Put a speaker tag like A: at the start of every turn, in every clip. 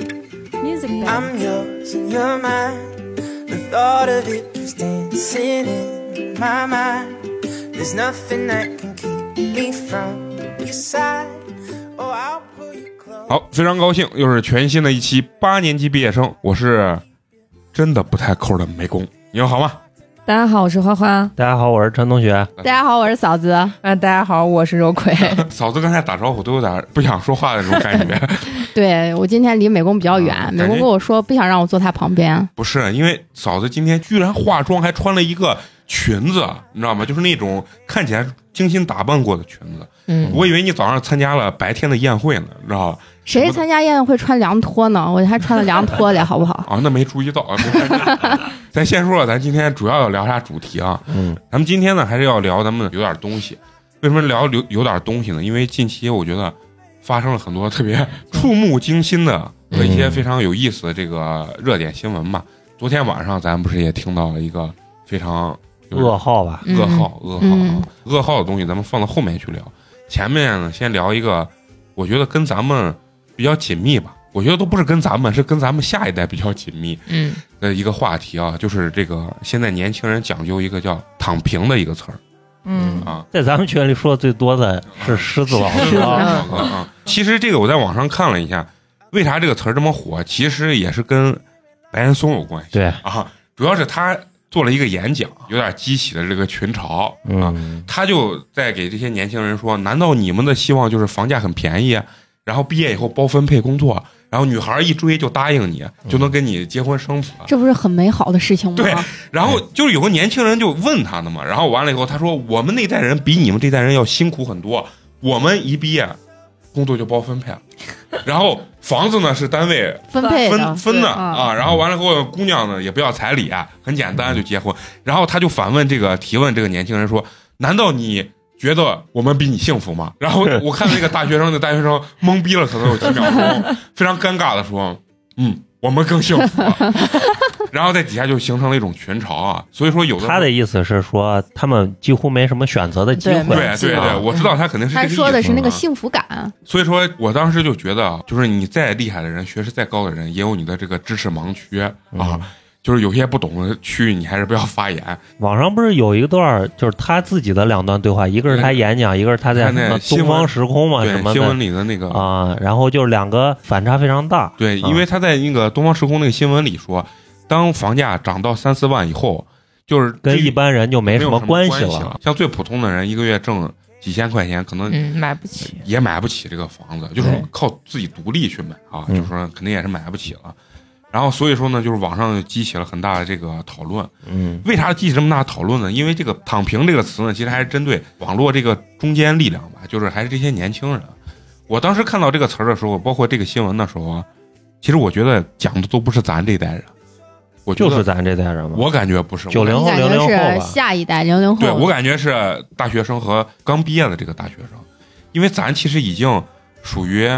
A: I'm yours and you're mine. The thought of it just dancing in my mind. There's nothing that can keep me from your side. Oh, I'll pull you close.
B: 好，非常高兴，又是全新的一期八年级毕业生。我是真的不太抠的美工，你们好吗？
C: 大家好，我是花花。
D: 大家好，我是陈同学。
B: 啊
E: 大家好，我是 嫂子。
C: 啊，大家好，我是肉葵。
B: 嫂子刚才打招呼都有点不想说话的那种感 觉，
E: 对我今天离美工比较远，
B: 啊
E: 美工跟我说不想让我坐他旁边，
B: 不是因为嫂子今天居然化妆还穿了一个裙子，你知道吗？就是那种看起来精心打扮过的裙子。
E: 嗯，
B: 我以为你早上参加了白天的宴会呢，你知道吧？
E: 谁参加宴会穿凉拖呢？我还穿了凉拖嘞，好不 好？
B: 啊，那没注意到啊。没关系咱先说了，咱今天主要要聊啥主题啊？
D: 嗯，
B: 咱们今天呢，还是要聊咱们有点东西。为什么聊有有点东西呢？因为近期我觉得发生了很多特 别触目惊心的和一些
D: 嗯
B: 非常有意思的这个热点新闻吧。昨天晚上咱们不是也听到了一个非常就是
D: 噩耗吧，
E: 嗯
B: 噩耗，噩耗，啊
E: 嗯
B: 噩耗的东西，咱们放到后面去聊。前面呢，先聊一个，我觉得跟咱们比较紧密吧。我觉得都不是跟咱们，是跟咱们下一代比较紧密
E: 嗯，
B: 的一个话题啊，就是这个现在年轻人讲究一个叫“躺平”的一个词儿
C: 嗯，
B: 啊。
D: 在咱们群里说的最多的是 狮子老
B: 是
D: 师
B: 啊
D: 啊，
E: 嗯
B: 啊啊！其实这个我在网上看了一下，为啥这个词儿这么火，其实也是跟白岩松有关系
D: 对，
B: 啊，主要是他做了一个演讲，有点激起了这个群嘲啊。
D: 嗯，
B: 他就在给这些年轻人说：“难道你们的希望就是房价很便宜，然后毕业以后包分配工作，然后女孩一追就答应你，就能跟你结婚生子？”
E: 这不是很美好的事情吗？
B: 对然后就是有个年轻人就问他呢嘛，然后完了以后他说：“我们那代人比你们这代人要辛苦很多，我们一毕业，工作就包分配了，然后房子呢是单位
E: 分配的
B: 分分的
E: 对嗯
B: 啊，然后完了以后，姑娘呢也不要彩礼，啊很简单就结婚。然后他就反问这个提问这个年轻人说：“难道你觉得我们比你幸福吗？”然后 我看那个大学生，那大学生懵逼了，可能有几秒钟，非常尴尬的说：“嗯，我们更幸福。”啊 然后在底下就形成了一种群嘲啊，所以说有的
D: 他的意思是说他们几乎没什么选择的机
E: 对
D: 会，
B: 对
E: 没有
B: 对对，
D: 啊
B: 我知道他肯定是这个
E: 他
B: 意思
E: 说的是那个
B: 啊
E: 幸福感，
B: 所以说我当时就觉得啊，就是你再厉害的人，学识再高的人，也有你的这个知识盲区啊。
D: 嗯啊
B: 就是有些不懂的区域，你还是不要发言。
D: 网上不是有一段儿就是他自己的两段对话，一个是他演讲，一个是他在
B: 他
D: 什
B: 那
D: 么
B: 新闻
D: 东方时空嘛什
B: 对
D: 么
B: 新闻
D: 的
B: 里的那个，
D: 啊，然后就是两个反差非常大，
B: 对，
D: 啊
B: 因为他在那个东方时空那个新闻里说，当房价涨到三四万以后，就是
D: 跟
B: 这
D: 一般人就没
B: 没
D: 什
B: 有
D: 么
B: 么关
D: 系了。
B: 了。像最普通的人，一个月挣几千块钱，可能
F: 嗯，买不起。
B: 也买不起这个房子，就是
D: 对
B: 靠自己独立去买啊，
D: 嗯
B: 就是说肯定也是买不起了。然后所以说呢，就是网上就激起了很大的这个讨论。
D: 嗯，
B: 为啥激起这么大讨论呢？因为这个“躺平”这个词呢，其实还是针对网络这个中间力量吧，就是还是这些年轻人。我当时看到这个词儿的时候，包括这个新闻的时候啊，其实我觉得讲的都不是咱这一代人，我觉
D: 就
B: 得
D: 是咱这代人嘛，
B: 我感觉不是
D: 90
B: 我
D: 零
E: 你
D: 后
E: 感
D: 零零后
E: 觉
D: 吧
E: 是下一代零零后，
B: 对我感觉是大学生和刚毕业的这个大学生，因为咱其实已经属 于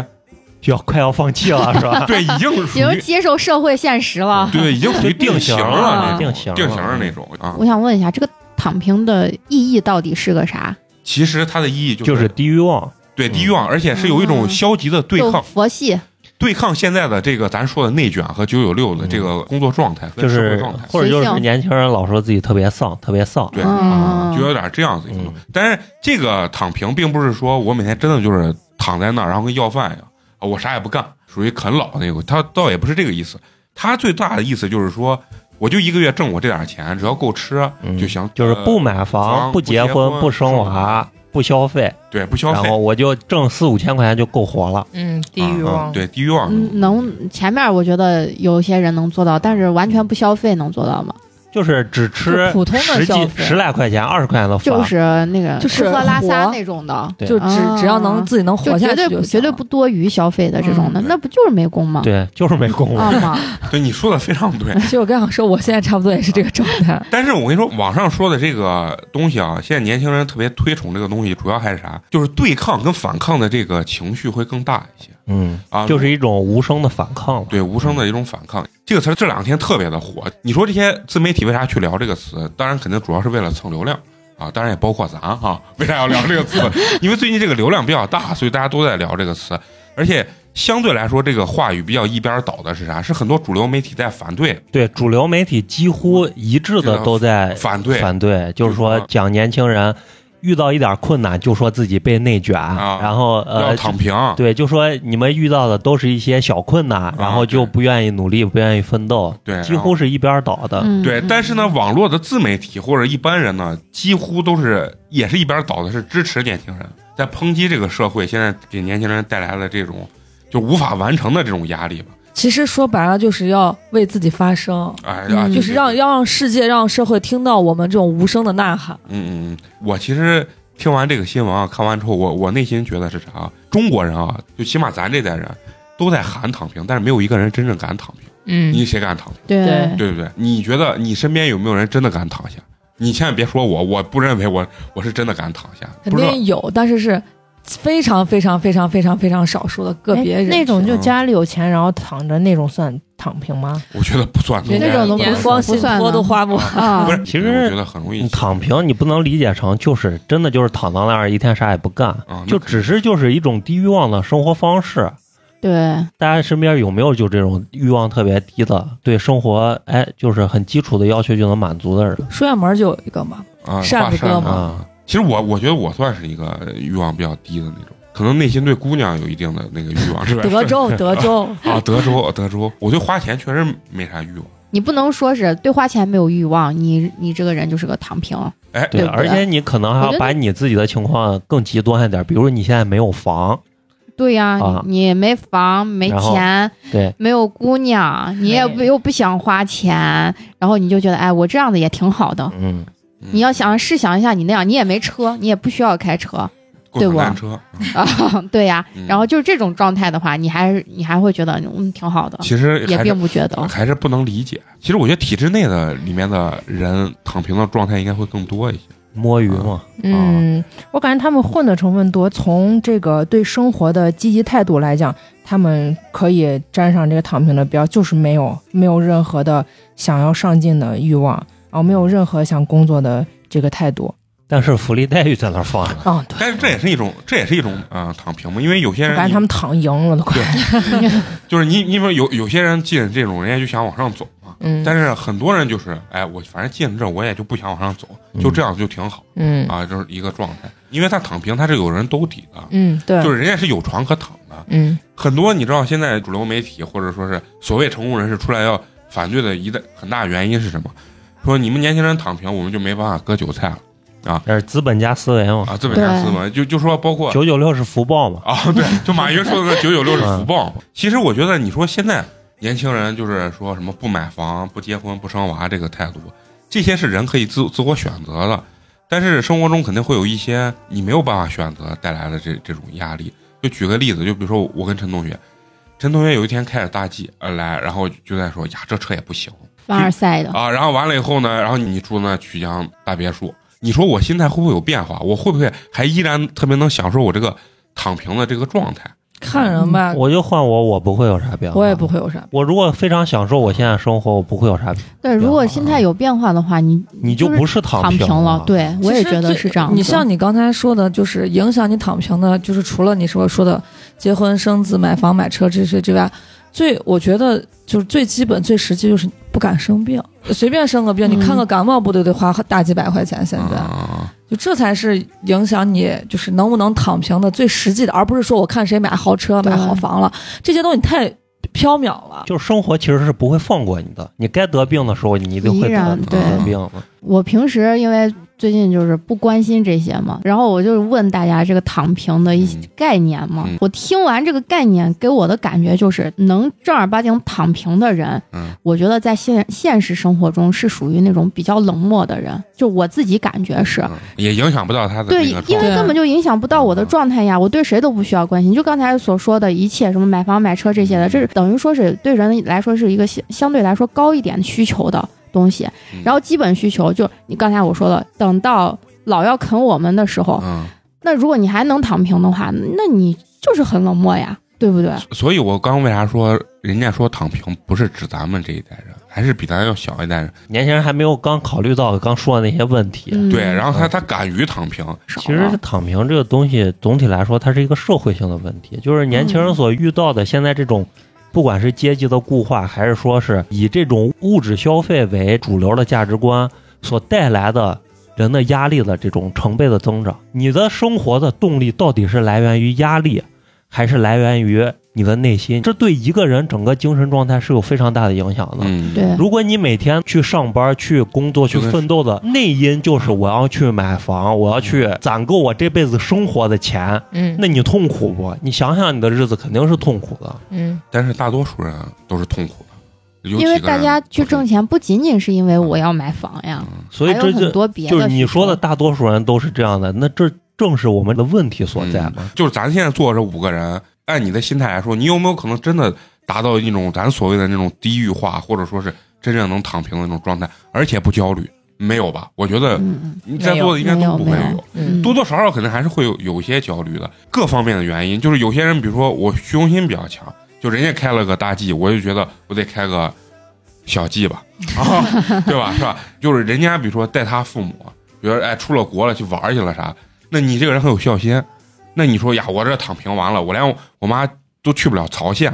D: 就要快要放弃了是吧？
B: 对已经属
E: 已经
B: 于
E: 接受社会现实了。
B: 对已经属于
D: 定
B: 型
D: 型
B: 了那
E: 了
B: 种
D: 定型了
B: 定型了那种啊。
E: 我想问一下，这个躺平的意义到底是个啥？
B: 其实它的意义
D: 就是低欲望，
B: 对低欲望，而且是有一种
E: 嗯
B: 消极的对
E: 就
B: 抗。
E: 佛系，
B: 对抗现在的这个咱说的内卷和九九六的这个工作状态跟
D: 嗯就
B: 社会
D: 是
B: 状态，
D: 或者就
E: 随
D: 是
E: 性
D: 年轻人老说自己特别丧，特别丧。
B: 对，
E: 嗯
B: 就有点这样子一个
D: 嗯。
B: 但是这个躺平并不是说我每天真的就是躺在那儿，然后跟要饭一样，啊我啥也不干，属于啃老那个。他倒也不是这个意思，他最大的意思就是说，我就一个月挣我这点钱，只要够吃
D: 嗯
B: 就行，
D: 就是
B: 呃
D: 不买房、
B: 不
D: 不结
B: 结婚
D: 婚、不生
B: 不生
D: 娃、不消费，
B: 呃对不消
D: 然
B: 费
D: 后，我就挣四五千块钱就够活了。
F: 嗯，低欲
B: 啊
F: 望。
B: 啊对低欲望。
E: 嗯嗯，能前面我觉得有些人能做到，但是完全不消费能做到吗？
D: 就是只吃
G: 就普通的
D: 十
G: 消
D: 几
G: 费
D: 十来块钱、二十块钱的饭，
E: 就是那个
G: 就是
E: 吃喝拉撒
G: 活
E: 那种的，
D: 对
G: 就只
E: 啊
G: 只要能自己能
E: 就
G: 活
E: 绝
G: 下去
E: 对
G: 就
E: 不
G: 行
E: 绝对不 多余消费的这种的，
B: 嗯
E: 那不就是没工吗？
D: 对，就是没工 夫。
E: 啊嘛，
B: 对你说的非常对。
C: 其实我刚想说，我现在差不多也是这个状态。
B: 但是我跟你说，网上说的这个东西啊，现在年轻人特别推崇这个东西，主要还是啥？就是对抗跟反抗的这个情绪会更大一些
D: 嗯，
B: 啊，
D: 就是一种无声的反抗了。
B: 对无声的一种反抗。这个词儿这两天特别的火。你说这些自媒体为啥去聊这个词？当然，肯定主要是为了蹭流量啊，当然也包括咱哈、为啥要聊这个词？因为最近这个流量比较大，所以大家都在聊这个词，而且。相对来说，这个话语比较一边倒的是啥？是很多主流媒体在反对，嗯
D: 对，主流媒体几乎一致的都在
B: 反对，
D: 反对，就是
B: 就
D: 说
B: 是说
D: 讲年轻人遇到一点困难就说自己被内卷，
B: 啊
D: 然后
B: 要
D: 呃。
B: 躺平。
D: 对，就说你们遇到的都是一些小困难，然后就
B: 啊对
D: 不愿意努力，不愿意奋斗，
B: 对
D: 几
B: 然
D: 乎
B: 后
D: 是一边倒的。
E: 嗯
B: 呃对，
E: 嗯
B: 但是呢，网络的自媒体或者一般人呢，几乎都是也是一边倒的，是支持年轻人，在抨击这个社会现在给年轻人带来的这种就无法完成的这种压力吧。
G: 其实说白了就是要为自己发声，
B: 哎
E: 嗯
B: 呀，
E: 嗯
G: 就是让要让世界让社会听到我们这种无声的呐喊。
B: 嗯嗯嗯，我其实听完这个新闻啊，看完之后，我我内心觉得是啥啊？中国人啊，就起码咱这代人都在喊躺平，但是没有一个人真正敢躺平。
F: 嗯
H: 哎
B: 你谁敢躺平？
E: 对
B: 对不对？你觉得你身边有没有人真的敢躺下？你千万别说我，我不认为我我是真的敢躺下，
G: 肯
B: 不知道
G: 定有，但是是非常非常非常非常非常少数的个别人
H: 那种
G: 群
H: 就家里有钱，然后躺着那种算躺平吗？
B: 我觉得不算多。
E: 人那家种都
G: 一年
E: 不
G: 光
E: 不
G: 信
E: 算
G: 托
E: 呢
G: 都花不完。
E: 啊
B: 不，是，
D: 其实
B: 我觉得很容易
D: 你躺平，你不能理解成就是真的就是躺到那儿一天啥也不干，
B: 啊，
D: 就只是就是一种低欲望的生活方式。
E: 对，
D: 大家身边有没有就这种欲望特别低的，对生活哎就是很基础的要求就能满足的人？
G: 书院门就有一个嘛，
B: 那肯定
G: 扇
B: 啊，
G: 子哥
B: 嘛。
G: 嘛
D: 啊，
B: 其实我我觉得我算是一个欲望比较低的那种，可能内心对姑娘有一定的那个欲 望，是吧？
G: 德州，德州，
B: 啊，德州，德州，我对花钱确实没啥欲望。
E: 你不能说是对花钱没有欲望，你你这个人就是个躺平。
B: 哎，
D: 对，
E: 对不对
D: 而且你可能还
E: 我觉
D: 要
E: 得
D: 把你自己的情况更极端一点，比如你现在没有房，
E: 对呀、
D: 啊
E: 你没房没
D: 然后
E: 钱，
D: 对，
E: 没有姑娘，你也
H: 哎
E: 不又不想花钱，然后你就觉得哎，我这样子也挺好的。
D: 嗯，
B: 嗯
E: 你要想试想一下，你那样你也没车，你也不需要开车
B: 共享
E: 对吧
B: 单车，
E: 啊，对呀、
B: 嗯
E: 然后就是这种状态的话，你还是你还会觉得嗯挺好的，
B: 其实
E: 也
B: 还
E: 并
B: 是
E: 不觉得。
B: 还是不能理解。其实我觉得体制内的里面的人躺平的状态应该会更多一些。
D: 摸鱼嘛，
H: 嗯，我感觉他们混的成分多，从这个对生活的积极态度来讲，他们可以沾上这个躺平的标，就是没有没有任何的想要上进的欲望，然后没有任何想工作的这个态度。
D: 但是福利待遇在那儿放着，
H: 啊，对，
B: 但是这也是一种，这也是一种呃躺平嘛，因为有些
H: 我
B: 人
H: 感觉他们躺赢了都快。
B: 就是你，因为有有些人进这种，人家就想往上走嘛。
H: 嗯，
B: 但是很多人就是，哎，我反正进了这，我也就不想往上走，就这样就挺好
H: 嗯
B: 啊，就是一个状态。因为他躺平，他是有人兜底的，
H: 嗯，对，
B: 就是人家是有床可躺的。
H: 嗯
B: 很多你知道，现在主流媒体或者说是所谓成功人士出来要反对的一大很大原因是什么？说你们年轻人躺平，我们就没办法割韭菜了
D: 这是资本家思维嘛，
B: 啊，资本家资嘛，就就说包括
D: 九九六是福报嘛，
B: 啊，对，就马云说的那九九六是福报嘛。其实我觉得，你说现在年轻人就是说什么不买房、不结婚、不生娃这个态度，这些是人可以自自我选择的，但是生活中肯定会有一些你没有办法选择带来的这这种压力。就举个例子，就比如说我跟陈同学，陈同学有一天开着大 G 呃来，然后就在说呀，这车也不行
E: 凡尔赛的，
B: 啊。然后完了以后呢，然后你住那曲江大别墅，你说我心态会不会有变化？我会不会还依然特别能享受我这个躺平的这个状态？
G: 看人吧，
D: 嗯我就换我，我不会有啥变化，
G: 啊我也不。会有啥。
D: 我如果非常享受我现在生活，我不会有啥，
E: 对，如果心态有变化的话，你
D: 你就不
E: 是
D: 是躺
E: 躺平
D: 了
E: 了。，对，我也
G: 其实
E: 觉得
G: 最
E: 是这样子。
G: 你像你刚才说的，就是影响你躺平的，就是除了你说说的结婚生子、买房买车这些之外，最我觉得就是最基本最实际就是不敢生病，随便生个病，
E: 嗯
G: 你看个感冒不都得花大几百块钱？现在、
B: 啊
G: 就这才是影响你就是能不能躺平的最实际的，而不是说我看谁买豪车、
E: 对
G: 买豪房了，这些东西太缥缈了。
D: 就是生活其实是不会放过你的，你该得病的时候你一定会
E: 依然
D: 得
E: 对
D: 得病的。
E: 我平时因为最近就是不关心这些嘛，然后我就问大家这个躺平的一些
B: 嗯
E: 概念嘛。
B: 嗯
E: 我听完这个概念，给我的感觉就是，能正儿八经躺平的人，
B: 嗯
E: 我觉得在现现实生活中是属于那种比较冷漠的人，就我自己感觉是。
B: 嗯也影响不到他的
E: 对
B: 那个，
E: 因
B: 状
E: 为
B: 态。嗯
E: 根本就影响不到我的状态呀，我对谁都不需要关心。就刚才所说的一切，什么买房、买车这些的，
B: 嗯
E: 这是等于说是对人来说是一个相相对来说高一点需求的东西
B: 嗯。
E: 然后基本需求，就你刚才我说的，等到老要啃我们的时候，
B: 嗯，
E: 那如果你还能躺平的话，那你就是很冷漠呀，对不对？
B: 所以我刚为啥说人家说躺平不是指咱们这一代人，还是比咱要小一代人。
D: 年轻人还没有刚考虑到刚说的那些问题。
E: 嗯、
B: 对，然后嗯他
D: 嗯
B: 他敢于躺平，
E: 少
D: 其实
E: 了
D: 躺平这个东西，总体来说，它是一个社会性的问题，就是年轻
E: 嗯
D: 人所遇到的现在这种，不管是阶级的固化，还是说是以这种物质消费为主流的价值观所带来的人的压力的这种成倍的增长。你的生活的动力到底是来源于压力，还是来源于你的内心？这对一个人整个精神状态是有非常大的影响的。
B: 嗯，
E: 对，
D: 如果你每天去上班、去工作、去
B: 就是
D: 奋斗的
E: 嗯
D: 内因就是我要去买房，我要去攒够我这辈子生活的钱，
H: 嗯
D: 那你痛苦不？你想想，你的日子肯定是痛苦的。
H: 嗯，
B: 但是大多数人都是痛苦的，有
E: 因为
B: 几个
E: 大
B: 人
E: 家去
B: 不是
E: 挣钱不仅仅是因为我要买房呀，
B: 嗯
D: 所以
E: 还
D: 这
E: 有很
D: 就
E: 多别的
D: 就是你
E: 需
D: 说的，
E: 求
D: 大多数人都是这样的。那这正是我们的问题所在嘛。
B: 就是咱现在坐这五个人，按你的心态来说，你有没有可能真的达到一种咱所谓的那种低欲化，或者说是真正能躺平的那种状态，而且不焦虑？没有吧？我觉得
E: 嗯嗯
B: 你在座的应该都不会
E: 没有没有嗯，
B: 多多少少可能还是会有有一些焦虑的，各方面的原因。就是有些人，比如说我虚荣心比较强，就人家开了个大 G，我就觉得我得开个小 G 吧，啊，对吧？是吧？就是人家比如说带他父母，比如说哎出了国了去玩儿去了啥，那你这个人很有孝心，那你说呀，我这躺平完了，我连我妈都去不了曹县，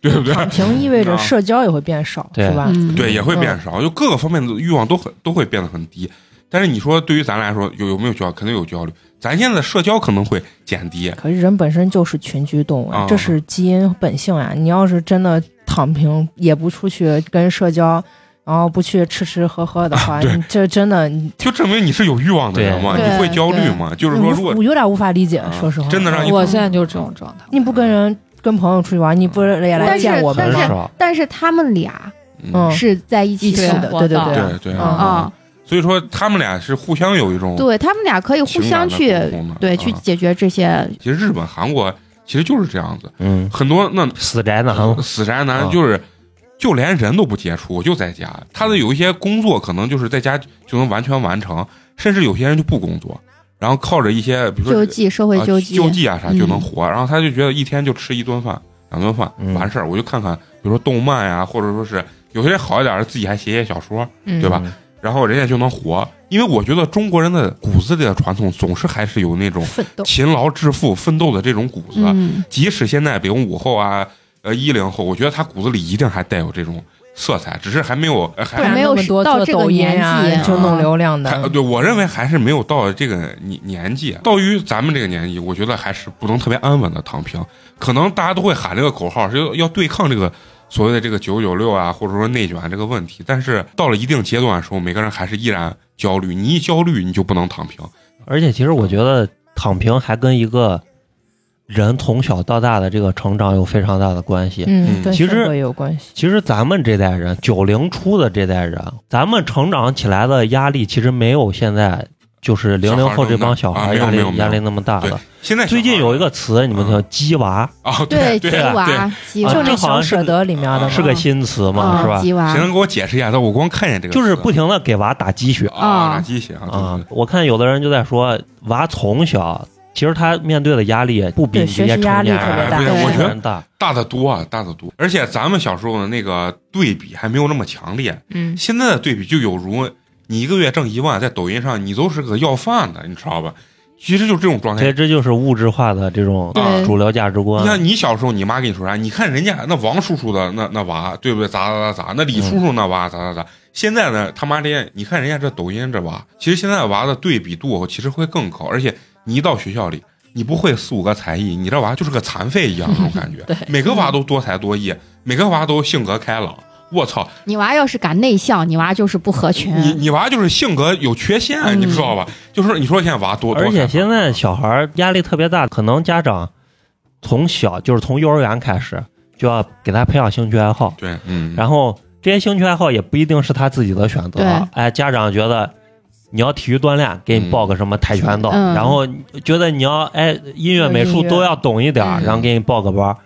B: 对不对？
H: 躺平意味着
B: 啊
H: 社交也会变少，
D: 对
H: 是吧？
E: 嗯
B: 对，也会变少，就各个方面的欲望都很都会变得很低。但是你说对于咱来说有有没有焦虑？肯定有焦虑。咱现在的社交可能会减低，
E: 嗯
H: 可是人本身就是群居动物啊
B: 啊，
H: 这是基因本性啊。你要是真的躺平，也不出去跟社交，然后不去吃吃喝喝的话，
B: 啊对
H: 你这真的你
B: 就证明你是有欲望的人嘛，
E: 对
B: 你会焦虑嘛？就是说，如果
H: 我有点无法理解
B: 啊，
H: 说实话，嗯
B: 真的让你
G: 我现在就是这种状态。
H: 你不跟人跟朋友出去玩，你不也来
E: 但是
H: 见我们
D: 很
E: 但是
H: 吗？
D: 少。
E: 但是他们俩
B: 嗯，
E: 是在一起
G: 一起
E: 生
H: 的
E: 活
H: 对对对
B: 对对
H: 嗯
E: 啊，
B: 所以说他们俩是互相有一种
E: 对他们俩可以互
B: 情感
E: 相
B: 的
E: 去
B: 沟通的
E: 对
B: 啊
E: 去解决这些，
B: 其实日本、韩国其实就是这样子，
D: 嗯，
B: 很多那
D: 死宅男，
B: 死宅男
D: 啊
B: 就是。就连人都不接触，就在家。他的有一些工作可能就是在家就能完全完成，甚至有些人就不工作，然后靠着一些比如说
E: 救济社会
B: 啊
E: 救济嗯
B: 救济啊啥就能活。然后他就觉得一天就吃一顿饭、两顿饭
D: 嗯
B: 完事儿，我就看看，比如说动漫呀、或者说是有些人好一点儿，自己还写写小说，
H: 嗯
B: 对吧？然后人家就能活。因为我觉得中国人的骨子里的传统总是还是有那种
H: 奋斗，
B: 勤劳致富、奋斗的这种骨子。啊
E: 嗯，
B: 即使现在，比如五后啊、呃一零后，我觉得他骨子里一定还带有这种色彩，只是还没有，呃、还
H: 不然
E: 没有
H: 那么多
E: 到
H: 做
E: 这个
H: 抖音啊
E: 年纪嗯
H: 就弄流量的，
B: 啊还对我认为还是没有到这个年年纪，到于咱们这个年纪，我觉得还是不能特别安稳的躺平。可能大家都会喊这个口号，是要要对抗这个所谓的这个九九六啊，或者说内卷这个问题。但是到了一定阶段的时候，每个人还是依然焦虑。你一焦虑，你就不能躺平。
D: 而且其实我觉得躺平还跟一个人从小到大的这个成长有非常大的关系。
B: 嗯
H: 嗯，跟
D: 其实
H: 性格也有关系。
D: 其实咱们这代人，九零初的这代人，咱们成长起来的压力，其实没有现在就是零零后这帮小孩
B: 小
D: 压
B: 孩儿那么大啊没有没
D: 力
B: 有没有
D: 压力那么大
B: 对
D: 的。
B: 现在
D: 最近有一个词，你们
B: 嗯
D: 听“鸡娃
B: 啊，
E: 对
B: 对对
E: 鸡
B: 对啊
E: 娃鸡
D: 啊
E: 娃
H: 就那
D: 这好像
H: 小
D: 是啊
H: 舍得里面的嘛，
D: 是个新词
H: 啊
D: 嘛，是吧？
E: 鸡
B: 谁
E: 娃
B: 能给我解释一下？我光看见这个词，
D: 就是不停的给娃打鸡血
B: 啊，打鸡血啊，
D: 啊
B: 对！
D: 我看有的人就在说，娃从小其实他面对的压力不比
H: 对
D: 你这些
H: 学习压
D: 成
H: 力
D: 年
H: 特
B: 别
D: 人啊
B: 大
D: 成
E: 对我
B: 哎觉得
D: 年人大。
B: 大得多啊，大得多。而且咱们小时候的那个对比还没有那么强烈，
H: 嗯，
B: 现在的对比就有如你一个月挣一万，在抖音上你都是个要饭的，你知道吧？其实就这种状
D: 所以
B: 态。
D: 这就是物质化的这种
E: 对
D: 主流价值观
B: 你。看你小时候，你妈跟你说啥？你看人家那王叔叔的那那娃，对不对？咋咋咋咋？那李叔叔那娃咋咋咋？现在呢，他妈这些，你看人家这抖音这娃，其实现在娃的对比度其实会更高，而且你一到学校里，你不会四五个才艺，你这娃就是个残废一样那种感觉。
G: 对
B: 每个娃都多才多艺，每个娃都性格开朗，我操，
E: 你娃要是敢内向，你娃就是不合群。
B: 你你娃就是性格有缺陷，
E: 嗯
B: 你知道吧？就是你说现在娃多，
D: 而
B: 多害
D: 且
B: 怕
D: 现在小孩儿压力特别大，可能家长从小就是从幼儿园开始就要给他培养兴趣爱好，
B: 对，嗯，
D: 然后这些兴趣爱好也不一定是他自己的选择啊。哎，家长觉得你要体育锻炼，给
B: 嗯
D: 你报个什么跆拳道，
E: 嗯
D: 然后觉得你要哎音乐、
H: 有
D: 美术
H: 音乐
D: 都要懂一点儿，
E: 嗯
D: 然后给你报个班儿。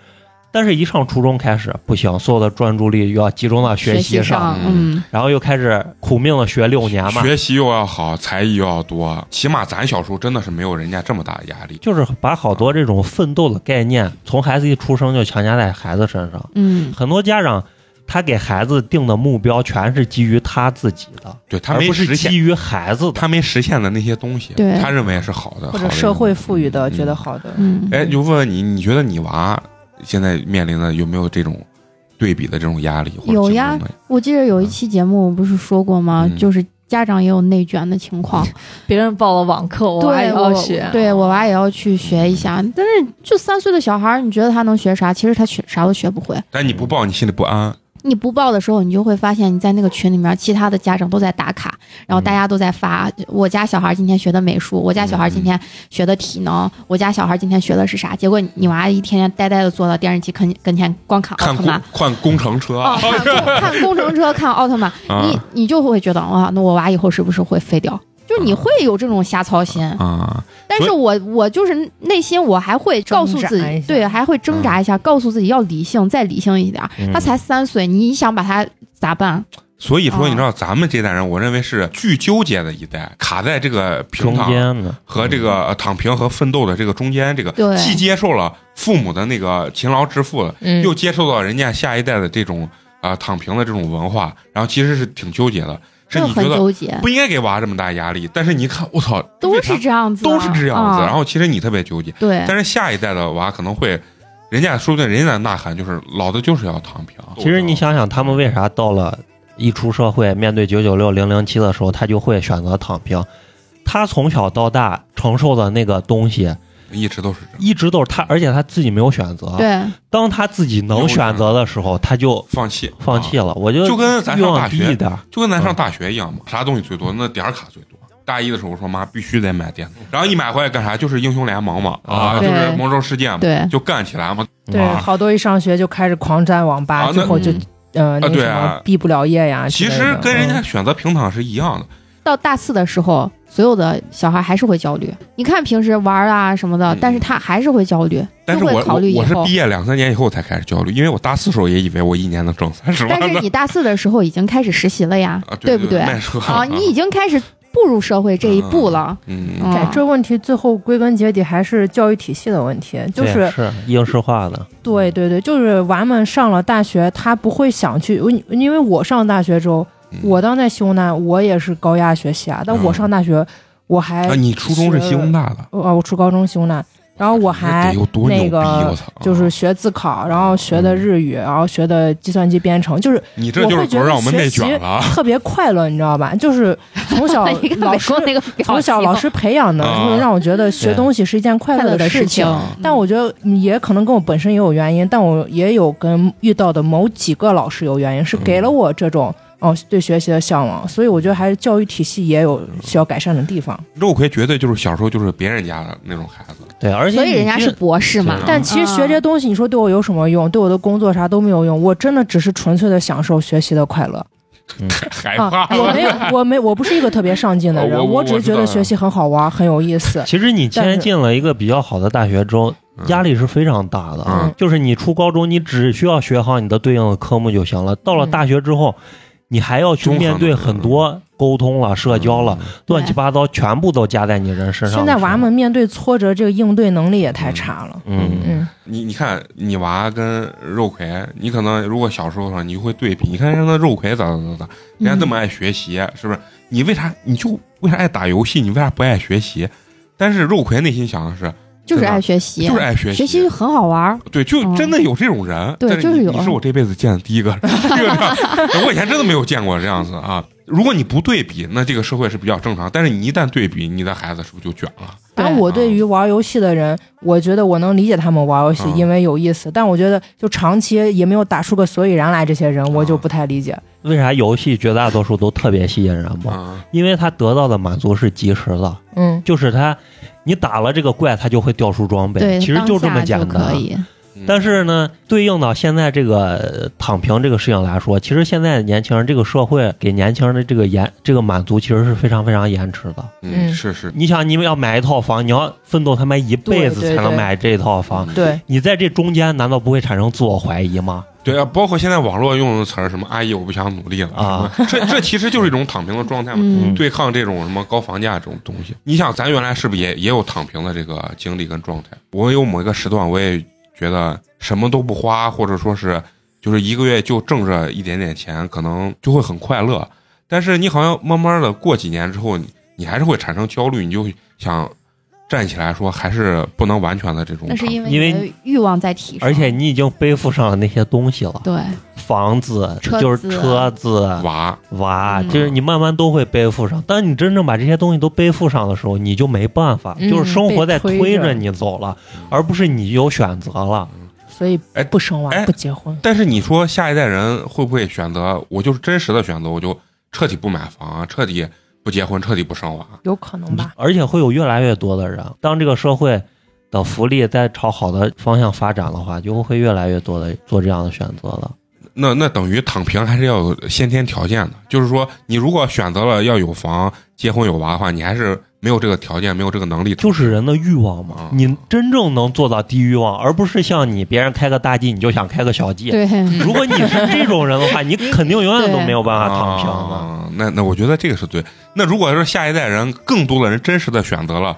D: 但是，一上初中开始不行，所有的专注力又要集中到
E: 学
D: 习
E: 上，
B: 嗯
E: 嗯，
D: 然后又开始苦命的学六年嘛，
B: 学习又要好，才艺又要多，起码咱小时候真的是没有人家这么大的压力。
D: 就是把好多这种奋斗的概念，从孩子一出生就强加在孩子身上。
E: 嗯，
D: 很多家长他给孩子定的目标，全是基于他自己的，
B: 对他
D: 而
B: 没
D: 不
B: 实
D: 是
B: 现，
D: 基于孩子的。
B: 他没实现的那些东西，
E: 对
B: 他认为是好的，
H: 或
B: 好
H: 者
B: 的
H: 社会赋予
B: 嗯
H: 的觉得好的，
E: 嗯，
B: 哎，就问问你，你觉得你娃现在面临的有没有这种对比的这种压力？或者
E: 有
B: 竞
E: 呀
B: 争的
E: 我记得有一期节目我不是说过吗？
B: 嗯
E: 就是家长也有内卷的情况，
G: 别人报了网课，我娃也
E: 对，我
G: 要学。
E: 对我娃也要去学一下。但是就三岁的小孩儿，你觉得他能学啥？其实他学啥都学不会。
B: 但你不报，你心里不安。
E: 你不报的时候，你就会发现你在那个群里面，其他的家长都在打卡，
B: 嗯
E: 然后大家都在发、我家小孩今天学的美术，我家小
B: 嗯
E: 孩今天学的体能，我家小孩今天学的是啥？结果你娃一天天呆呆的坐到电视机跟跟前，光看奥
B: 看
E: 特
B: 工
E: 曼。
B: 看工程车，
E: 哦，看工看工程车，看奥特曼，你
B: 啊
E: 你就会觉得哇，那我娃以后是不是会废掉？就是你会有这种瞎操心，
H: 哦
B: 啊，
E: 但是我我就是内心我还会告诉自
H: 挣扎一
E: 己，
H: 下
E: 对，还会挣扎一下，告诉自己要理性，再理性一点儿。
D: 嗯
E: 他才三岁，你想把他咋办？
B: 所以
H: 哦
B: 说
E: 啊
B: 你知道咱们这代人，我认为是巨纠结的一代，卡在这个平
D: 中
B: 躺
D: 间呢，
B: 和这个呃躺平和奋斗的这个中间，这个
E: 嗯对
B: 既接受了父母的那个勤劳致富了，
H: 嗯
B: 又接受到人家下一代的这种啊、呃躺平的这种文化，然后其实是挺纠结的，是
E: 这
B: 你觉
E: 很
B: 得
E: 纠结，
B: 不应该给娃这么大压力，但是你一看我操，
E: 都
B: 为啥
E: 是这样子的，
B: 都是这样子，
E: 啊
B: 然后其实你特别纠结，
E: 对
B: 但是下一代的娃可能会，人家说不定人家的呐喊就是老子就是要躺平。
D: 其实你想想，他们为啥到了一出社会，面对九九六、零零七的时候，他就会选择躺平？他从小到大承受的那个东西，
B: 一直都是这样，
D: 一直都是他，而且他自己没有选择。
E: 对
B: 啊
D: 当他自己
B: 有
D: 能
B: 选
D: 选择的时候，他就
B: 放弃
D: 放弃
B: 啊
D: 了。我就
B: 就跟咱
D: 欲
B: 上大
D: 望低
B: 学
D: 一点儿，
B: 就跟咱上大学一样嘛，啥东西最多？那点儿卡最多。大一的时候，我说妈必须得买电脑，然后一买回来干啥？就是英雄联盟嘛，啊，
D: 啊
B: 就是
E: 对
B: 魔兽世界嘛，
E: 对
B: 就干起来嘛。
H: 对，
B: 啊
H: 好多一上学就开始狂占网吧，
B: 啊那
H: 最后就
E: 嗯
H: 呃那个
B: 对
H: 什
B: 啊
H: 么毕不了业呀之
B: 其
H: 类的。
B: 实跟人家
H: 嗯
B: 选择平躺是一样的。
E: 到大四的时候，所有的小孩还是会焦虑。你看平时玩啊什么的，
B: 嗯
E: 但是他还是会焦虑，
B: 但是
E: 就
B: 我
E: 会考虑
B: 我
E: 以
B: 我是
E: 后
B: 毕。业两三年以后才开始焦虑，因为我大四时候也以为我一年能挣三十万
E: 但是
B: 呢。
E: 你大四的时候已经开始实习了呀，
B: 啊，
E: 不
B: 对
E: 对？
B: 卖车
E: 啊，你已经开始步入社会这一步了。
B: 嗯
E: 嗯
H: 哎，这问题最后归根结底还是教育体系的问题，就
D: 对
H: 是
D: 是应试化的。
H: 对对对，就是娃们上了大学，他不会想去，因因为我上大学之后，
B: 嗯
H: 我当在西工大，我也是高压学习啊，但我上大学我还
B: 啊，你初中是西工大的，哎
H: 哦，我初高中西工大，然后我还
B: 得有多牛逼！
H: 那个
B: 我操，啊
H: 就是学自考，然后学的日语，然后学的计算机编程，就是
B: 你这就是昨儿让我们内卷了啊。
H: 特别快乐，你知 道吧？就是从小
E: 你看
H: 老
E: 美
H: 师
E: 国那个表
H: 从小
E: 情
H: 老师培养的，
B: 啊
H: 就是让我觉得学
D: 对
H: 东西是一件快
E: 快
H: 乐
E: 乐
H: 的
E: 事
H: 事情。
B: 嗯
H: 但我觉得也可能跟我本身也有原因，但我也有跟遇到的某几个老师有原因，是给
B: 嗯
H: 了我这种哦对学习的向往，所以我觉得还是教育体系也有
B: 嗯
H: 需要改善的地方。
B: 肉葵绝对就是小时候就是别人家的那种孩子，
D: 对，而且
E: 所以
D: 你
E: 人家
D: 这
E: 是博士嘛
B: 对啊。
H: 但其实学这些东西，你说对我有什么用？对我的工作啥都没有用，我真的只是纯粹的享受学习的快乐
B: 害
H: 啊！
B: 怕哦
H: 我没有，我没，我不是一个特别上进的人，
B: 我我
H: 只是觉
B: 我
H: 得
B: 知道
H: 学习很好玩，很有意思。
D: 其实你
H: 但
D: 先
H: 是
D: 进了一个比较好的大学之后，压力是非常大的。啊
B: 嗯
D: 就是你初高中，你只需要学好你的对应的科目就行了。到了
H: 嗯
D: 大学之后，你还要去
B: 综合
D: 面对
B: 能力
D: 很多沟通了、社交了，，乱七八糟，全部都加在你人身上。
H: 现在娃，们面对挫折这个应对能力也太差了。
D: 嗯，
H: 嗯，
B: 你你看你娃跟肉葵，你可能如果小时候的话，你会对比，你看人家那肉葵咋咋咋咋，人家这么爱学习，是不是？你为啥你就为啥爱打游戏？你为啥不爱学习？但是肉葵内心想的是，
E: 就是爱学习，
B: 就是爱学
E: 学习很好玩儿。
B: 对，就
E: 嗯
B: 真的有这种人，
E: 对
B: 但是
E: 就
B: 你
E: 是有
B: 你是我这辈子见的第一个，这个这样 我以前真的没有见过这样子啊。如果你不对比，那这个社会是比较正常，但是你一旦对比，你的孩子是不是就卷了？
H: 反正
C: 对
H: 我对于玩游戏的人，我觉得我能理解他们玩游戏
B: 嗯，
H: 因为有意思。但我觉得就长期也没有打出个所以然来，这些人我
B: 嗯
H: 就不太理解。
D: 为啥游戏绝大多数都特别吸引人嘛？
B: 啊，
D: 因为他得到的满足是及时的，
H: 嗯，
D: 就是他，你打了这个怪，他就会掉出装备，
E: 对，
D: 其实
E: 当
D: 这么
E: 下
D: 简
E: 可
D: 单。
E: 以。
B: 嗯
D: 但是呢，对应到现在这个呃躺平这个事情来说，其实现在年轻人这个社会给年轻人的这个延这个满足，其实是非常非常延迟的。
B: 嗯
H: 嗯
B: 是是，
D: 你想，你们要买一套房，你要奋斗他妈一辈子
H: 对对
D: 才能
H: 对
D: 买这套房，
B: 嗯
H: 对，
D: 你在这中间难道不会产生自我怀疑吗？
B: 对啊，包括现在网络用的词儿，什么“阿姨，我不想努力了”
D: 啊
B: 什么，这这其实就是一种躺平的状态嘛，
E: 嗯，
B: 对抗这种什么高房价这种东西。你想，咱原来是不是也也有躺平的这个经历跟状态？我有某一个时段，我也觉得什么都不花，或者说是就是一个月就挣着一点点钱，可能就会很快乐。但是你好像慢慢的过几年之后，你你还是会产生焦虑，你就想站起来说，还是不能完全的这种
E: 那
B: 躺
E: 是
B: 平。
E: 因为
D: 因为
E: 你的欲望在提升，
D: 而且你已经背负上了那些东西了，
E: 对
D: 房子啊
E: 车
D: 就是
E: 子
D: 车子、啊
B: 娃，
D: 娃，
E: 嗯
D: 就是你慢慢都会背负上。当你真正把这些东西都背负上的时候，你就没办法，
H: 嗯
D: 就是生活在
H: 被推
D: 推着
H: 着
D: 你走了，而不是你有选择了。
H: 所以
B: 哎
H: 不生娃、
B: 哎
H: 不结婚，
B: 但是你说下一代人会不会选择？我就是真实的选择，我就彻底不买房，彻底不结婚，彻底不生娃。
H: 有可能吧？
D: 而且会有越来越多的人，当这个社会的福利在朝好的方向发展的话，就会越来越多的做这样的选择了。
B: 那那等于躺平还是要有先天条件的，就是说你如果选择了要有房、结婚、有娃的话，你还是没有这个条件，没有这个能力。
D: 就是人的欲望嘛
B: 啊，
D: 你真正能做到低欲望，而不是像你别人开个大 G 你就想开个小 G。
E: 对，嗯
D: 如果你是这种人的话，你肯定永远都没有办法躺平了。
B: 啊、那那我觉得这个是对。那如果说下一代人更多的人真实的选择了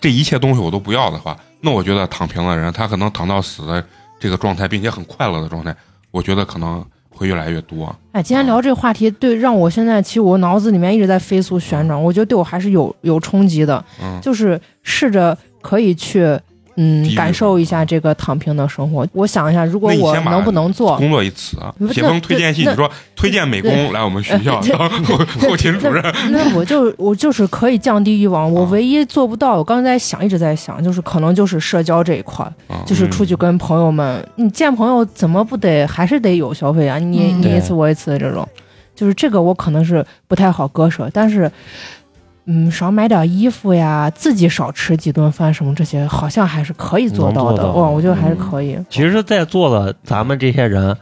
B: 这一切东西我都不要的话，那我觉得躺平的人他可能躺到死的这个状态，并且很快乐的状态，我觉得可能会越来越多。
H: 哎，今天聊这个话题，对，让我现在其实我脑子里面一直在飞速旋转，我觉得对我还是有有冲击的，
B: 嗯
H: 就是试着可以去。
B: 低
H: 嗯
B: 欲，
H: 感受一下这个躺平的生活。我想一下，如果
B: 那你
H: 我
B: 先把
H: 能不 能做？
B: 工作一词啊，
H: 不
B: 写
H: 那
B: 封推荐信，
H: 那
B: 你说推荐美工来我们学校当后后勤主任，
H: 那我就 我就是可以降低欲望。我
B: 啊
H: 唯一做不到，我刚才在想，一直在想，就是可能就是社交这一块，
B: 啊
H: 就是出去跟朋友们，你见朋友怎么不得还是得有消费啊？你
C: 嗯
H: 你
D: 对
H: 一次我一次的这种，就是这个我可能是不太好割舍，但是。嗯，少买点衣服呀，自己少吃几顿饭什么这些，好像还是可以做到
D: 能
H: 的。
D: 做到
H: 哦，我觉得还是可以。
D: 其实，在座的咱们这些人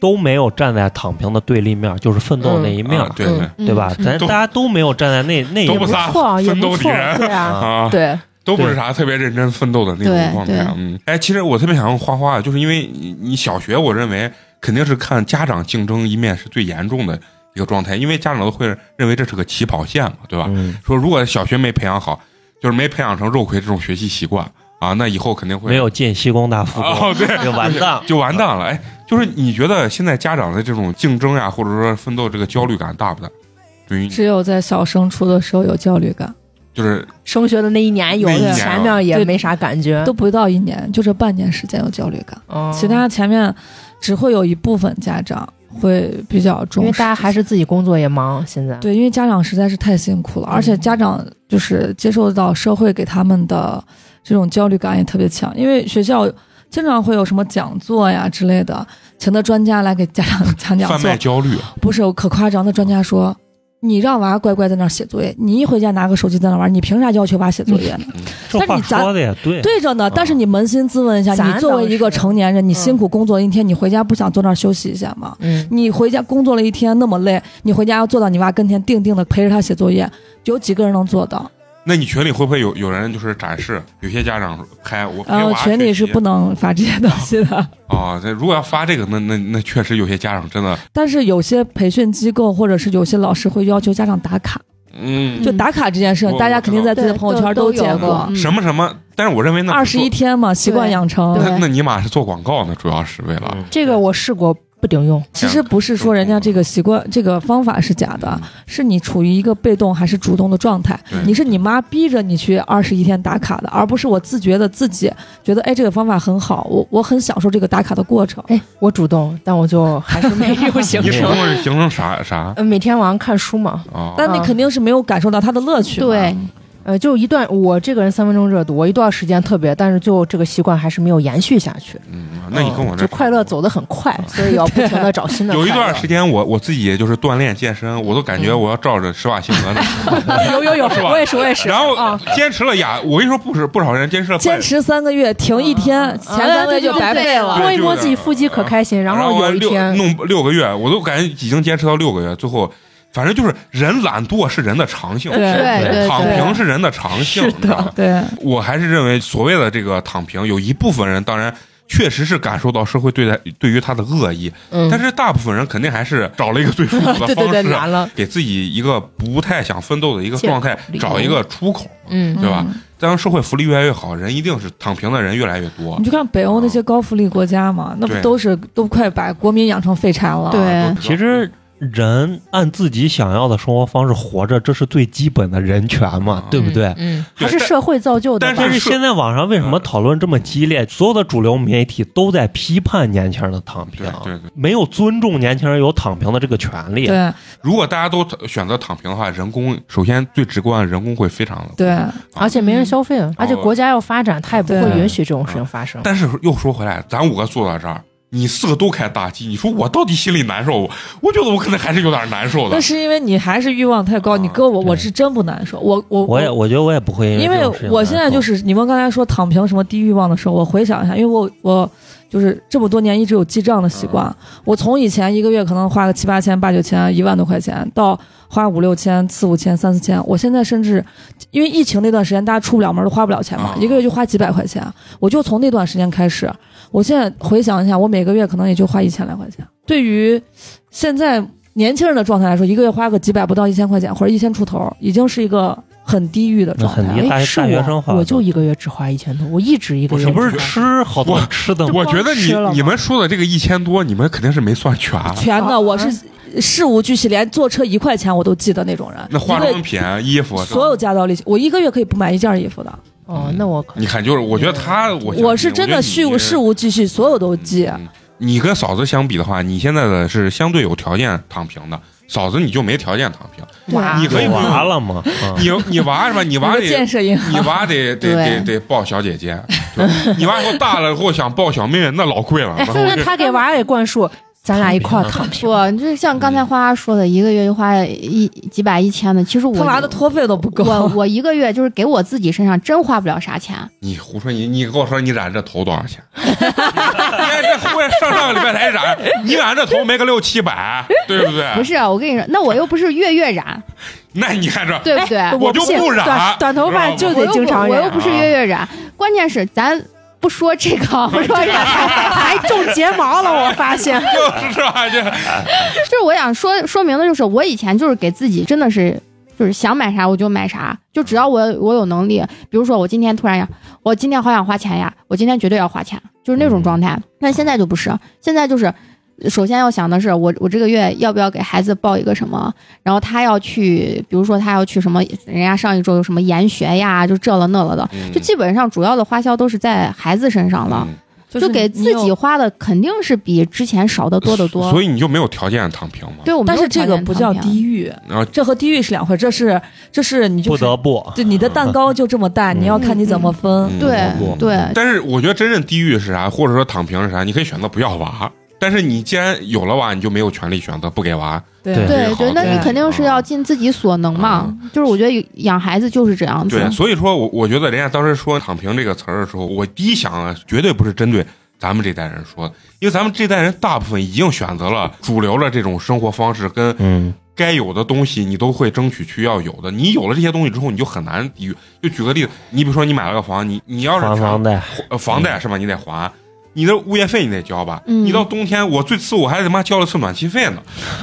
D: 都没有站在躺平的对立面，就是奋斗那一面，
B: 啊对对
E: 嗯
D: 对吧？
E: 嗯
D: 咱
B: 都
D: 大家都没有站在那那一
B: 都不
D: 面
B: 是啊
H: 不错啊，也
B: 奋斗
H: 不
B: 敌
H: 错，
B: 人
H: 对啊，
B: 啊，
G: 对，
B: 都不是啥特别认真奋斗的那种
E: 对
B: 状态
E: 对。
B: 嗯，哎，其实我特别想问花花，啊就是因为你你小学，我认为肯定是看家长竞争一面是最严重的一个状态，因为家长都会认为这是个起跑线嘛，对吧？
D: 嗯，
B: 说如果小学没培养好，就是没培养成肉葵这种学习习惯啊，那以后肯定会
D: 没有进西工大附中
B: 哦，对，
D: 就完蛋。
B: 就完蛋了。哎，就是你觉得现在家长的这种竞争呀，或者说奋斗这个焦虑感大不大？对于你
G: 只有在小升初的时候有焦虑感，
B: 就是
H: 升学的那一年有，
B: 那一年啊
H: 前面也没啥感觉，
G: 都不到一年，就这半年时间有焦虑感。
B: 哦
H: 嗯
G: 其他前面只会有一部分家长会比较重
H: 因
G: 视，
H: 为大家还是自己工作也忙，现在
G: 对，因为家长实在是太辛苦了，
H: 嗯
G: 而且家长就是接受到社会给他们的这种焦虑感也特别强，因为学校经常会有什么讲座呀之类的，请的专家来给家长讲讲
B: 贩
G: 座
B: 卖，焦虑，啊
G: 不是可夸张的专家说。你让娃乖乖在那儿写作业，你一回家拿个手机在那儿玩，你凭啥要求娃写作业呢？
D: 这
G: 但是
D: 话
G: 你咱
D: 说的也对，
G: 对着呢，
B: 啊
G: 但是你扪心自问一下，
H: 咱
G: 你作为一个
H: 倒是
G: 成年人，你
H: 嗯
G: 辛苦工作一天，你回家不想坐那儿休息一下吗？
H: 嗯，
G: 你回家工作了一天那么累，你回家要坐到你娃跟前，定定的陪着他写作业，有几个人能做到？
B: 那你群里会不会有有人就是展示？有些家长拍我陪
G: 然后
B: 娃
G: 呃群里是不能发这些东西的。
B: 啊，哦那、如果要发这个，那那那确实有些家长真的，
G: 但是有些培训机构或者是有些老师会要求家长打卡，
B: 嗯，
G: 就打卡这件事
B: 我，
G: 大家肯定在自己的
E: 对
G: 朋友圈
E: 都
G: 见
E: 有
G: 过。
E: 嗯
B: 什么什么，但是我认为那
G: 二十一
B: 做，
G: 天嘛，习惯养成。
B: 那那尼玛是做广告呢，主要是为了。
D: 嗯
H: 这个我试过不顶用，
G: 其实不是说人
B: 啊
G: 家这个习惯、这个方法是假的，是你处于一个被动还是主动的状态
B: 嗯对。
G: 你是你妈逼着你去二十一天打卡的，而不是我自觉的自己觉得，哎，这个方法很好，我我很享受这个打卡的过程。
B: 啊
H: 哎，我主动，但我就还是 没有形
B: 你主
H: 成。
B: 动是形成啥啥
H: 呃每天晚上看书嘛，
B: 啊？
G: 但你
H: 嗯
G: 肯定是没有感受到它的乐趣嘛。
E: 对，
H: 嗯、呃，就一段我这个人三分钟热度，我一段时间特别，但是最后这个习惯还是没有延续下去。
B: 嗯，那你跟我这
H: 就快乐走得很快，所以要不停的找新的快
B: 嗯
H: 乐。
B: 有一段时间我，我自己也就是锻炼健身，我都感
H: 嗯
B: 觉我要照着施瓦辛 格那。
G: 有有有，
B: 是吧
G: 我也是我也是。
B: 然
H: 哦
B: 后
G: 啊，
B: 坚持了呀，我跟你说，不止不少人坚持了快
C: 坚持三个月，停一
E: 啊
C: 天，前三个月就白费了。
H: 摸一摸自己腹肌
B: 嗯
H: 可开心，然后有一
B: 六
H: 天
B: 弄六个月，我都感觉已经坚持到六个月，最后反正就是人懒惰是人的常性，
G: 对
E: 对对
B: 躺平是人的常性，你知道
E: 啊
B: 吗？
G: 对，
B: 我还是认为所谓的这个躺平，有一部分人当然。确实是感受到社会对待对于他的恶意，
H: 嗯
B: 但是大部分人肯定还是找了一个最舒服的
H: 对对
B: 方
H: 对
B: 式，啊
H: 难了，
B: 给自己一个不太想奋斗的一个
H: 借口
B: 状态，
H: 理由
B: 找一个出口，
H: 嗯
B: 对吧？当社会福利越来越好，人一定是躺平的人越来越多
G: 你。就看北欧那些高福利国家嘛，那不
B: 对
G: 都是都快把国民养成废柴了？
E: 对
B: 啊都知道
D: 其实人按自己想要的生活方式活着，这是最基本的人权嘛
B: 嗯，
D: 对不对？
H: 嗯，
B: 对
H: 还是社会造就的吧。
B: 但
D: 但是
B: 是
D: 现在网上为什
B: 嗯
D: 么讨论这么激烈？所有的主流媒体都在批判年轻人的躺
B: 对
D: 平，
B: 对对，
D: 没有尊重年轻人有躺平的这个权利。
G: 对
B: 如果大家都呃选择躺平的话，人工首先最直观，人工会非常的。
G: 对，
H: 而且没人消费，
B: 哦
H: 而且国家要发展，他也不会
G: 对
H: 允许这种事情发生。
B: 但是又说回来，咱五个坐在这儿，你四个都开大 G，你说我到底心里难受？我我觉得我可能还是有点难受的
G: 那。是因为你还是欲望太高。你搁我，
D: 啊对
G: 我是真不难受。我我
D: 我也我觉得我也不会
G: 因
D: 为
G: 为
D: 这种事情
G: 我现在
D: 难受
G: 就是你们刚才说躺平什么低欲望的时候，我回想一下，因为我我就是这么多年一直有记账的习惯，
D: 嗯
G: 我从以前一个月可能花个七八千、八九千、一万多块钱，到花五六千、四五千、三四千，我现在甚至因为疫情那段时间大家出不了门都花不了钱嘛，
B: 嗯
G: 一个月就花几百块钱，我就从那段时间开始，我现在回想一下，我每个月可能也就花一千来块钱，对于现在。年轻人的状态来说，一个月花个几百不到一千块钱，或者一千出头，已经是一个很低欲的
D: 那
G: 状态
D: 很
G: 了。
D: 厉害，
H: 哎，
D: 大
H: 是
D: 大学生
H: 我，
D: 花
H: 我就一个月只花一千多，我一直一个月
D: 不是
H: 只花
D: 吃好多吃的吗，
B: 我觉得
G: 吃了
B: 你
G: 吗
B: 你们说的这个一千多，你们肯定是没算全。
G: 全
H: 啊
G: 的，我
E: 嗯
G: 是事无巨细，连坐车一块钱我都记得那种人。
B: 那化
G: 一
B: 妆
G: 个
B: 品、衣服，啊
G: 所有家道力，我一个月可以不买一件衣服的。
H: 哦，那我可
B: 你看，就是我觉得他，我
G: 我是真的
B: 虚
G: 事无事无巨细，所有都记。
B: 嗯你跟嫂子相比的话，你现在的是相对有条件躺平的，嫂子你就没条件躺平。
E: 哇
B: 你可以不用
D: 娃了吗？啊
B: 你 你娃是吧？你娃
G: 有
B: 得
G: 个建设银
B: 你
G: 行，
B: 娃得得
E: 对
B: 得得抱小姐姐， 对你娃以后大了以后想抱小妹妹，那老贵了。
H: 哎，
B: 然后
H: 那他给娃也灌输，咱俩一块儿躺平。
E: 不，就是像刚
D: 嗯
E: 才花花说的，一个月就花一几百一千的，其实我
G: 他娃的托费都不够。
E: 我 我一个月就是给我自己身上真花不了啥钱，
B: 你胡说，你你跟我说你染这头多少钱？ 你看这后面上上个礼拜才染，你染这头没个六七百，对不
D: 哎
B: 对？
E: 不，是啊我跟你说，那我又不是月月染，
B: 那你看这，
E: 对不对？
B: 我就
H: 信
B: 不染
H: 短短头发就
E: 我
H: 得
E: 又
H: 经常
E: 不我又
H: 染。
E: 不是月月染，关键是咱不说这个， 不说染，
H: 还种睫毛了，我发现
B: 就是吧？这
E: 就是我想说说明的就是，我以前就是给自己真的是。就是想买啥我就买啥，就只要我我有能力，比如说我今天突然呀，我今天好想花钱呀，我今天绝对要花钱，就是那种状态。但现在就不是，现在就是首先要想的是我我这个月要不要给孩子报一个什么，然后他要去，比如说他要去什么，人家上一周有什么研学呀，就这了那了的，就基本上主要的花销都是在孩子身上了，
B: 嗯
G: 就
E: 就是给自
G: 你
E: 己
G: 有，
E: 花的肯定是比之前少的多得多。
B: 所以你就没有条件躺平嘛？
E: 对，我们
G: 但
E: 都
G: 是这
E: 常
G: 个
E: 年
G: 不
E: 躺
G: 叫
E: 平
G: 低欲，
B: 然后
G: 这和地狱是两回事。这是这是你就
D: 不
G: 是
D: 得不，
G: 就你的蛋糕就这么大，
D: 嗯
G: 你要看你怎么分。
B: 嗯
E: 对
D: 不
E: 对，
B: 但是我觉得真正地狱是啥，或者说躺平是啥？你可以选择不要娃，但是你既然有了娃，你就没有权利选择不给娃。
D: 对
B: 这个
E: 对
B: 好
E: 对，那
B: 对
E: 你肯定是要尽自己所能嘛。就是我觉得养孩子就是这样子，
B: 对，所以说我我觉得人家当时说“躺平”这个词儿的时候，我第一想啊，绝对不是针对咱们这代人说的，因为咱们这代人大部分已经选择了主流的这种生活方式，跟
D: 嗯，
B: 该有的东西你都会争取去要有的。你有了这些东西之后，你就很难抵御。就举个例子，你比如说你买了个房，你你要是
D: 还房贷，嗯
B: 呃房贷是吧？你得还。你的物业费你得交吧？
E: 嗯
B: 你到冬天，我最次我还他妈交了次暖气费呢，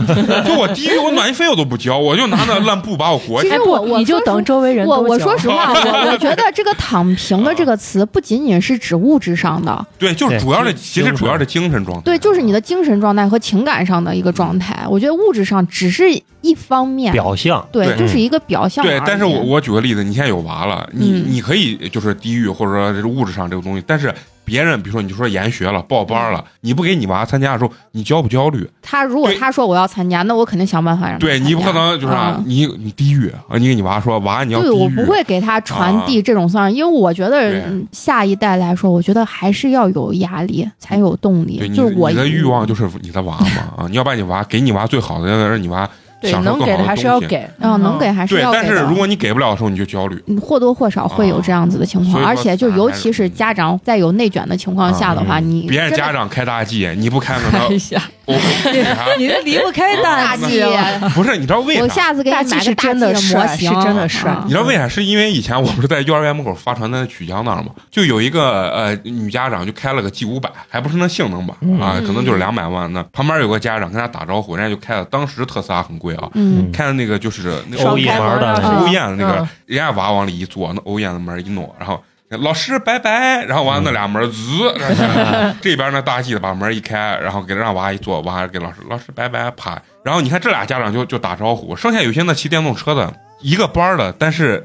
B: 就我低于我暖气费我都不交，我就拿那烂布把我裹起
E: 其
B: 来。
G: 哎
E: 实我我
H: 你就
E: 说
H: 等
E: 实
H: 周围人
E: 我
H: 都
E: 我
H: 讲
E: 说实话， 我我觉得这个“躺平”的这个词不仅仅是指物质上的，
B: 对，就是
D: 对
B: 主要是
D: 精
B: 其实主要是精神状态。
E: 对，就是你的精神状态和情感上的一个状态。我觉得物质上只是一一方面，
D: 表象，
E: 对，
B: 对
E: 就是一个表象而已。
B: 对，但是我我举个例子，你现在有娃了，你、
E: 嗯
B: 你可以就是地域或者说这个物质上这个东西，但是别人比如说你就说研学了、报班了，你不给你娃参加的时候，你焦不焦虑？
E: 他如果
B: 对
E: 他说我要参加，那我肯定想办法让他
B: 对
E: 参加
B: 你不可能就是、啊
E: 嗯
B: 你你地域啊，你给你娃说娃你要
E: 对
B: 地
E: 我
B: 域，
E: 不会给他传递这种丧因为我觉
B: 对
E: 得嗯下一代来说，我觉得还是要有压力才有动力
B: 对。你
E: 就是我
B: 你的欲望就是你的娃嘛啊，你要把你娃给你娃最好的，要让你娃
H: 对，
B: 享受
H: 能
B: 更
H: 给
B: 好
H: 的
B: 的
H: 还是要
B: 东西。
H: 给，
E: 嗯，能给还是
B: 对，
E: 要给
B: 但
E: 的。
B: 是如果你给不了的时候，你就焦虑。
E: 嗯或多或少会有这样子的情况，
B: 啊
E: 而且就尤其
B: 嗯
E: 是家长在有内卷的情况下的话，
D: 啊嗯
E: 你
B: 别人
E: 真的
B: 家长开大 G，你不开门 他，
G: 下，
B: 我我给他
G: 你这离不开
E: 大
G: 大
E: 忌
G: 忌
H: 啊
G: 了。，
B: 不是，你知道为啥？
E: 我下次给你
H: 大
E: 买
H: 气
E: 个大
H: 是真
E: 气
H: 的
E: 的模
H: 帅
E: 型，
H: 是真的帅
E: 啊
B: 你知道为啥？是因为以前我不是在幼儿园门口发传单的曲江那儿嘛，就有一个呃女家长就开了个 G 五百，还不是那性能版啊，
E: 嗯
B: 可能就是两百万那。旁边有个家长跟他打招呼，人家就开了，当时特斯拉很贵啊，
E: 嗯，
B: 开的那个就是那
D: 双
B: 欧
D: 开
B: 亚
D: 门的
B: 欧亚的那个
H: 嗯，
B: 人家娃往里一坐，那欧亚的门一弄，然后。老师拜拜，然后完了那俩门滋，然后下来 这边那大 G 的把门一开，然后给让娃一坐，娃给老师老师拜拜啪，然后你看这俩家长就就打招呼，剩下有些那骑电动车的一个班儿的，但是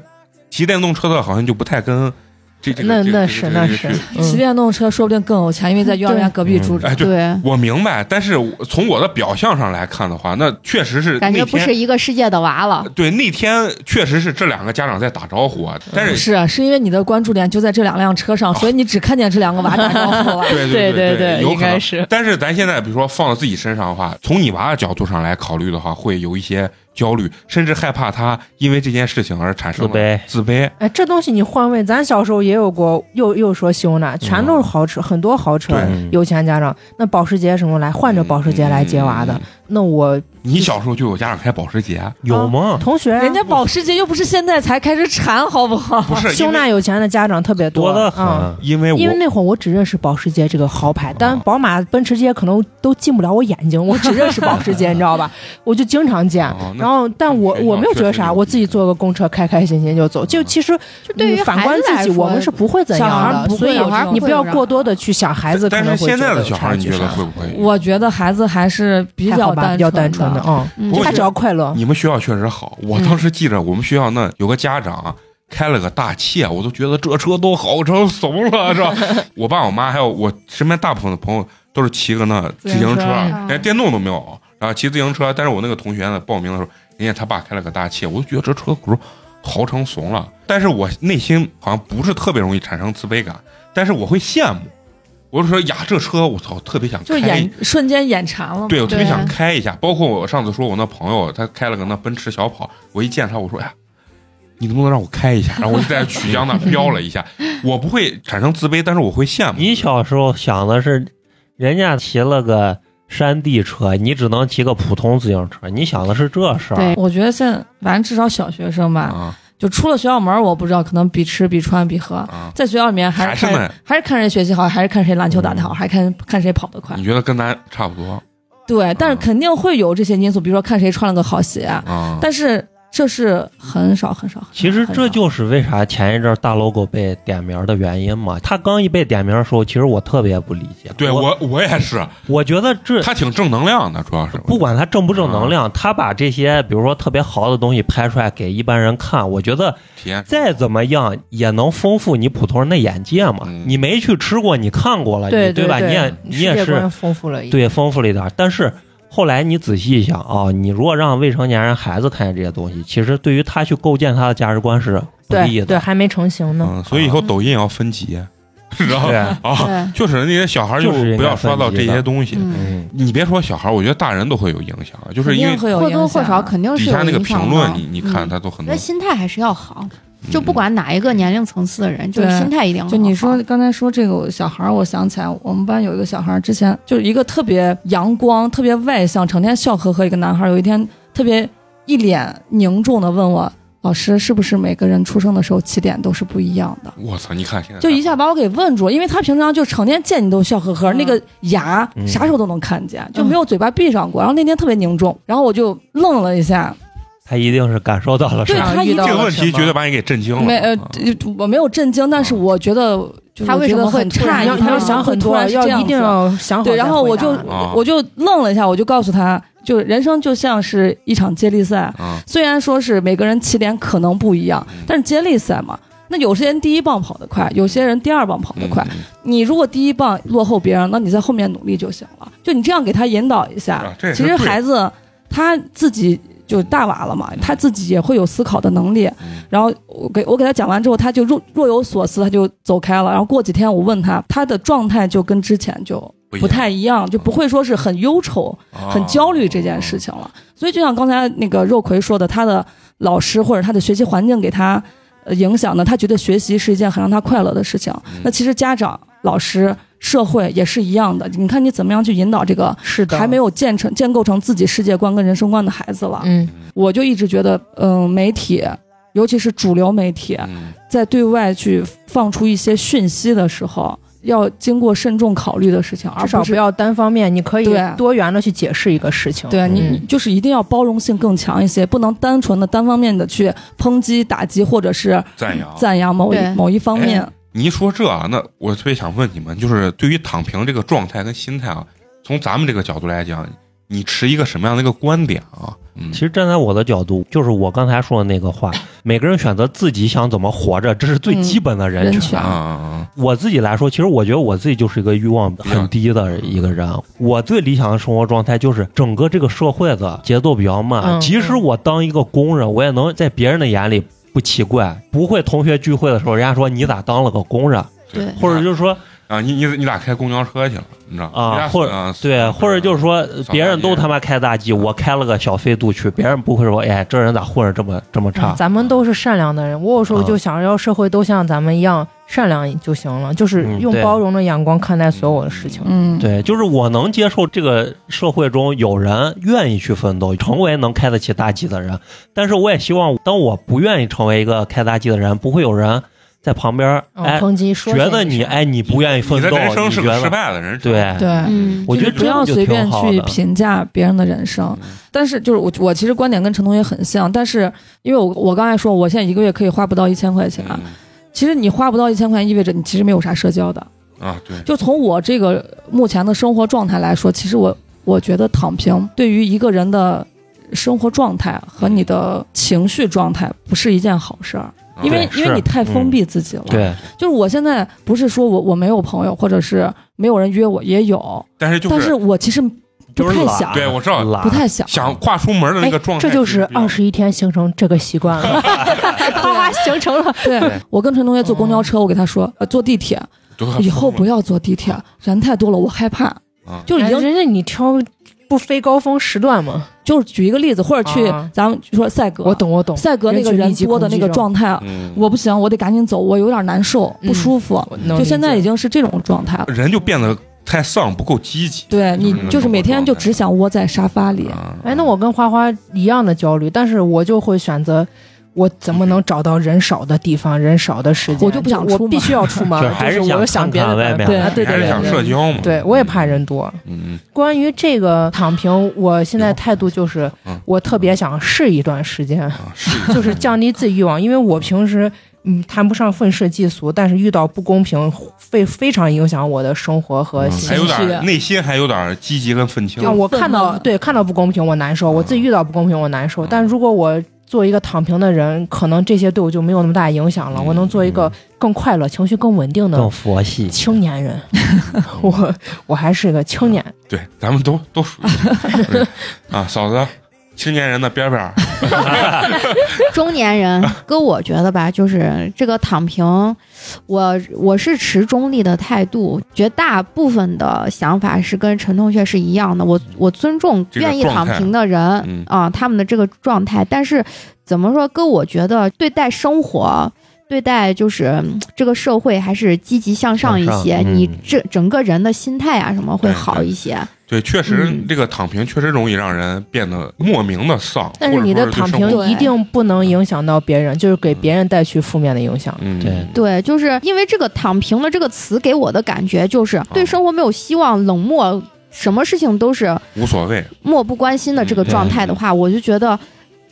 B: 骑电动车的好像就不太跟这这个
H: 那
B: 这个这
H: 那是
B: 个这
H: 那
B: 个
H: 是
B: 去
G: 骑电动车说不定更有钱，因为在幼儿园隔壁住着
B: 哎，。对，
E: 对，
B: 我明白，但是我从我的表象上来看的话，那确实是
E: 感觉
B: 那
E: 不
B: 天
E: 是一个世界的娃了。
B: 对，那天确实是这两个家长在打招呼啊，
H: 嗯
B: 但
G: 不
B: 是、
G: 是，是因为你的关注点就在这两辆车上，所以你只看见这两个娃打招 呼了。
B: 对对
C: 对
B: 对有
C: 应
B: 可能
C: 该。是。
B: 但是咱现在比如说放到自己身上的话，从你娃的角度上来考虑的话，会有一些焦虑，甚至害怕他因为这件事情而产
D: 自
B: 生的
D: 卑。
B: 自卑。
H: 哎，这东西你换位，咱小时候也有过，又又说修呢，全
B: 嗯
H: 都是豪车，很多豪车
D: 对，
H: 有钱家长，那保时捷什么来换着保时捷来接娃的
B: 嗯，
H: 那我
B: 你小时候就有家长开保时捷，
D: 有吗？
G: 嗯
H: 同学啊
G: 人家保时捷又不是现在才开始产，啊好不好？
B: 不是
H: 修
B: 因为
H: 那有钱的家长特别
D: 多得很，
H: 嗯
B: 因为我哦
H: 啊因为那会儿我只认识保时捷这个豪牌，但宝马、奔驰这些可能都进不了我眼睛，我只认识保 时捷，你知道吧？我就经常见
B: 哦。那
H: 然后，但我
B: 那确实啊
H: 我没有觉得啥，
B: 有
H: 我自己坐个公车开开心心就走。就其实
E: 就对于
H: 嗯反观自
E: 孩子
H: 己，
E: 来说
H: 我们是不会怎
G: 小
H: 样
G: 孩
H: 的，
G: 不会
H: 所以
G: 有这种
H: 你不要过多的去想孩子可
B: 但
H: 能
B: 是
H: 会
B: 现在
H: 觉
B: 的
H: 得
B: 小
H: 有
B: 孩，
H: 差
B: 你
H: 距
B: 觉得
H: 啥
B: 会不会？
G: 我觉得孩子还是比
H: 还好
G: 较
H: 吧
G: 单
H: 比较单纯
G: 的
H: 的，。嗯，
E: 嗯
B: 不过
H: 他只要快乐。
B: 你们学校确实好，我当时记着我们学校那有个家长。开了个大切，我都觉得这车都好成怂了，是 吧？我爸、我妈还有我身边大部分的朋友都是骑个那自行
G: 自行
B: 车，
G: 车
B: 人家电动都没有，然后骑自行车。但是我那个同学呢，报名的时候，人家他爸开了个大切，我就觉得这车轱辘豪成怂了。但是我内心好像不是特别容易产生自卑感，但是我会羡慕，我就说呀，这车我操，特别想
G: 就是
B: 开一
G: 眼瞬间眼馋了嘛。
B: 对，我特别
E: 对
B: 想开一下。包括我上次说我那朋友，他开了个那奔驰小跑，我一见他，我说：“哎呀，你能不能让我开一下？”然后我就在曲江那飙了一下。我不会产生自卑，但是我会羡慕。
D: 你小时候想的是，人家骑了个山地车，你只能骑个普通自行车，你想的是这事儿。
E: 对
G: 我觉得现在反正至少小学生吧，
B: 啊
G: 就出了学校门，我不知道，可能比吃比穿比喝，
B: 啊，
G: 在学校里面还
B: 还是
G: 是看
B: 那，
G: 还是看谁学习好，还是看谁篮球打得好，
D: 嗯
G: 还看看谁跑得快
B: 你。觉得跟咱差不多
G: 对，但是
B: 嗯
G: 肯定会有这些因素，比如说看谁穿了个好鞋，
B: 啊？
G: 但是这是很少很少。很少
D: 其实这
G: 很少
D: 就是为啥前一阵儿大 logo 被点名的原因嘛。他刚一被点名的时候，其实我特别不理解。
B: 对
D: 我，
B: 我我也是，
D: 我觉得这
B: 他挺正能量的，主要是
D: 不管他正不正能量，他把这些比如说特别豪的东西拍出来给一般人看，我觉得
B: 体验
D: 再怎么样也能丰富你普通人的眼界嘛。
B: 嗯
D: 你没去吃过，你看过了，
H: 对
D: 你吧？
H: 对
D: 你也你
H: 世
D: 也
H: 界
D: 是
H: 观丰富了一点。
D: 对，丰富了一点儿。但是后来你仔细一想啊，你如果让未成年人孩子看见这些东西，其实对于他去构建他的价值观是不利
H: 对对，
D: 的。
H: 还没成型呢。
B: 嗯，所以以后抖音也要分 级，然后
D: 啊对，
B: 啊，
E: 对，
B: 就是那些小孩儿
D: 就是应
B: 不
D: 该
B: 要刷到
D: 分
B: 这
D: 级的
B: 些东西。
E: 嗯，
D: 嗯，
B: 你别说小孩儿，我觉得大人都会有影响，啊就是
G: 肯
B: 因为
G: 定会有
E: 或
G: 影响
E: 多
H: 啊
E: 或少肯定
B: 底
E: 是
B: 下
E: 有
B: 那个
E: 影响
B: 评
E: 的。
B: 论，你你看
E: 嗯
B: 他都很
E: 我觉
B: 多
E: 得。心态还是要好，
B: 嗯
E: 就不管哪一个年龄层次的人，就是
G: 对
E: 心态一定要好。
G: 就你说刚才说这个小孩儿，我想起来我们班有一个小孩儿，之前就是一个特别阳光、特别外向、整天笑呵呵一个男孩儿，有一天特别一脸凝重的问我。老师，是不是每个人出生的时候起点都是不一样的？
B: 我操！你看现在
G: 就一下把我给问住了，因为他平常就成天见你都笑呵呵，
H: 嗯
G: 那个牙
D: 嗯
G: 啥时候都能看见，就没有嘴巴闭上过。然后那天特别凝重，然后我就愣了一下，
D: 他一定是感受到了
G: 对
D: 啥。
G: 他一
B: 这
G: 定
B: 个问题绝对把你给震惊了。哦
G: 没呃
B: 啊，
G: 就我没有震惊，但是我觉得就是
E: 他为
G: 我觉得
E: 什么会
G: 很
E: 突然
G: 诧
H: 你要
G: 异，
H: 你
G: 他
H: 要
G: 为什么
H: 想
G: 会
H: 很
G: 突
H: 多，
G: 然是
H: 要
G: 这样
H: 一定
G: 子
H: 要想好再回答。
G: 对，然后我就
B: 啊
G: 我就愣了一下，我就告诉他，就人生就像是一场接力赛，
B: 啊，
G: 虽然说是每个人起点可能不一样
B: 嗯，
G: 但是接力赛嘛，那有些人第一棒跑得快，有些人第二棒跑得快。
B: 嗯
G: 你如果第一棒落后别人，那你在后面努力就行了。就你这样给他引导一下，
B: 啊这也是
G: 其实
B: 对的
G: 孩子他自己就大娃了嘛，他自己也会有思考的能力。
B: 嗯
G: 然后我给我给他讲完之后，他就若若有所思，他就走开了。然后过几天我问他，他的状态就跟之前就
B: 不一
G: 不
B: 样
G: 太一样，就不会说是很忧愁、
B: 啊
G: 很焦虑这件事情了。所以就像刚才那个肉葵说的，他的老师或者他的学习环境给他呃影响呢，他觉得学习是一件很让他快乐的事情。
B: 嗯
G: 那其实家长、老师、社会也是一样的，你看你怎么样去引导这个
H: 是的，
G: 还没有建成、建构成自己世界观跟人生观的孩子了。
H: 嗯
G: 我就一直觉得，嗯，媒体，尤其是主流媒体，
B: 嗯
G: 在对外去放出一些讯息的时候，要经过慎重考虑的事情，而
H: 至少不
G: 不是。
H: 要单方面，你可以
G: 对
H: 多元的去解释一个事情。
G: 对你，
H: 嗯
G: 你就是一定要包容性更强一些，不能单纯的单方面的去抨击、打击或者是
B: 赞扬
G: 赞扬某一
E: 对
G: 某一方面。
D: 哎
B: 你一说这啊，那我特别想问你们，就是对于躺平这个状态跟心态啊，从咱们这个角度来讲，你持一个什么样的一个观点啊？嗯
D: 其，实站在我的角度，就是我刚才说的那个话，每个人选择自己想怎么活着，这是最
H: 嗯
D: 基本的人
G: 人
D: 权。
G: 权
B: 啊啊
D: 我自己来说，其实我觉得我自己就是一个欲望很低的一个人。我最理想的生活状态就是整个这个社会的节奏比较慢，
H: 嗯
D: 即使我当一个工人，我也能在别人的眼里不奇怪，不会同学聚会的时候人家说你咋当了个工人，
B: 对
E: 对
D: 或者就是说
B: 啊，嗯你你你俩开公交车去了，你知道
D: 啊
B: 你俩
D: 或者
B: 啊
D: 对，或者就是说呃别人都他妈开大 G，我开了个小飞度去，别人不会说哎这人咋混着这么这么差
H: 嗯。咱们都是善良的人，我有时候就想要社会都像咱们一样善良就行了，就是
D: 嗯
H: 用
D: 对
H: 包容的眼光看待所有的事情。
G: 嗯，
D: 对，就是我能接受这个社会中有人愿意去奋斗，成为能开得起大 G 的人，但是我也希望，当我不愿意成为一个开大 G 的人，不会有人在旁边儿
E: 哦
H: 嗯，
D: 哎、
H: 抨击说
D: 觉得
H: 谁
D: 你
H: 是
D: 哎你不愿意
B: 你
D: 奋
B: 的
D: 斗，
B: 人生
D: 你
B: 是
D: 觉
B: 个失
D: 得
B: 败的人生，
D: 对，
H: 对
E: 嗯，
D: 我觉得
G: 不
D: 这样
G: 要
D: 就
G: 随便
D: 挺好
G: 去
D: 的。嗯
G: 评价别人的人生。但是就是我我其实观点跟陈同学很像，但是因为我我刚才说，我现在一个月可以花不到一千块钱，
B: 嗯
G: 其实你花不到一千块钱，意味着你其实没有啥社交的。
B: 啊对，
G: 就从我这个目前的生活状态来说，其实我我觉得躺平对于一个人的生活状态和你的情绪状态不是一件好事儿，
B: 啊
G: 因为
D: 对
G: 因为
D: 是
G: 你太封
D: 嗯
G: 闭自己了。
D: 对，
G: 就是我现在不是说我我没有朋友，或者是没有人约我，也有，
B: 但是就
G: 但是我其实不
D: 就是
G: 太
D: 懒
G: 想，
B: 对我知道
D: 懒
G: 不太想。
B: 想跨出门的那个状态，
H: 哎这就是二十一天形成这个习惯 了，
E: 哗 哗形成了，
G: 啊对我跟陈同学坐公交车，我给他说，呃，坐地铁，以后不要坐地铁，人太多了，我害怕。
B: 啊
G: 就已经
H: 人家你挑不非高峰时段嘛。
G: 就是举一个例子，或者去
H: 啊
G: 咱们说赛格，
H: 我懂，我懂。
G: 赛格那个人多的那个状态，
B: 嗯，
G: 我不行，我得赶紧走，我有点难受，
H: 嗯
G: 不舒服。
H: 能
G: 就现在
H: 理
G: 已
H: 解
G: 经是这种状态了。
B: 人就变得太丧，不够积极。
G: 对你
B: 嗯
G: 就是每天就只想窝在沙发里，
B: 啊
H: 哎，那我跟花花一样的焦虑，但是我就会选择。我怎么能找到人少的地方、人少的时间？
G: 我就不想出
H: 我必须要出门，
D: 就是还是
H: 就
D: 想
H: 我想别的
D: 看看外
H: 办
D: 面
H: 法对啊对
B: 你还
H: 对
B: 是想
H: 对
B: 社
H: 对，
B: 交嘛？
H: 对我也怕人多。
B: 嗯。嗯，
H: 关于这个躺平，我现在态度就是
B: 嗯，
H: 我特别想试一段时间，
B: 啊是
H: 就是降低自己欲望，因为我平时嗯谈不上愤世嫉俗，但是遇到不公平会非常影响我的生活和
B: 嗯还
H: 情
B: 有
H: 绪。
B: 点内心还有点积极跟愤青
H: 啊，。我
E: 愤
H: 看到
E: 懑
H: 对看到不公平我难
B: 嗯
H: 受，我自己遇到不公平我难受，但如果我作为一个躺平的人，可能这些对我就没有那么大影响了，
B: 嗯
H: 我能做一个更快乐、情绪更稳定
D: 更
H: 的
D: 佛系。
H: 青年人。 我我还是个青年，
B: 对，咱们都都属于对啊，嫂子，青年人的边边儿
E: 中年人，搁我觉得吧，就是这个躺平，我我是持中立的态度，绝大部分的想法是跟陈同学是一样的。我我尊重
B: 这个
E: 愿意
B: 状
E: 躺
B: 态
E: 平的人啊、
B: 嗯
E: 他们的这个状态。但是怎么说，哥，我觉得对待生活。对待就是嗯这个社会还是积极向上一些，
D: 向上嗯
E: 你这整个人的心态啊什么会
B: 对
E: 好
B: 对
E: 一些。
B: 对，确实、
E: 嗯
B: 这个躺平确实容易让人变得莫名的丧，
H: 但是你
B: 或
H: 的
B: 者说
H: 躺
B: 是对生活
H: 平一定不能影响到别人，就是给
B: 嗯
H: 别人带去负面的影响。
B: 嗯
D: 对
E: 对，就是因为这个“躺平”的这个词给我的感觉就是对生活没有希望、冷漠，什么事情都是
B: 无所谓，
E: 漠不关心的这个状态的话，我就觉得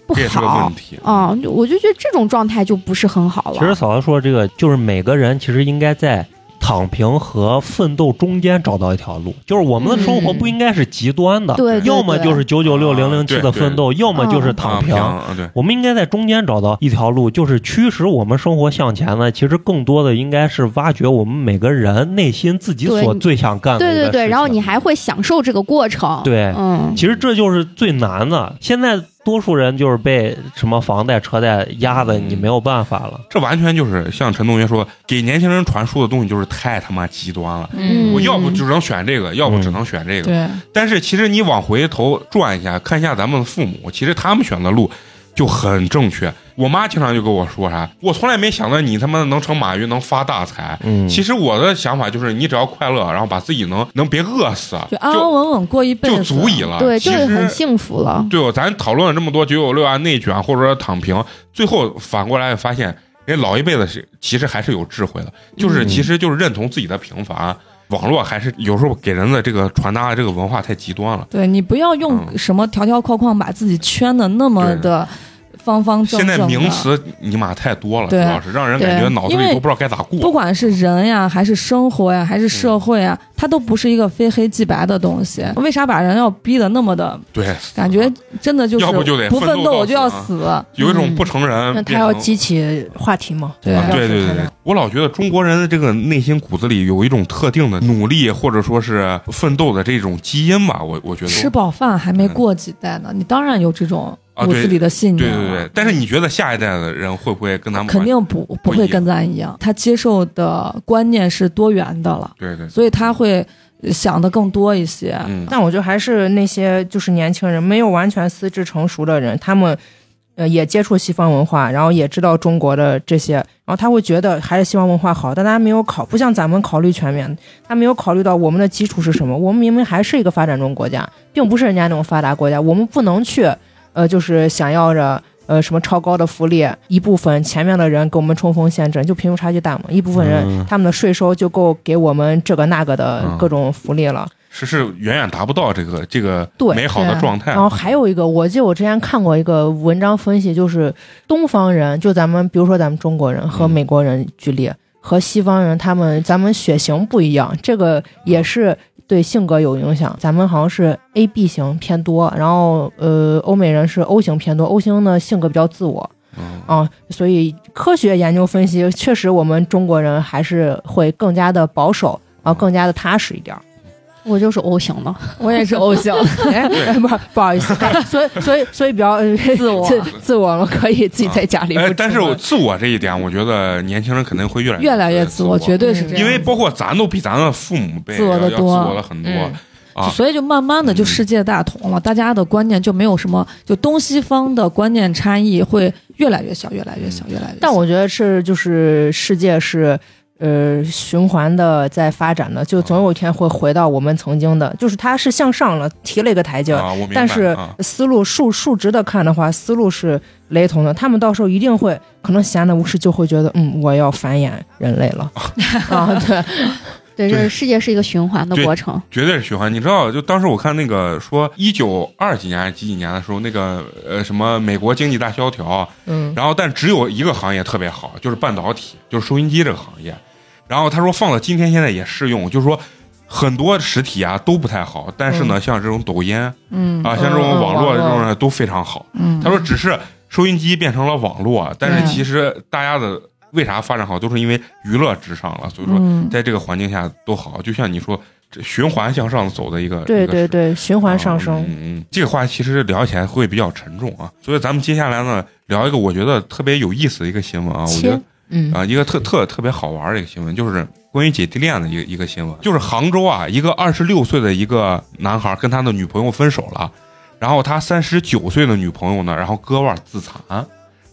E: 不
B: 这也是个
E: 好
B: 问。题。
E: 啊、我就觉得这种状态就不是很好了。
D: 其实嫂子说这个，就是每个人其实应该在躺平和奋斗中间找到一条路，就是我们的生活
E: 嗯
D: 不应该是极端的，
E: 对对嗯
D: 要么就是九九六零零七
B: 啊对
D: 的奋斗，要么就是躺平。
B: 啊，对，
D: 我们应该在中间找到一条路，就是驱使我们生活向前呢。其实更多的应该是挖掘我们每个人内心自己
E: 对
D: 所
E: 你
D: 最想干的一
E: 对
D: 个
E: 对对，
D: 事
E: 然后
D: 情
E: 你还会享受这个过程。
D: 对
E: 嗯，
D: 其实这就是最难的。现在多数人就是被什么房贷、车贷压的，你没有办法了。
B: 这完全就是像陈同学说，给年轻人传输的东西就是太他妈极端了。
E: 嗯
B: 我要不只能选这个，要不只
D: 嗯
B: 能选这个。
G: 对，
B: 但是其实你往回头转一下，看一下咱们的父母，其实他们选的路就很正确。我妈经常就跟我说啥，我从来没想到你他妈能成马云，能发大财。
D: 嗯，
B: 其
D: 实
B: 实我的想法就是，你只要快乐，然后把自己能能别饿死，
G: 就
E: 啊
G: 安安稳稳过一辈
B: 就
G: 子
B: 就足以了。
E: 对，
B: 啊其
E: 就
B: 实
E: 是很幸福了。
B: 对哦，咱讨论了这么多九九六啊、内卷或者说躺平，最后反过来发现，人家老一辈子是其实还是有智慧的，就是、
D: 嗯
B: 其实就是认同自己的平凡。网络还是有时候给人的这个传达的这个文化太极端了。
G: 对你不要
B: 嗯
G: 用什么条条框框把自己圈的那么
B: 对
G: 的方方正
B: 现
G: 正的。
B: 在名词尼玛太多了，主
G: 对
B: 要是让人感觉
G: 对
B: 脑子
G: 因
B: 里
G: 为
B: 都不知道该咋过。
G: 不管是人呀，还是生活呀，还
B: 嗯
G: 是社会啊，它都不是一个非黑即白的东西。为啥把人要逼得那么的
B: 对，
G: 感觉真的就是
B: 啊要不就得
G: 不
B: 奋斗
G: 奋
B: 到
G: 斗我就要
B: 死啊
G: 死？
B: 有一
G: 嗯
B: 种不成人。
H: 那他
B: 嗯变
H: 要
B: 成啊
H: 激起话题嘛？
G: 对
H: 吧
B: 对对对对，我老觉得中国人的这个内心骨子里有一种特定的努力或者说是奋斗的这种基因吧，我我觉得
G: 吃饱饭还没过几代呢，你当然有这种
B: 嗯啊
G: 骨
B: 对
G: 子里的信
B: 对
G: 念
B: 对
G: 了。
B: 对，但是你觉得下一代的人会不会跟咱们
G: 肯
B: 完？
G: 定不不
B: 不一样
G: 会跟咱一样，他接受的观念是多元的了，
B: 对对，
G: 所以他会想的更多一些。
B: 嗯，
H: 但我觉得还是那些就是年轻人没有完全思智成熟的人，他们呃也接触西方文化，然后也知道中国的这些，然后他会觉得还是西方文化好，但他没有考，不像咱们考虑全面，他没有考虑到我们的基础是什么。我们明明还是一个发展中国家，并不是人家那种发达国家，我们不能去呃就是想要着。呃，什么超高的福利，一部分前面的人给我们冲锋陷阵，就贫富差距大嘛，一部分人、
D: 嗯
H: 他们的税收就够给我们这个那个的
B: 嗯
H: 各种福利了。
B: 是是远远达不到这个这个
H: 对
B: 美好
G: 对
B: 的
G: 啊
B: 状态
H: 然。后还有一个，我记得我之前看过一个文章分析，就是东方人，就咱们比如说咱们中国人和
B: 嗯
H: 美国人举例，和西方人他们咱们血型不一样，这个也是对性格有影响。咱们好像是 A B 型偏多，然后呃，欧美人是 O 型偏多，O 型呢性格比较自我，
B: 嗯，
H: 啊，所以科学研究分析，确实我们中国人还是会更加的保守，然后更加的踏实一点儿。
E: 我就是哦 O 型的，
G: 我也是偶 像，
H: 哎，不不好意思， 所以所以所以比较呃
G: 哎自我
H: 自自我了，可以自己在家里不出
B: 哎
H: 门。，
B: 但是我自我这一点，我觉得年轻人肯定会越来
G: 越来越自
B: 自
G: 我，绝对是这样。
B: 因为包括咱都比咱的父母辈
G: 自我
B: 要
G: 得
B: 要
G: 多
B: 自我了很多。
E: 嗯
B: 啊
G: 所以就慢慢的就世界大同了，大家的观念就没有什么，就东西方的观念差异会越来越小，越来越
B: 嗯
G: 小，越来越小。
H: 但我觉得是就是世界是。呃，循环的在发展的，
B: 哦
H: 就总有一天会回到我们曾经的，就是它是向上了，提了一个台阶儿，
B: 啊，我明白。
H: 但是
B: 啊
H: 思路竖竖直的看的话，思路是雷同的。他们到时候一定会，可能闲的无事就会觉得，嗯，我要繁衍人类了
B: 哦
H: 啊，对，
B: 对
E: 对，这世界是一个循环的
B: 对
E: 过程。
B: 绝对是循环。你知道，就当时我看那个说一九二几年还是几几年的时候，那个呃什么美国经济大萧条，
H: 嗯，
B: 然后但只有一个行业特别好，就是半导体，就是收音机这个行业。然后他说放到今天现在也适用，就是说很多实体啊都不太好，但是呢，像这种抖音啊，
G: 嗯
B: 像这种
H: 嗯
B: 网络
H: 网
B: 这
H: 络
B: 种呢都非常好。
G: 嗯
B: 他说只是收音机变成了网络，啊但是
G: 对
B: 其实大家的为啥发展好，都是因为娱乐至上了，所以说
G: 嗯，
B: 在这个环境下都好。啊就像你说，这循环向上走的一个
H: 对
B: 一个
H: 对
B: 是
H: 对，循环上
B: 啊
H: 升。
B: 嗯嗯，嗯这个话其实聊起来会比较沉重啊，所以咱们接下来呢，聊一个我觉得特别有意思的一个新闻啊，我觉得
H: 嗯
B: 啊，一个特特特别好玩的一个新闻，就是关于姐弟恋的一个一个新闻，就是杭州啊，一个二十六岁的一个男孩跟他的女朋友分手了，然后他三十九岁的女朋友呢，然后割腕自残，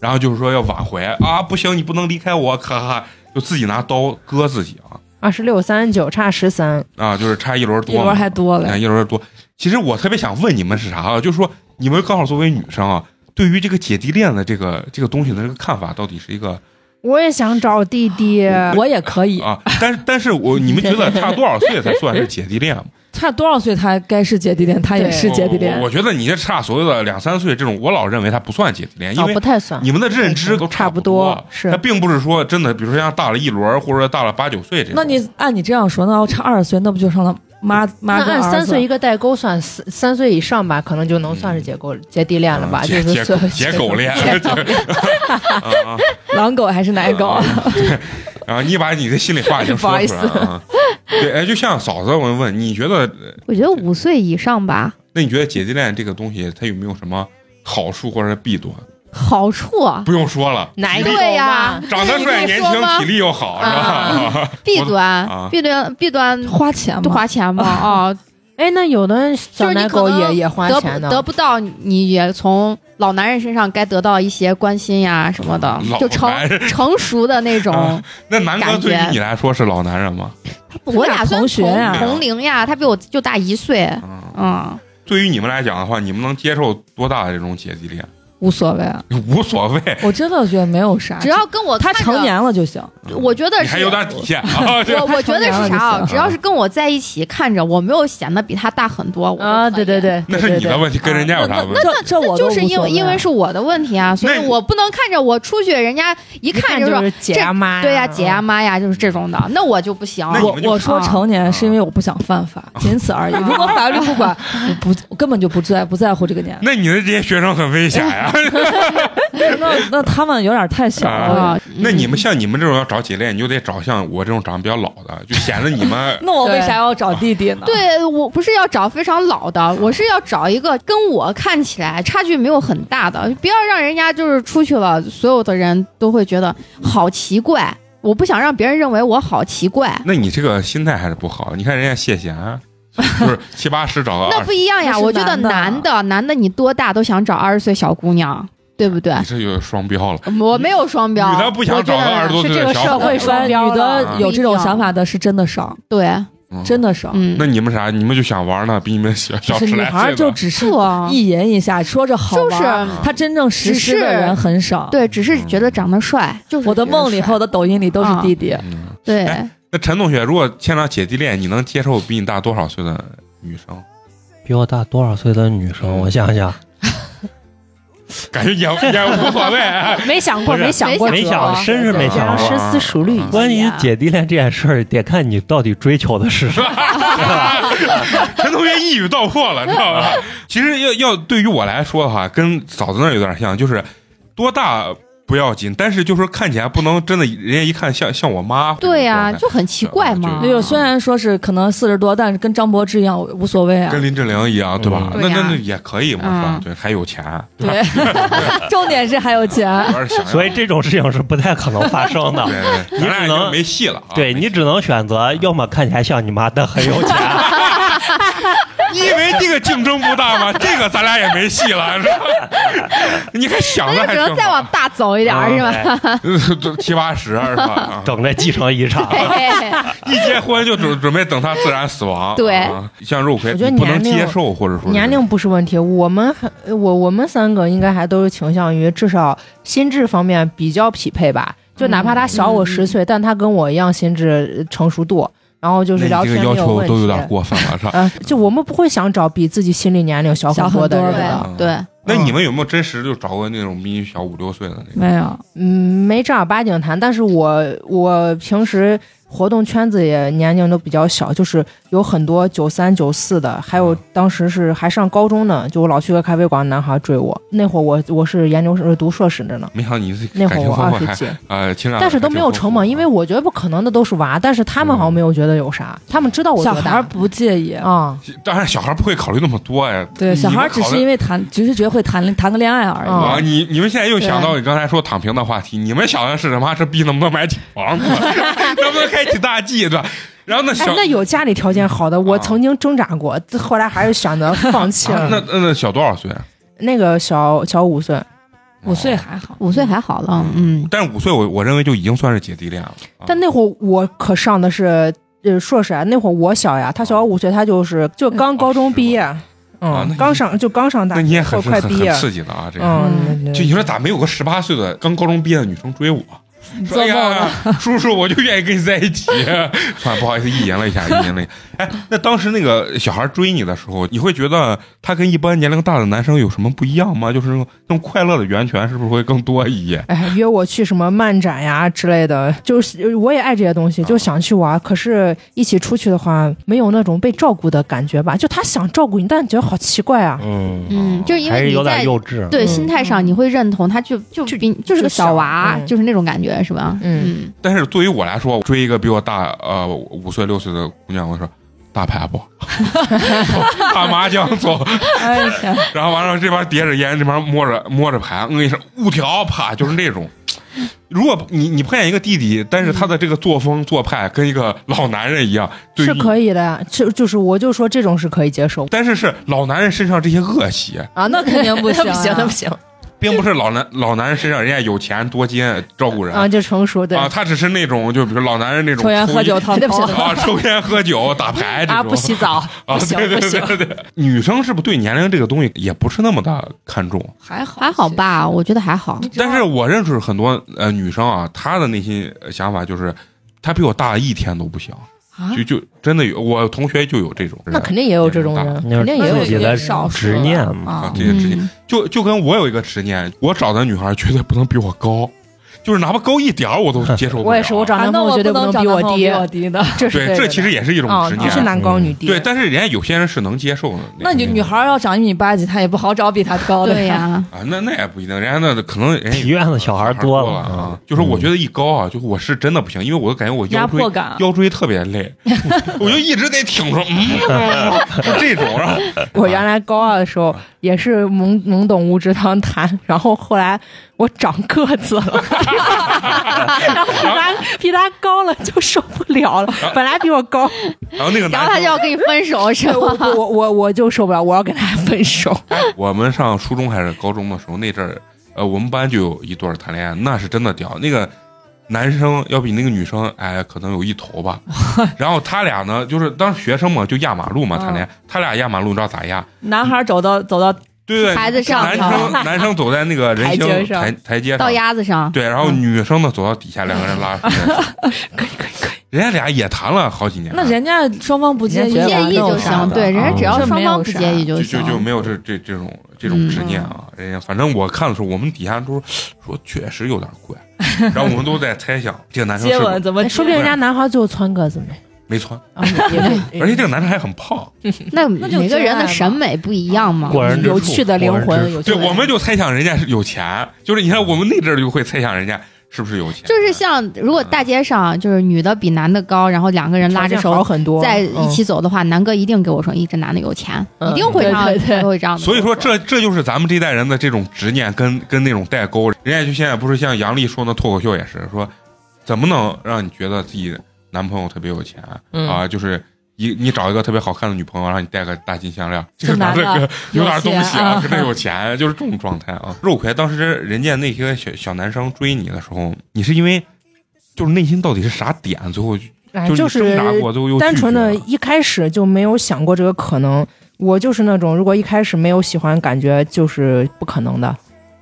B: 然后就是说要挽回啊，不行，你不能离开我，咔咔，就自己拿刀割自己啊
H: 二十六三九差十三，
B: 啊，就是差一轮
G: 一
B: 多嘛，
G: 轮还多
B: 哎
G: 嘞，
B: 一轮多。其实我特别想问你们是啥啊？就是说你们刚好作为女生啊，对于这个姐弟恋的这个这个东西的这个看法，到底是一个啊
H: 我也想找弟弟。
B: 嗯哎
G: 我也可以，
B: 啊？但是但是我你们觉得差多少岁才算是姐弟恋吗？
G: 差多少岁他该是姐弟恋，他也是姐弟恋
B: 我。我觉得你这差所谓的两三岁这种，我老认为它不算姐弟恋，因
H: 哦
B: 为
H: 不太算，
B: 你们的认知都
H: 差
B: 不啊
H: 不多是
B: 它并不是说真的，比如说像大了一轮儿或者说大了八九岁这种。
G: 那你按你这样说，那要差二十岁，那不就上了妈妈
H: 那
G: 跟
H: 按
G: 儿
H: 三
G: 子
H: 岁？一个代沟算，三三岁以上吧，可能就能算是结构姐弟恋了吧？
B: 嗯
H: 就
B: 解解
H: 是算
B: 解狗恋， 啊
G: 狼狗还是奶狗？
B: 然后你把你的心里话已经说出来了啊。对，哎，就像嫂子，我问你觉得，
E: 我觉得五岁以上吧，
B: 那你觉得姐弟恋这个东西它有没有什么好处或者是弊端？
E: 好处啊
B: 不用说了，
H: 哪一
B: 体
H: 种
B: 力
E: 对呀
B: 长得帅、
E: 那你
B: 年
E: 会说
B: 轻、
E: 吗
B: 体力又好，是吧？
E: 弊
B: 啊
E: 端，弊端，弊端
G: 花钱
E: 多
G: 吗？
E: 花钱嘛啊，
H: 哎，那有的小奶
E: 就
H: 狗
E: 是你可能
H: 也也花
E: 得
H: 钱
E: 不
H: 呢，
E: 得不到，你也从老男人身上该得到一些关心呀什么的
B: 老，
E: 就成
B: 男人
E: 成熟的那种
B: 啊。 那南哥
E: 感
B: 对于
E: 觉
B: 你来说是老男人吗？
E: 我俩
G: 同学呀
E: 呀，同龄呀，他比我就大一岁，
B: 嗯，
E: 嗯，
B: 对于你们来讲的话，你们能接受多大的这种姐弟恋？
G: 无所谓，啊，
B: 无所谓，
G: 我真的觉得没有啥。
E: 只要跟我
G: 他
E: 看
G: 成
E: 着，
G: 年了就行。
E: 我觉得
B: 嗯你还
E: 是
B: 有点底线 啊！这
E: 我我觉得
G: 他成年
E: 是
G: 了就
E: 啥
G: 行
E: 啊？
B: 啊
E: 只要是跟我在一起看着，我没有显得比他大很多，我都
H: 啊，
E: 可
H: 对对
E: 以。
H: 对，
B: 那是你的问题，
H: 对
B: 跟人家有啥问题？
G: 这这我都
E: 就是
G: 无
E: 因
G: 所
E: 为
G: 谓
E: 因为是我的问题啊，所以
B: 那
E: 我不能看着我出去，人家一
H: 一看
E: 就说
H: 是啊姐呀妈，
E: 对呀、姐呀、，妈呀，就是这种的，那我就不行。啊
B: 那你
G: 我
B: 们就啊
G: 我说成年是因为我不想犯法，仅此而已。如果法律不管，我不我根本就不在不在乎这个年龄。
B: 那你的这些学生很危险 呀！
G: 那那他们有点太小了。
B: 啊，那你们像你们这种要找姐恋，你就得找像我这种长得比较老的，就显得你 们
G: 那我为啥要找弟弟呢？，
E: 对我不是要找非常老的，我是要找一个跟我看起来差距没有很大的，不要让人家就是出去了，所有的人都会觉得好奇怪。我不想让别人认为我好奇怪，
B: 那你这个心态还是不好。你看人家谢 贤，啊就是七八十找个
E: 那
B: 二
E: 不
B: 十，
E: 一样呀。
G: 那是
E: 我觉得男
G: 男
E: 的，男的你多大都想找二十岁小姑娘，对不对？
B: 你这有双标了。
E: 我没有双标，
B: 女的不想找个
E: 我觉得
B: 二十多
H: 是
B: 岁
H: 这
B: 的
H: 个
B: 小
H: 社
B: 伙
H: 会
B: 子，
H: 双标
G: 女
H: 了
G: 的有这种想法的是真的少，
E: 对，
B: 嗯
G: 真的少。
E: 嗯，
B: 那你们啥？你们就想玩呢？比你们小小
G: 就是
B: 十
G: 女
B: 来
G: 孩
B: 岁
G: 就
B: 的，
G: 只是
E: 不啊
G: 一言一下说着好
E: 就
G: 玩
E: 是
G: 儿，她真正实施的人很少。，
E: 对，只是觉得长得帅，就是
G: 我的
E: 觉得
G: 梦里
E: 帅
G: 和我的抖音里都是弟弟。
B: 嗯。
E: 对。
B: 哎那陈同学，如果牵扯姐弟恋，你能接受比你大多少岁的女生？
D: 比我大多少岁的女生？我想想，
B: 感觉也也无所 谓。
H: 没想
D: 过不
H: 过，
D: 是没
H: 想
E: 过
H: 过，
E: 没想过
D: 真是没想
B: 过
H: 啊深思熟虑一下。
D: 关于姐弟恋这件事儿，得看你到底追求的是啥。
B: 陈同学一语道破了，知道 吧？其实要要对于我来说的话，跟嫂子那儿有点像，就是多大不要紧，但是就是看起来不能真的，人家一看像像我妈。
E: 对呀、
B: 或者
E: 就很奇怪嘛。
B: 啊
G: 哎呦，虽然说是可能四十多，但是跟张柏芝一样我无所谓啊
B: 跟。林志玲一样，对吧？
E: 嗯
B: 那
E: 对呀
B: 那那也可以嘛，是吧？
E: 嗯
B: 对，还有 钱，
G: 对，重点是还有钱。
B: 主要是想要。
D: 所以这种事情是不太可能发生的
B: 对，。对
D: 你
B: 咱俩
D: 只
B: 已经
D: 能
B: 没戏了啊。
D: 对
B: 没嗯
D: 你
B: 戏
D: 只能选择，要么看起来像你妈，但很 有钱，
B: 你以为这个竞争不大吗？这个咱俩也没戏了，是吧？ 你还想着
E: 那就
B: 还
E: 只能
B: 挺
E: 再往
B: 好
E: 大走一点儿，是吧？
D: 哎
B: 七八十是吧？啊
D: 等着继承遗产。
E: 嘿嘿
B: 一结婚就准准备等他自然死亡。
E: 对
B: 啊、像肉葵，
H: 我觉得
B: 你不能
H: 年龄
B: 接受，或者说是
H: 年龄不是问题，我们还我我们三个应该还都是倾向于至少心智方面比较匹配吧。就哪怕他小我
E: 嗯
H: 十岁，但他跟我一样心智呃成熟度，然后就是
B: 那
H: 聊
B: 你这
H: 天
B: 个
H: 没
B: 要
H: 有
B: 求
H: 问题。
B: 都有点过分了，是吧？
H: 呃，就我们不会想找比自己心理年龄小
G: 小
H: 很
G: 很
H: 多的
G: 多
H: 人
G: 的
H: 的，
E: 对对，
B: 那你们有没有真实就找过那种比你小五六岁的那种？
G: 没有，
H: 嗯，没正儿八经谈，但是我我平时活动圈子也年龄都比较小，就是有很多九三九四的，还
B: 嗯
H: 有当时是还上高中呢，就我老去个咖啡馆，男孩追我。那会儿我我是研究生呃读硕士着呢，
B: 没想到你这
H: 那
B: 感
H: 会儿
B: 情
H: 我
B: 丰
H: 二
B: 富
H: 十
B: 还
H: 几，
B: 呃情啊感，
H: 但是都没有成本，因为我觉得不可能的都是娃，但是他们好
B: 嗯
H: 像没有觉得有啥，他们知道我
G: 小
H: 多
G: 孩儿
H: 大
G: 不介意。
H: 啊。
B: 当然小孩不会考虑那么多呀。
G: 对，小孩儿只
B: 你们考
G: 是
B: 虑
G: 因为谈，只是觉得会谈谈个恋爱而已。
H: 嗯
B: 啊，你你们现在又想到你刚才说躺平的话题，你们想的是什么？是逼能不能买起房子， 能不能开起大 G 对吧？然后那
H: 哎
B: 小、，
H: 那有家里条件好的，我
B: 啊
H: 曾经挣扎过，后来还是选择放弃
B: 啊
H: 了。
B: 那那那小多少岁？啊
H: 那个小小五岁，
G: 五岁还好，
E: 五岁还好了，嗯，
B: 但是五岁我我认为就已经算是姐弟恋了。啊
H: 但那会儿我可上的是呃硕士啊，那会儿我小呀，他小我五岁，他就是就刚高中毕业，
B: 啊那
H: 嗯
B: 你，
H: 刚上就刚上大
B: 那你也
H: 学，
B: 很
H: 快
B: 很
H: 快毕
B: 很
H: 业，
B: 刺激的啊，这个。
H: 嗯，
B: 就你说咋没有个十八岁的刚高中毕业的女生追我？说哎呀，叔叔，我就愿意跟你在一起。 啊，不好意思，意淫了一下，意淫了一下。哎，那当时那个小孩追你的时候，你会觉得他跟一般年龄大的男生有什么不一样吗？就是那种那种快乐的源泉，是不是会更多一些？
H: 哎，约我去什么漫展呀之类的，就是我也爱这些东西，
B: 啊
H: 就想去玩。可是，一起出去的话，没有那种被照顾的感觉吧？就他想照顾你，但你觉得好奇怪
B: 哦
H: 啊。
D: 嗯，
E: 嗯，就是 因
D: 还
E: 为
D: 是有
E: 你在
D: 点幼稚。
E: 对
H: 嗯
E: 心态上你会认同他就就比就是个小娃
H: 就，小嗯
E: 就是那种感觉是吧？
H: 嗯
E: 嗯，
B: 但是对于我来说，我追一个比我大呃五岁六岁的姑娘，我说打牌不， 打麻将走，
G: 哎呀，
B: 然后完了这边叠着烟，这边摸着摸着牌，嗯一声五条，啪，就是那种。如果你你碰见一个弟弟，但是他的这个作风做派跟一个老男人一样，对于
H: 是可以的呀，就就是我就说这种是可以接受
B: 但是是老男人身上这些恶习，
G: 啊，那肯定不行、 啊，
C: 不行，那不行。
B: 并不是老男老男人身上人家有钱多金照顾人
H: 啊，就成熟对
B: 啊他只是那种就比如老男人那种
G: 抽烟
B: 粗
G: 喝酒
B: 野
G: 烫
C: 对不
G: 头
C: 起，
B: 啊，抽烟喝酒打牌这
C: 啊，
B: 种
C: 不洗澡，
B: 啊，
C: 不行
B: 对对
C: 不
B: 对
C: 行，
B: 对对，女生是不是对年龄这个东西也不是那么的看重？
G: 还好
E: 还好，吧，我觉得还好。
G: 嗯啊
B: 但是我认识很多呃女生啊，她的内心呃想法就是，她比我大一天都不行，
G: 啊
B: 就就真的有我同学就有这种人，
H: 那肯定也有这种人，
D: 那
H: 肯定也有
D: 是自己的执念嘛。
B: 啊
G: 啊，
B: 这些执念，
E: 嗯
B: 就就跟我有一个执念，我找的女孩绝对不能比我高，就是哪怕高一点儿我都接受不了。
H: 我也是，我找
G: 啊
H: 男
G: 那
H: 朋友
G: 我
H: 绝对
G: 不能
H: 能
G: 找
H: 比
G: 男
H: 我
G: 朋友
H: 低
G: 比，我低的，
H: 这是
B: 对，这
H: 的
B: 其实也是一种
H: 啊
B: 执，念。
H: 你是男高女低，
B: 对，但是人家有些人是能接受的。
G: 那你女孩儿要长一米八几，她也不好找比她高的。
E: 对呀，
B: 啊，那那也不一定，人家那可能人家
D: 体院子小孩儿多
B: 了
D: 了
B: 啊
D: 啊。
B: 就是我觉得一高啊，就是我是真的不行，因为我感觉我腰
G: 压
B: 椎
G: 迫感
B: 腰椎特别 累，我就一直得挺着，嗯，就这种。然后
H: 我原来高二的时
B: 嗯
H: 候也是懵懵懂无知当谈，然后后来我长个子了， 然后比他比他高了就受不了了，
B: 啊
H: 本来比我高，
B: 然后那个
E: 然后
B: 男
E: 他就
B: 生，
E: 要跟你分手是
H: 我
E: 吧？
H: 我我我就受不了，我要跟他分手。
B: 哎我们上初中还是高中的时候，那阵儿，呃，我们班就有一对儿谈恋爱，那是真的屌。那个男生要比那个女生矮可能有一头 吧。然后他俩呢，就是当时学生嘛，就压马路嘛，谈
E: 嗯
B: 恋爱。他俩压马路，你知道咋压？
G: 男孩儿走到走到
B: 对对，
E: 孩子上
B: 男
E: 头
B: 生男生走在那个人
G: 台阶
B: 行
G: 上
B: 台台阶上
E: 到鸭子 上，
B: 对，然后女生呢走到底下，两个人拉出来，
G: 嗯可以可以可以，
B: 人家俩也谈了好几年了，
G: 那人家双方不介意，
E: 不介意就
B: 啥
E: 行，
B: 的
E: 对，人家只要
G: 啊这
E: 双
G: 没有
E: 方不
G: 啥
E: 介意就
B: 就
E: 行
B: 就。就没有这这这种这种执念啊。
G: 嗯
B: 人家反正我看的时候，我们底下都说确实有点 怪，然后我们都在猜想这个男生
G: 接
B: 是
G: 吻
B: 不
G: 怎么
H: 哎说不定人家男孩就穿个子没，
B: 没穿，
H: 啊也也
B: 而且这个男生还很胖。
E: 那
G: 那就
E: 每个
G: 真
E: 人
G: 爱
E: 的
G: 吧
E: 审美不一样嘛。
D: 过人之
H: 有
D: 处
H: 趣的灵
D: 过人之
H: 魂，
D: 处
H: 有趣
B: 对，
H: 的灵魂
B: 我们就猜想人家是有钱，就是你看我们那阵儿就会猜想人家是不是有钱，
E: 就是像如果大街上就是女的比男的高，然后两个人拉着
H: 条件好
E: 手
H: 很多，
E: 在一起走的话，南哥一定给我说，一这男的有钱，
H: 嗯
E: 一定会
G: 对
E: 让
G: 对对
E: 他会这样的。
B: 所以说这，这就是咱们这代人的这种执念跟跟那种代沟。人家就现在不是像杨笠说那脱口秀也是说，怎么能让你觉得自己男朋友特别有钱、
C: 嗯
B: 啊？就是一你找一个特别好看的女朋友，让你戴个大金项链，这
G: 这
B: 个男
G: 男
B: 的
G: 的
B: 跟有点东西啊，
G: 有钱啊
B: 跟他有钱，就是这种状态啊。肉葵当时人家那些小小男生追你的时候，你是因为就是内心到底是啥点，最后
H: 哎
B: 就
H: 就是
B: 你挣扎过，最后又拒绝
H: 单纯的
B: 了
H: 一开始就没有想过这个可能。我就是那种，如果一开始没有喜欢，感觉就是不可能的。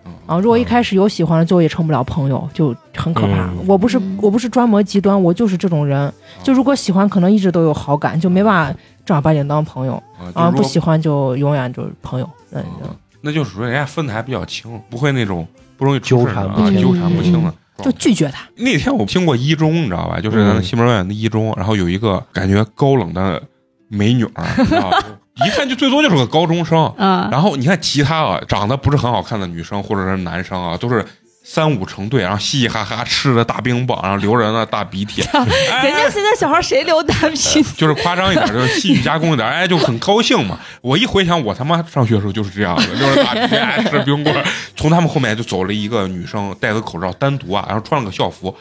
B: 嗯
H: 啊，如果一开始有喜欢了，最后也成不了朋友，就很可怕。
D: 嗯
H: 我不是
E: 嗯
H: 我不是专门极端，我就是这种
B: 哦
H: 人。就如果喜欢，可能一直都有好感，就没办法正儿八经当朋友
B: 啊，就是
H: 啊；不
B: 说
H: 喜欢就永远就是朋友。嗯，
B: 嗯那就是说人家分的还比较清，不会那种不容易出事儿的啊
D: 纠缠不，
E: 清
B: 纠缠不清的。
H: 嗯就拒绝他。
B: 那天我经过一中，你知道吧？就是咱
D: 嗯
B: 们西门外的一中，然后有一个感觉高冷的美女儿，你知道吧 一看就最多就是个高中生。
E: 嗯，
B: 然后你看其他啊，长得不是很好看的女生或者是男生啊，都是。三五成对，然后嘻嘻哈哈吃着大冰棒，然后流着那大鼻涕，哎
C: 人家现在小孩谁留单皮？
B: 就是夸张一点，就是戏剧加工一 点，哎，就很高兴嘛。我一回想，我他妈上学的时候就是这样的，就是打 别爱吃冰棍儿。从他们后面就走了一个女生，戴个口罩，单独啊，然后穿了个校服，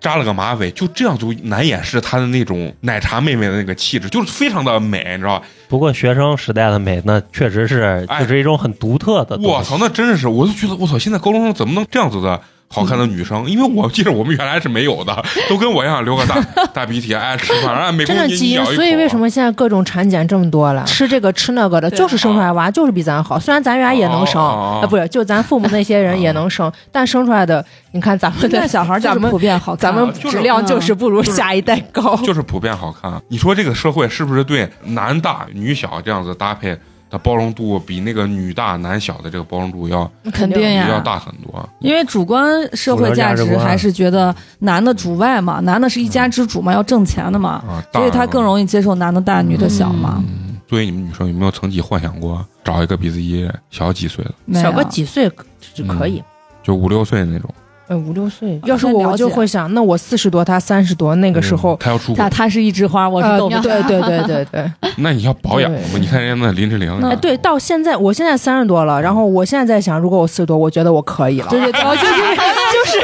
B: 扎了个马尾，就这样就难掩饰她的那种奶茶妹妹的那个气质，就是非常的美，你知道吧？
D: 不过学生时代的美，那确实是
B: 哎
D: 就是一种很独特的东西。
H: 嗯
B: 我操，那真是，我就觉得我操，现在高中生怎么能这样子的？好看的女
H: 嗯
B: 生，因为我记得我们原来是没有的，都跟我一样留 个大大鼻涕，哎爱吃饭，爱美工
H: 真的
B: 你
H: 基
B: 你
H: 因
B: 咬一，口啊
H: 所以为什么现在各种产检这么多了？吃这个吃那个的，
C: 对
H: 就是生出来娃就是比咱好。虽然咱俩也能生，
B: 哦哦哦哦
H: 啊，不是，就咱父母那些人也能生，但生出来的，你看咱们
G: 现在
H: 的，
G: 小孩就
H: 咱
G: 是
H: 们
G: 普遍好看，啊
H: 咱们
B: 就是
H: 质量就是不如下一代高。
B: 就是普遍好看？你说这个社会是不是对男大女小这样子搭配的包容度比那个女大男小的这个包容度要
G: 肯定
B: 比
H: 啊
G: 呀
B: 较大很多？
G: 因为主观社会价值还是觉得男的主外嘛，男的是一家之主嘛，要挣钱的嘛，
B: 啊，
G: 所以他更
B: 易。
G: 容易接受男的大女的小嘛。
B: 嗯作为你们女生有没有曾经幻想过找一个比自己小几岁的，
G: 没有
H: 小个几岁可只可
B: 嗯
H: 以，
B: 就五六岁的那种？
H: 呃，五六岁。
G: 啊
H: 要是我，
G: 那了
H: 我
G: 解
H: 就会想，那我四十多，他三十多，那个时候
B: 嗯，他要出国
C: 他，他是一枝花，我是
H: 呃
C: 豆瓣。
H: 对对对对对。
B: 那你要保养
H: 对
B: 嘛？你看人家那林志玲，
G: 那
H: 哎，对，到现在，我现在三十
B: 嗯
H: 多了，然后我现在在想，如果我四十多，我觉得我可以了。
G: 对对对，就是就是，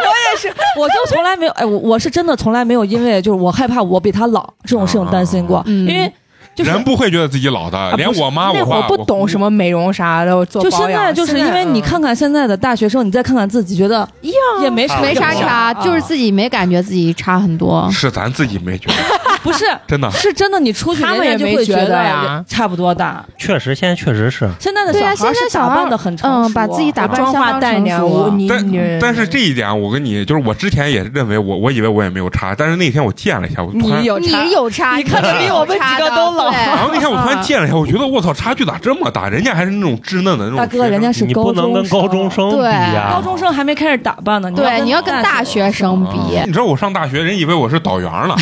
G: 我也是，我就从来没有，哎，我我是真的从来没有因为就是我害怕我比他老这种事情担心过，
E: 嗯
G: 因为就是
B: 人不会觉得自己老的，
H: 啊不
B: 连
H: 是
B: 我妈
H: 那
B: 我
H: 会
B: 爸
H: 儿不懂什么美容啥的，做
G: 就
H: 保
G: 现
H: 养
G: 在就是因为你，
H: 现嗯
G: 看看现在的大学生，你再看看自己，觉得
H: 一样
G: 也没啥
E: 没啥
G: 不一样
E: 差，就是自己没感觉自己差很多。
B: 是咱自己没觉得，
G: 不是。
B: 真的。
G: 是真的，你出去
H: 他
G: 人
H: 们
G: 家
H: 也
G: 就
H: 没
G: 会
H: 觉
G: 得
H: 得呀
G: 差不多大。
D: 确实现在确实是，
G: 现在的
E: 对啊
G: 小孩
E: 现
G: 是
E: 在小
G: 打
E: 孩
G: 扮的很成熟，哦
E: 嗯，把自己打扮
H: 妆
E: 相
H: 化
E: 当
H: 淡一
E: 成
H: 点，
E: 熟
H: 我你
B: 但
H: 你
B: 但是这一点，我跟你就是，我之前也认为我我以为我也没有差，但是那天我见了一下，我突然，
C: 有
E: 你有差，
C: 你看着比我们几个都老
E: 对
B: 然后那天我突然见了一下，我觉得我操，差距咋这么大？人家还是那种稚嫩的那种
G: 大
B: 学
G: 哥，
B: 生
G: 人家是
D: 你不能跟高中生比
E: 对
D: 呀、
G: 高中生还没开始打扮呢。
E: 对，你要跟大学生比
B: 啊。你知道我上大学，人以为我是导员 了，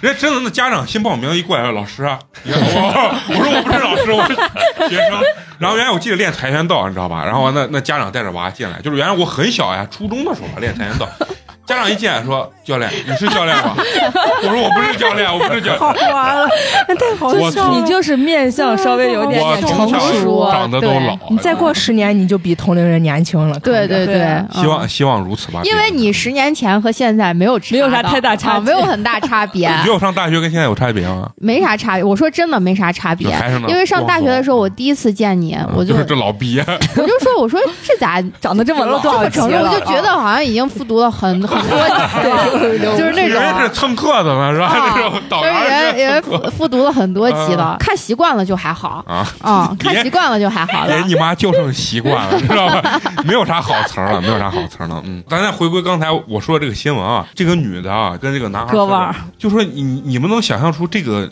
B: 人家真的那家长新报名一过来，老师啊，你看我我说我不是老师，我是学生。然后原来我记得练跆拳道，你知道吧？然后那那家长带着娃进来，就是原来我很小呀，初中的时候吧练跆拳道。家长一进来说：“教练，你是教练吧？”我说：“我不是教练，我不是教练。
H: 好玩 了，太好
B: 我
H: 笑
G: 你
H: 了。
G: 就是面相稍微有点
B: 我
G: 点
B: 从
G: 成熟
B: 小
G: 啊。
B: 长得都
E: 对
B: 老。
H: 你再过嗯十年，你就比同龄人年轻了。
E: 对对
G: 对
E: 对，
B: 希望希望如此吧。
E: 因为你十年前和现在没有差
G: 没有啥
E: 到
G: 太大差
E: 啊
G: 距
E: 没有很 大差别
B: 你，觉得我上大学跟现在有差别吗？
E: 没啥差别。我说真的没啥差别
B: 就还是那，
E: 因为上大学的时候
B: 光头嗯
E: 我第一次见你，我
B: 就
E: 就是
B: 这老逼。
E: 我就说我说这咋
G: 长得这么老，
E: 这么成熟，我
G: 我
E: 就觉得好像已经复读了很很多
G: 啊
E: 级了，就是那
B: 人啊家是
E: 种。
B: 蹭课的呢，是吧？
E: 啊
B: 那种导
E: 就是
B: 员
E: 人
B: 是
E: 人
B: 蹭 课
E: 复读了很多级了，看习惯了就还好，
B: 啊，
E: 嗯，
B: 别
E: 看习惯了就还好了。
B: 哎人你妈就剩习惯了，知道吧？没有啥好词儿了，没有啥好词儿了。嗯，咱再回归刚才我说这个新闻啊，这个女的啊跟这个男孩
G: 割腕儿，
B: 就说你你们能想象出这个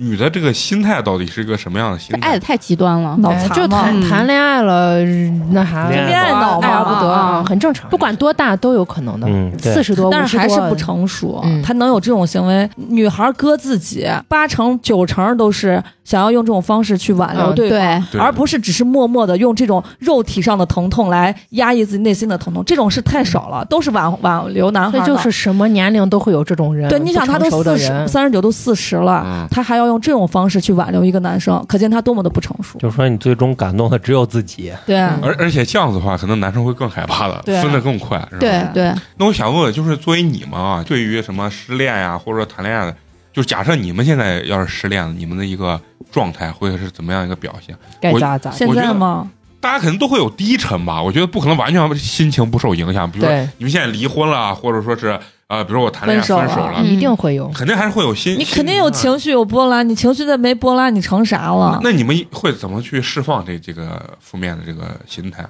B: 女的这个心态到底是一个什么样的心
E: 这爱
B: 态
E: 的？太极端了，
G: 脑
H: 哎
G: 残
H: 就谈
E: 嗯
H: 谈恋爱了，那还
D: 恋爱
G: 脑
H: 爱而不得
E: 嘛
H: 啊，很正常。不管多大都有可能的，
D: 嗯对
H: 四十多，
G: 但是
H: 50
G: 还
H: 多
G: 是不。成熟啊
H: 嗯，
G: 他能有这种行为，女孩割自己，八成九成都是想要用这种方式去挽留
H: 嗯
G: 对方，
E: 对，
B: 对
G: 而不是只是默默的用这种肉体上的疼痛来压抑自己内心的疼痛，这种事太少了，都是挽挽留男孩
H: 所以
G: 的。
H: 就是什么年龄都会有这种人。
G: 对，你想他都
H: 嗯不成熟的
G: 四十
H: 人，
G: 三十九都四十了，
B: 嗯
G: 他还要用这种方式去挽留一个男生，可见他多么的不成熟。
D: 就说你最终感动的只有自己。
G: 对啊，
B: 而而且这样子的话，可能男生会更害怕的，
G: 对啊
B: 分得更快。是吧
E: 对对，
B: 那我想问问，就是作为你们啊，对于什么失恋呀、或者说谈恋爱的，就假设你们现在要是失恋了，你们的一个状态会是怎么样一个表现？
H: 该
B: 我
H: 咋咋。
G: 现在吗？
B: 大家可能都会有低沉吧，我觉得不可能完全心情不受影响。比如说
H: 对，
B: 你们现在离婚了，或者说是呃，比如说我谈恋爱
G: 分手
B: 分
G: 了
B: 手了，
E: 嗯
H: 一定会有。
B: 肯定还是会有心，
G: 你肯定
B: 心
G: 有
B: 情上的。
G: 情啊绪有波澜，你情绪再没波澜，你成啥了？
B: 那你们会怎么去释放这这个负面的这个心态？啊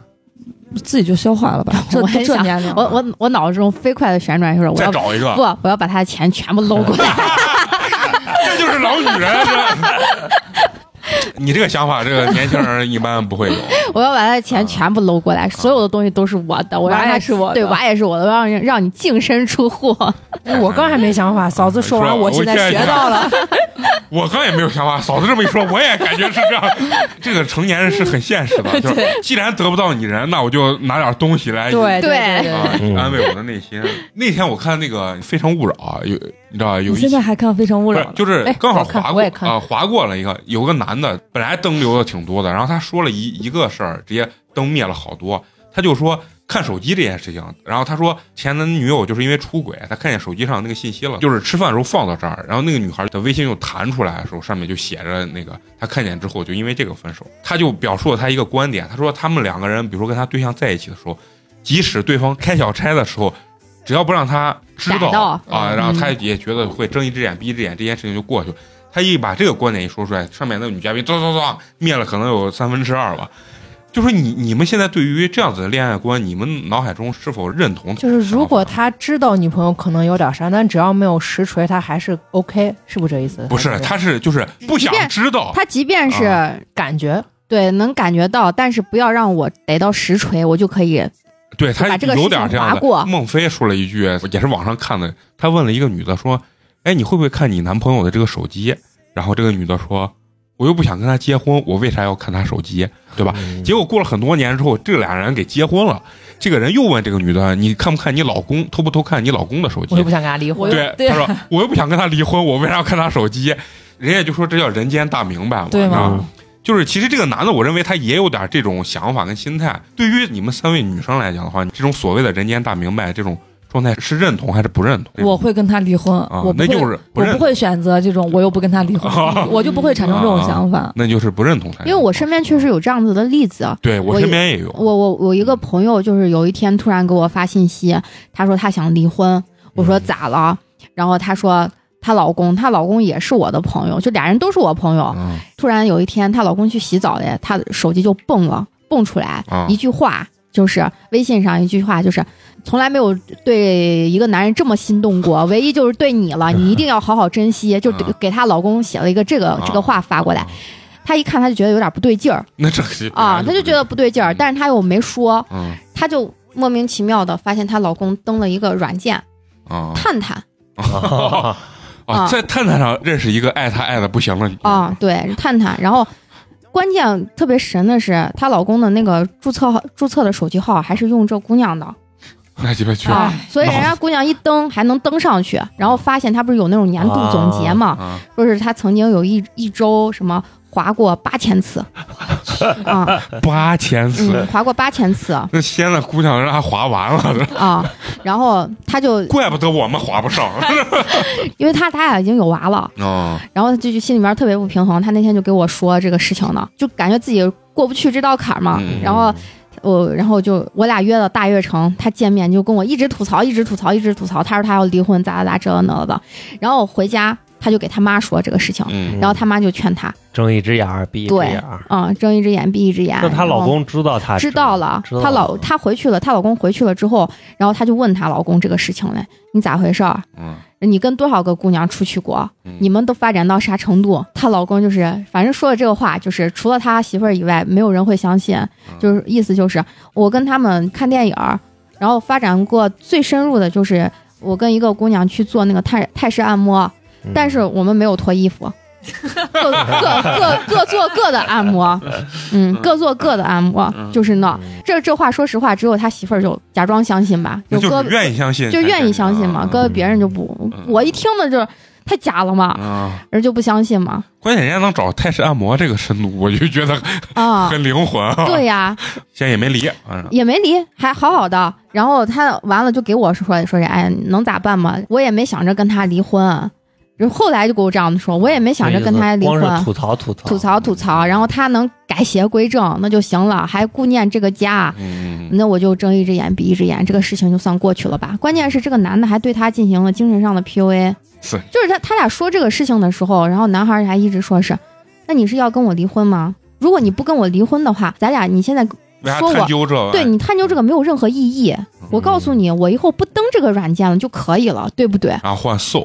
G: 自己就消化了吧。这
E: 我还
G: 这
E: 想
G: 年龄，
E: 我我我脑子中飞快的旋转就是我
B: 再
E: 要
B: 找嗯一
E: 不
B: 个，，
E: 我要把他的钱全部搂过来。
B: 这就是老女人。 是吧你这个想法，这个年轻人一般不会有。
E: 我要把他的钱全部搂过
B: 嗯
E: 来，所有的东西都是我的，我让
G: 娃
E: 他
G: 也是我的
E: 对娃也是我的，我让让你净身出户。
B: 哦
H: 我刚还没想法，嫂子说
B: 是吧
H: 完，我现在学到了。
B: 我刚也没有想法，嫂子这么一说，我也感觉是这样。 这个成年人是很现实的，就是既然得不到你人，那我就拿点东西来
G: 对
E: 对
G: 对，
B: 啊，
D: 嗯
B: 安慰我的内心。那天我看那个《非诚勿扰》，啊有你知道吧有
G: 你
B: 一期
G: 现在还看《非诚勿
B: 不
G: 扰
B: 是》？就是
H: 哎
B: 刚好
H: 我看
B: 划
H: 我
B: 过
H: 也
B: 啊、
H: 看
B: 划过了一个，有个男的本来灯留的挺多的，然后他说了一一个事儿，直接灯灭了好多。他就说看手机这件事情，然后他说前男女友就是因为出轨，他看见手机上那个信息了，就是吃饭的时候放到这儿，然后那个女孩的微信又弹出来的时候，上面就写着那个他看见之后就因为这个分手。他就表述了他一个观点，他说他们两个人，比如说跟他对象在一起的时候，即使对方开小差的时候，只要不让他知
E: 逮
B: 道
E: 到
B: 啊，
E: 嗯
B: 然后他也觉得会睁一只眼闭一只眼，这件事情就过去了。他一把这个观点一说出来，上面的女嘉宾咚咚咚灭了，可能有三分之二吧。就说你你们现在对于这样子的恋爱观，你们脑海中是否认同？
H: 就是如果他知道女朋友可能有点啥，但只要没有实锤，他还是 OK，是不是这意思？
B: 不是，他是就是不想
E: 即便
B: 知道，
E: 他即便是、
B: 啊
H: 感觉
E: 对能感觉到，但是不要让我逮到实锤，我就可以
B: 对他
E: 把这个
B: 有
E: 事
B: 点
E: 情
B: 这样
E: 划
B: 的。
E: 过
B: 孟非说了一句，也是网上看的，他问了一个女的说：“哎，你会不会看你男朋友的这个手机？”然后这个女的说：“我又不想跟他结婚，我为啥要看他手机？对吧？”
D: 嗯
B: 结果过了很多年之后，这俩人给结婚了。这个人又问这个女的：“你看不看你老公？偷不偷看你老公的手机？”
H: 我又不想跟他离婚。
B: 对，
G: 对
B: 他说我又不想跟他离婚，我为啥要看他手机？人家就说这叫人间大明白嘛，
G: 对
B: 你知道
G: 吗
B: 吗？就是其实这个男的，我认为他也有点这种想法跟心态。对于你们三位女生来讲的话，你这种所谓的人间大明白这种状态是认同还是不认同？
G: 我会跟他离婚，
B: 啊
G: 我，不
B: 那
G: 会，
B: 就是哦不
G: 我
B: 认
G: 不
B: 同，
G: 会选择这种，我又不跟他离婚，我就不会产生这
B: 啊
G: 种 想法。
B: 那就是不认同才是。
E: 因为我身边确实有这样子的例子。
B: 对我
E: 我
B: 身
E: 也
B: 边也有，
E: 我我我一个朋友就是有一天突然给我发信息，她说她想离婚，我说咋了？然后她说她老公，她老公也是我的朋友，就俩人都是我朋友。
B: 嗯
E: 突然有一天，她老公去洗澡嘞，她手机就蹦了，蹦出来
B: 啊
E: 一句话，就是微信上一句话，就是从来没有对一个男人这么心动过，唯一就是对你了，你一定要好好珍惜。就
B: 啊
E: 给她老公写了一个这个、这个话发过来，她一看她就觉得有点不对劲儿
B: 那哎这嗯个
E: 啊，她就觉得不对劲儿，但是她又没说，
B: 嗯
E: 她就莫名其妙的发现她老公登了一个软件
B: 啊
E: 探探。
B: 啊，
E: 啊
B: 在探探上认识一个爱他爱的不行了
E: 啊，对，探探。然后关键特别神的是，她老公的那个注册号注册的手机号还是用这姑娘的
B: 那鸡巴去
E: 啊，所以人家姑娘一登还能登上去。然后发现她不是有那种年度总结嘛，
B: 啊！
E: 说是她曾经有一一周什么。划过八 千次，啊，
B: 八千次
E: 嗯，，划过八千次啊
B: 那西安的姑娘让她划完 了，
E: 啊，然后她就，
B: 怪不得我们划不 上。
E: 啊因为她他俩已经有娃了，
B: 哦，
E: 然后她就就心里面特别不平衡。她那天就给我说这个事情呢，就感觉自己过不去这道坎儿嘛，
B: 嗯
E: 啊然后我然后就我俩约了大悦城，他见面就跟我一直吐槽，一直吐槽，一直吐槽。他说他要离婚，咋咋咋，这那的的。然后我回家，他就给他妈说这个事情，
B: 嗯，
E: 然后他妈就劝他，
D: 睁一只眼儿闭一只
E: 对
D: 眼儿。
E: 嗯，睁一只眼闭一只眼。
D: 那她老
E: 然后
D: 公知道她
E: 知道了，
D: 知道
E: 她老
D: 了
E: 她回去了，她老公回去了之后，然后她就问她老公这个事情嘞，你咋回事儿？
B: 嗯
E: 你跟多少个姑娘出去过？
B: 嗯
E: 你们都发展到啥程度？她老公就是，反正说了这个话，就是除了他媳妇儿以外，没有人会相信。就是意思就是，我跟他们看电影儿，然后发展过最深入的就是我跟一个姑娘去做那个泰泰式按摩，
D: 嗯
E: 但是我们没有脱衣服，各各各各做各的按摩，嗯，各做各的按摩，
B: 嗯
E: 就是那。这这话说实话，只有他媳妇儿就假装相信吧，
B: 那就
E: 搁
B: 是愿意相信才
E: 就
B: 真的，
E: 愿意相信嘛，
B: 嗯
E: 搁别人就不，我一听呢就是太假了嘛，
B: 啊，
E: 人就不相信嘛，
B: 关键人家能找泰式按摩这个深度，我就觉得
E: 啊，
B: 很灵魂啊。
E: 对，呀，
B: 现在也没啊离，反正
E: 也没离，还好好的。然后他完了就给我说说是，哎，能咋办嘛？我也没想着跟他离婚，然后后来就跟我这样说，我也没想着跟他离婚
D: 光，是吐槽吐槽
E: 吐
B: 嗯
E: 槽吐槽，然后他能改邪归正那就行了，还顾念这个家。
B: 嗯，
E: 那我就睁一只眼闭一只眼，这个事情就算过去了吧。关键是这个男的还对他进行了精神上的 PUA，
B: 是
E: 就是他他俩说这个事情的时候，然后男孩还一直说是，那你是要跟我离婚吗？如果你不跟我离婚的话，咱俩你现在
B: 为啥
E: 说我
B: 探究这嗯玩意儿？
E: 对你探究这个没有任何意义。我告诉你，我以后不登这个软件了就可以了，对不对？
B: 啊，换 so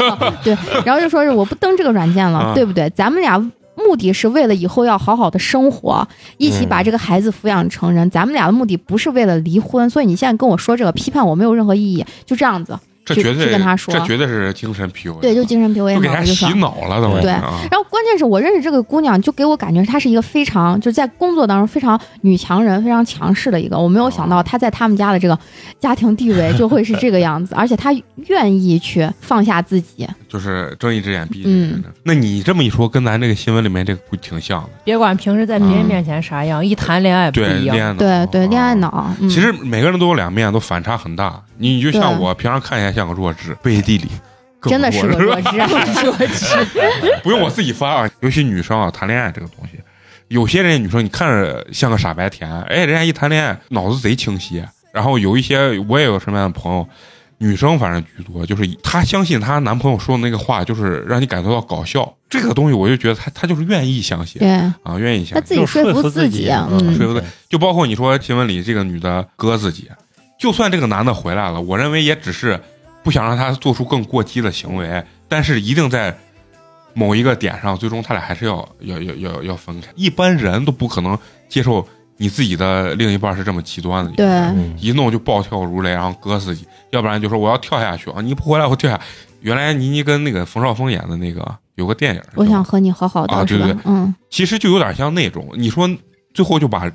E: 对，然后就说是我不登这个软件
B: 啊
E: 了，对不对？咱们俩目的是为了以后要好好的生活，一起
B: 嗯
E: 把这个孩子抚养成人。咱们俩的目的不是为了离婚，所以你现在跟我说这个批判我没有任何意义，就这样子。
B: 这
E: 去
B: 绝对
E: 去跟他说
B: 这绝对是精神 PUA，
E: 对，就精神 PUA
B: 就给
E: 嘛，
B: 他
E: 我就
B: 洗
E: 说。
B: 脑了，等于
E: 对
B: 啊
E: 然后关键是我认识这个姑娘，就给我感觉她是一个非常就是在工作当中非常女强人、非常强势的一个。我没有
B: 哦
E: 想到她在他们家的这个家庭地位就会是这个样子，而且她愿意去放下自己。
B: 就是睁一只眼闭一只眼
E: 嗯
B: 的。那你这么一说，跟咱这个新闻里面这个挺像的，
H: 别管平时在别人面前啥样，一谈恋爱不
B: 对
H: 一
B: 恋
H: 样。
B: 爱脑，
E: 对对，恋爱
B: 啊
E: 脑。嗯、
B: 其实每个人都有两面，都反差很大。你你就像我平常看起来像个弱智，背地里更
E: 真的 是 个弱智。
B: 不用我自己翻啊。尤其女生啊，谈恋爱这个东西，有些人女生你看着像个傻白甜，哎，人家一谈恋爱脑子贼清晰。然后有一些我也有身边的朋友，女生反正居多，就是她相信她男朋友说的那个话，就是让你感觉到搞笑。这个东西我就觉得她她就是愿意相信
E: 对，
B: 啊，愿意相信。
E: 他自己
D: 就说
E: 服自
D: 服自己
E: 嗯，
B: 啊说服自就包括你说新闻里这个女的割自己，就算这个男的回来了，我认为也只是不想让他做出更过激的行为，但是一定在某一个点上，最终他俩还是要要要要要分开。一般人都不可能接受你自己的另一半是这么极端的，
E: 对，
D: 嗯
B: 一弄就暴跳如雷，然后割自己，要不然就说我要跳下去啊，你不回来我跳下。原来倪妮跟那个冯绍峰演的那个有个电影，
E: 我
B: 是吧
E: 想和你好好
B: 啊
E: 的，
B: 对
E: 是吧
B: 对对？
E: 嗯，
B: 其实就有点像那种，你说最后就把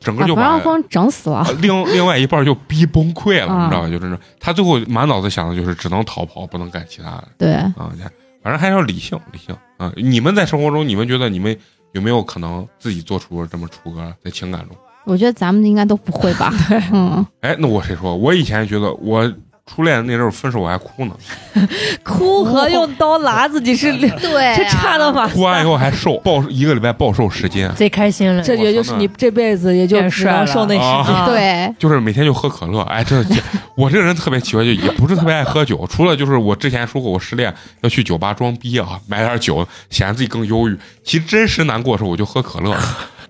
B: 整
E: 把
B: 个就
E: 冯
B: 把
E: 绍峰整死了
B: 啊，另另外一半就逼崩溃了，
E: 啊
B: 你知道吧？就是那他最后满脑子想的就是只能逃跑，不能干其他的
E: 对。
B: 啊。你看反正还是要理性，理性啊。你们在生活中，你们觉得你们有没有可能自己做出这么出格在情感中？
E: 我觉得咱们应该都不会 吧？嗯，
B: 哎，那我谁说？我以前觉得我初恋那阵儿分手我还哭呢，
C: 哭和用刀剌自己 是两，
G: 啊
E: 对
C: 这差的吗？
B: 哎哭完以后还瘦，暴一个礼拜暴瘦十斤，啊
H: 贼开心了。
G: 这也就是你这辈子也就
H: 变
G: 只
H: 帅
G: 能
H: 了
G: 受那十斤。
B: 啊
E: 对，
B: 就是每天就喝可乐。哎，真的，我这个人特别奇怪，就也不是特别爱喝酒，除了就是我之前说过，我失恋要去酒吧装逼啊，买点酒，显得自己更忧郁。其实真实难过的时候，我就喝可乐。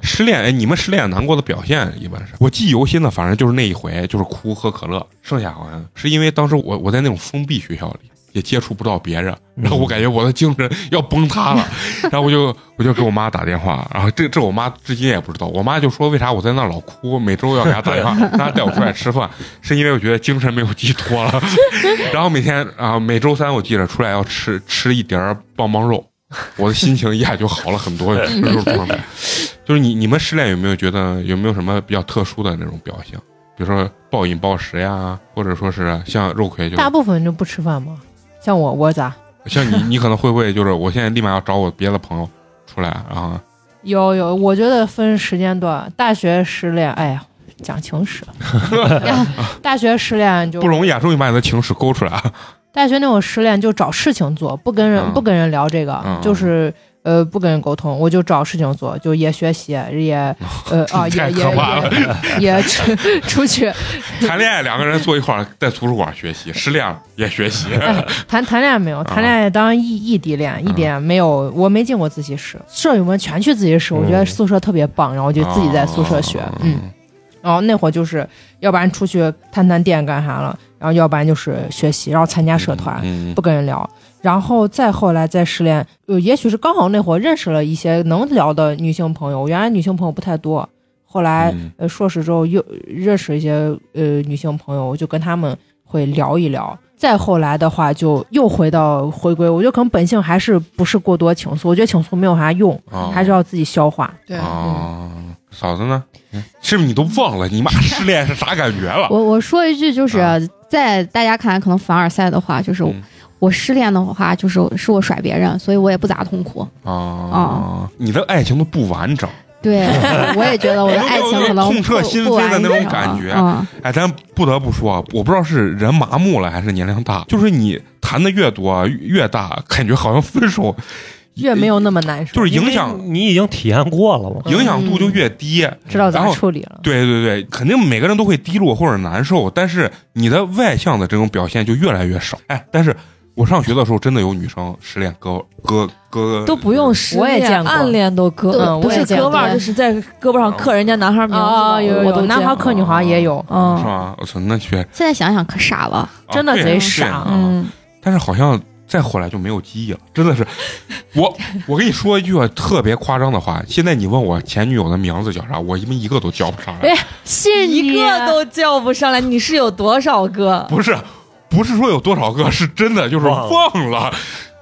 B: 失恋，哎，你们失恋难过的表现一般是？我记忆犹新的，反正就是那一回，就是哭喝可乐，剩下好像是因为当时我我在那种封闭学校里，也接触不到别人，然后我感觉我的精神要崩塌 了，然后我就我就给我妈打电话，然后这这我妈至今也不知道，我妈就说为啥我在那儿老哭，每周要给她打电 话，让她带我出来吃饭，是因为我觉得精神没有寄托了， 然后每天啊、每周三我记着出来要吃吃一碟儿棒棒肉，我的心情一下就好了很多，就是这种状态。就是你你们失恋有没有觉得有没有什么比较特殊的那种表现？比如说暴饮暴食呀，或者说是啊像肉葵就
H: 大部分就不吃饭嘛。像我，我咋？
B: 像你，你可能会不会就是我现在立马要找我别的朋友出来，啊然后
H: 有有，我觉得分时间段，大学失恋，哎呀，讲情史， 大学失恋就
B: 不容易啊，终于把你的情史勾出来啊！
H: 大学那种失恋就找事情做，不跟人、
B: 嗯
H: 不跟人聊这个，
B: 嗯
H: 就是呃不跟人沟通，我就找事情做，就也学习，也呃 啊
B: 太
H: 也也
B: 可怕了
H: 也也出出去
B: 谈恋爱两个人坐一块儿在图书馆学习，失恋了也学习，
H: 谈谈恋爱没有？
B: 嗯
H: 谈恋爱当然异异地恋，异地恋没有，我没进过自习室，舍友们全去自习室，我觉得
D: 嗯
H: 宿舍特别棒，然后 就自己在宿舍学，
B: 啊
H: 嗯。然后那会儿就是，要不然出去探探店干啥了，然后要不然就是学习，然后参加社团，
B: 嗯
H: 不跟人聊。然后再后来再失恋，呃，也许是刚好那会儿认识了一些能聊的女性朋友，我原来女性朋友不太多，后来、
B: 嗯
H: 呃硕士之后又认识一些呃女性朋友，我就跟她们会聊一聊。再后来的话，就又回到回归，我觉得可能本性还是不是过多情愫，我觉得情愫没有啥用，
B: 哦
H: 还是哦要自己消化。
F: 对
B: 啊，嫂子呢？嗯是不是你都忘了你 妈失恋是啥感觉了？
E: 我我说一句，就是
B: 啊
E: 在大家看来可能凡尔赛的话，就是
B: 嗯
E: 我失恋的话，就是是我甩别人，所以我也不咋痛苦。
G: 哦
B: 啊，哦你的爱情都不完整。
E: 对，我也觉得我的爱
B: 哎有
E: 情可能
B: 没有那种痛彻
E: 不
B: 心扉
E: 不完
B: 的那种
E: 整啊
B: 感觉
E: 嗯，
B: 哎，咱不得不说，啊，我不知道是人麻木了还是年龄大，就是你谈的越多越大，感觉好像分手
H: 越没有那么难受，
B: 就是影
D: 因
B: 响
D: 为你已经体验过了
G: 嗯
D: 嘛。
B: 影响度就越低。
H: 知道
B: 然
H: 咋
B: 后
H: 处理了。
B: 对对对，肯定每个人都会低落或者难受，但是你的外向的这种表现就越来越少。哎，但是我上学的时候真的有女生失恋割割割，
G: 都不用失恋，
H: 我也见过
G: 暗恋都割，
E: 对
G: 嗯
E: 我
G: 不
E: 也
G: 是
E: 见
G: 割
E: 过
G: 腕儿，就是在胳膊上
B: 嗯
G: 刻人家男孩名字
H: 啊、
G: 的，
H: 有有
G: 我都
H: 有，
G: 见
H: 男孩
G: 过
B: 哦
H: 刻女孩也有，
B: 是
G: 嗯
B: 吧？我操，那去
E: 现在想想可傻了。
B: 啊
H: 真的
B: 对
H: 贼
B: 是
H: 傻
B: 啊
G: 嗯，
B: 但是好像再后来就没有记忆了，真的是。我我跟你说一句啊，特别夸张的话，现在你问我前女友的名字叫啥，我们一个都叫不上来。
G: 哎
C: 是
G: 一个都叫不上来，你是有多少个？
B: 不是，不是说有多少个，是真的就是
D: 忘了
B: 忘了，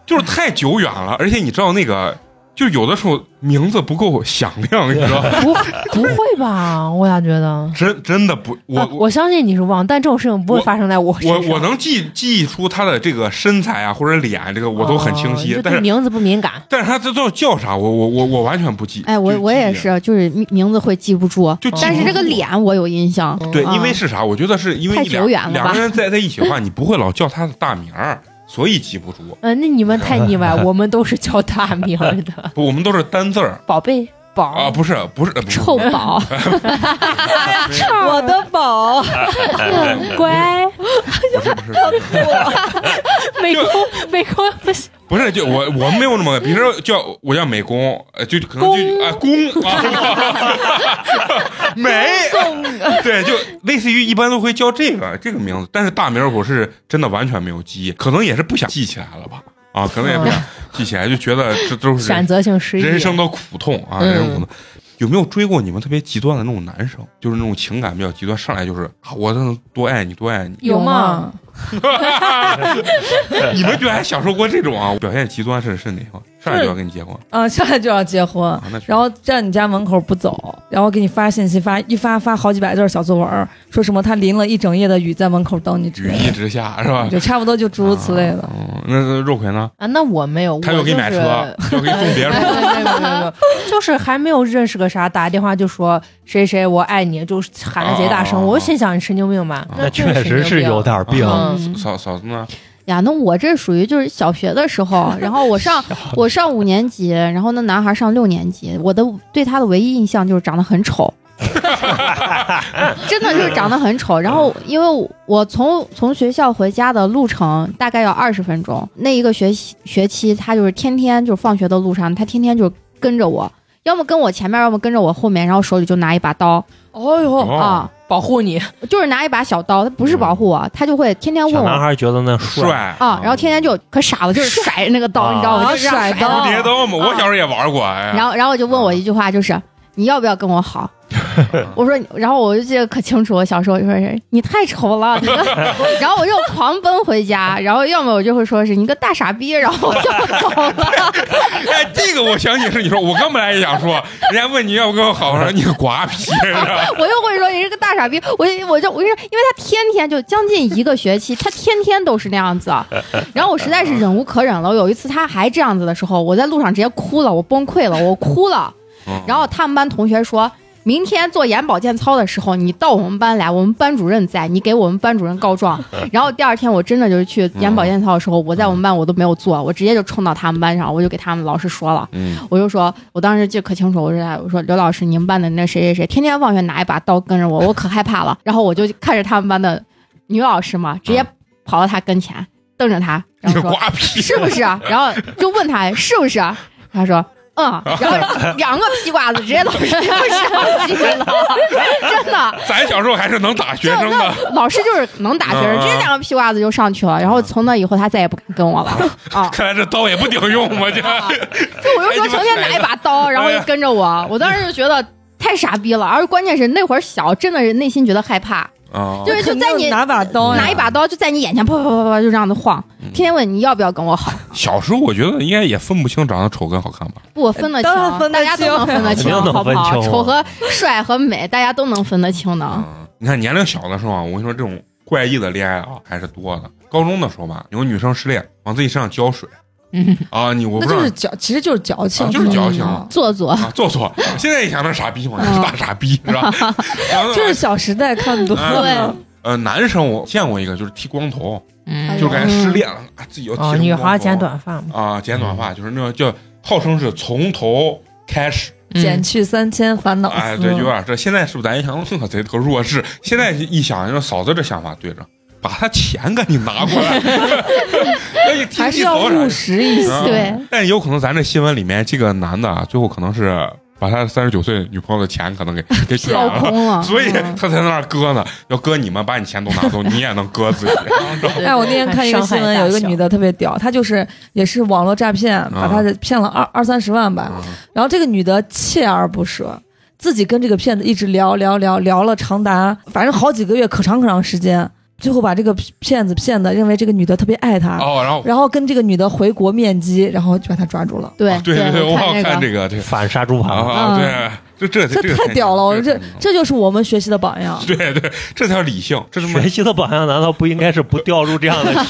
B: 就是太久远了。而且你知道那个，就有的时候名字不够响亮，你知道吗，
H: 不不会吧？我咋觉得？
B: 真真的不，我
H: 啊我相信你是忘，但这种事情不会发生在我身
B: 我
H: 上。
B: 我能记记忆出他的这个身材啊，或者脸，这个我都很清晰。
H: 哦就
B: 但
H: 对
B: 是
H: 名字不敏感。
B: 但是他这都叫啥，我我我我完全不记。
E: 哎，我
B: 就
E: 我
B: 记
E: 也
B: 忆
E: 是，就是名名字会记不住，
B: 就记
E: 但是
B: 不
E: 这个
B: 住
E: 脸我有印象。
B: 对，
E: 嗯
B: 因为是啥？我觉得是因为
E: 太
B: 你俩
E: 久远了吧
B: 两个人在在一起的话，你不会老叫他的大名儿，所以记不住。
H: 呃 嗯，那你们太腻歪，我们都是叫大名儿的
E: 呃
B: 不，我们都是单字儿，
H: 宝贝。
E: 哦
H: 宝
B: 啊，不是不是，呃不是
E: 臭宝，
C: 我的宝，
H: 乖，
B: 不是不是， 美工
H: 美工不是
B: 不是，就我我没有那么，比如说叫我叫美工，呃，就可能就啊 工啊，美，对，就类似于一般都会叫这个这个名字，但是大名儿我是真的完全没有记忆，可能也是不想记起来了吧，啊，可能也不
E: 哦
B: 想记起来，就觉得这都是
H: 选择性失忆，
B: 人生的苦痛啊，人生苦痛。有没有追过你们特别极端的那种男生？就是那种情感比较极端，上来就是啊，我真的多爱你，多爱你。
H: 有吗？
B: 你们居然还享受过这种啊？表现极端是是哪方？上来就要跟你结婚
G: 啊，上来就要结婚，
B: 啊？那是
G: 然后站你家门口不走，然后给你发信息发一发发好几百字儿小作文儿，说什么他淋了一整夜的雨在门口等你之
B: 举
G: 类的，
B: 一直下是吧？
G: 就差不多就诸如此类的。
B: 嗯，那那肉葵呢？
H: 啊，那我没有，
B: 他
H: 我
B: 又给你
H: 就
B: 买
H: 是呃哎
B: 车，又给你送别
H: 没有
B: 墅，
H: 没有没有没有没 有，就是还没有认识个啥，打电话就说谁谁我爱你，就喊的贼大声，
B: 哦
H: 我就心想你神经病吧？
D: 那
H: 真
D: 确实
H: 神
D: 是
H: 经病
D: 有点病。
B: 啊
H: 嗯
B: 嫂嫂子呢？
E: 呀，那我这属于就是小学的时候，然后我上我上五年级，然后那男孩上六年级，我的对他的唯一印象就是长得很丑，真的就是长得很丑。然后因为我从从学校回家的路程大概要二十分钟，那一个学期学期他就是天天就是放学的路上，他天天就是跟着我。要么跟我前面，要么跟着我后面，然后手里就拿一把刀
G: 哦呦，
B: 哦
E: 啊、
H: 保护你，
E: 就是拿一把小刀，他不是保护我，他就会天天问
D: 小
E: 我
D: 男孩觉得那
B: 帅
D: 帅，
E: 啊，然后天天就可傻了，就是甩那个刀，
D: 啊
E: 你知道吗？就是这样
G: 甩
E: 的
G: 刀
B: 啊蝴蝶刀嘛，我小时候也玩过。哎呀，
E: 然后，然后我就问我一句话，就是你要不要跟我好？我说，然后我就记得可清楚，我小时候就说是你太丑了，你个然后我就狂奔回家，然后要么我就会说是你个大傻逼，然后我就走了。
B: 哎，这个我想起是你说，我刚本来也想说，人家问你要不跟我好，我说你个瓜皮，是吧
E: 我又会说你是个大傻逼，我就我就我就因为他天天就将近一个学期，他天天都是那样子，啊然后我实在是忍无可忍了。我有一次他还这样子的时候，我在路上直接哭了，我崩溃了，我哭了。
B: 嗯
E: 然后他们班同学说。明天做眼保健操的时候，你到我们班来，我们班主任在，你给我们班主任告状。然后第二天我真的就是去眼保健操的时候，我在我们班我都没有做，我直接就冲到他们班上，我就给他们老师说了，
B: 嗯，
E: 我就说，我当时记得可清楚，我说哎我说刘老师，你们班的那谁谁谁，天天放学拿一把刀跟着我，我可害怕了。然后我就看着他们班的女老师嘛，直接跑到他跟前，瞪着他，然
B: 你
E: 后
B: 个
E: 说
B: 瓜皮，
E: 是不是？啊然后就问他是不是？啊他说。嗯，然后两个屁瓜子直接老师就上去了，真的，
B: 咱小时候还是能打学生的。
E: 老师就是能打学生，直接两个屁瓜子就上去了。然后从那以后，他再也不敢跟我了啊！
B: 看来这刀也不顶用嘛，这
E: 我就说成天拿一把刀，然后就跟着我，我当时就觉得太傻逼了，而关键是那会儿小，真的是内心觉得害怕，
B: 啊
E: 就是就在你
G: 拿把刀呀，
E: 拿一把刀就在你眼前啪啪啪啪啪就这样子晃，天天问你要不要跟我好，
B: 小时候我觉得应该也分不清长得丑跟好看吧。
E: 不我分得清
C: 当然，分得
E: 大家都能分得清，
D: 肯定能
E: 好不
D: 分
E: 好？
D: 清啊
E: 丑和帅和美，大家都能分得清的。
B: 嗯，你看年龄小的时候啊，我跟你说这种怪异的恋爱啊还是多的。高中的时候吧，有个女生失恋，往自己身上浇水
H: 嗯，
B: 啊，你我
G: 那
B: 不知道
G: 就是矫，其实就是矫情
B: 啊，就是矫情
G: 嗯
E: 做作，
B: 啊，做错。现在一想那傻逼嘛，就是大傻逼是吧？然 后
G: 就是《小时代》看多了，
B: 呃，男生我见过一个就是剃光头，
E: 哎
H: 嗯
B: 就是感觉失恋了，啊自己要剃成
H: 啊，
B: 光头。
H: 女孩
D: 哦
H: 剪短发嘛，
B: 啊，剪短发就是那种叫号称是从头开始。
G: 减去三千烦恼
B: 哎，
G: 丝。
B: 对，有点这。现在是不是咱一想， 哼，贼特弱智？现在一想，说嫂子这想法对着，把他钱赶紧拿过来，哎那你
G: 还是要务实一
B: 嗯
G: 些。
E: 对，
B: 啊但有可能咱这新闻里面，这个男的啊，最后可能是把他三十九岁女朋友的钱可能给给卷
E: 嗯掏
B: 了。
E: 空了。
B: 所以他才在那儿割呢，要割你们，把你钱都拿走，你也能割自己。
G: 哎，我那天看一个新闻，有一个女的特别屌，她就是也是网络诈骗，把
B: 啊
G: 她骗了二二三十万吧。然后这个女的锲而不舍，自己跟这个骗子一直聊聊聊聊了长达反正好几个月，可长可长时间，最后把这个骗子骗的认为这个女的特别爱他，
B: 哦，然后
G: 然后跟这个女的回国面基，然后就把她抓住了。
E: 对
B: 啊对对对，我好
E: 看
B: 看
E: 个，
B: 这个这个
D: 反杀猪盘，
B: 啊，对
G: 嗯，
B: 这这
G: 这
B: 个
G: 太屌了，我
B: 这
G: 这
B: 个太牛
G: 这就是我们学习的榜样。
B: 对对，这才叫理性，这他妈
D: 学习的榜样难道不应该是不掉入这样的 圈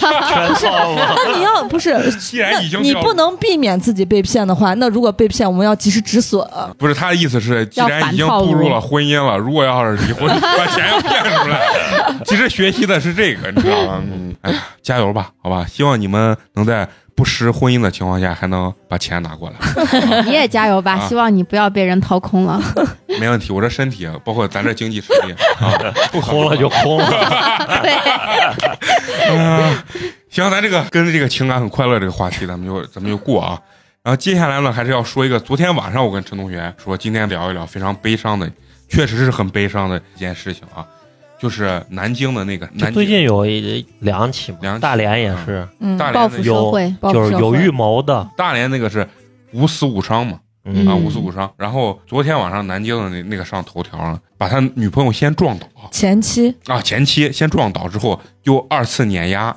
D: 套吗？
G: 那你要不是，
B: 既然哎已经
G: 那你
B: 掉入
G: 不能避免自己被骗的话，那如果被骗，我们要及时止损。
B: 不是他的意思是，既然已经步入了婚姻了，如果要是离婚，把钱要骗出
D: 嗯
B: 来。其实学习的是这个，你知道吗？嗯，哎呀，加油吧，好吧，希望你们能在不失婚姻的情况下，还能把钱拿 过来，
E: 你也加油吧，
B: 啊
E: 希望你不要被人掏空了。
B: 没问题。我这身体，包括咱这经济实力，啊，不 可
D: 空了就空了。
B: 啊， 行，咱这个跟这个情感很快乐这个话题，咱们就咱们就过啊。然后接下来呢，还是要说一个，昨天晚上我跟陈同学说，今天聊一聊非常悲伤的，确实是很悲伤的一件事情啊，就是南京的那个
D: 就
B: 南京
D: 最近有一两起嘛，
B: 两起啊
D: 大连也是，
G: 嗯，
B: 大
E: 报
B: 连
E: 复
B: 那
E: 社
B: 个
D: 有
E: 会
G: 报复
D: 就是
G: 社
D: 有
G: 会
D: 预谋的。
B: 大连那个是无死无伤嘛，
D: 嗯
B: 啊，
E: 嗯
B: 无死无伤。然后昨天晚上南京的那那个上头条了，把他女朋友先撞倒
G: 前期
B: 啊，前妻先撞倒之后又二次碾压，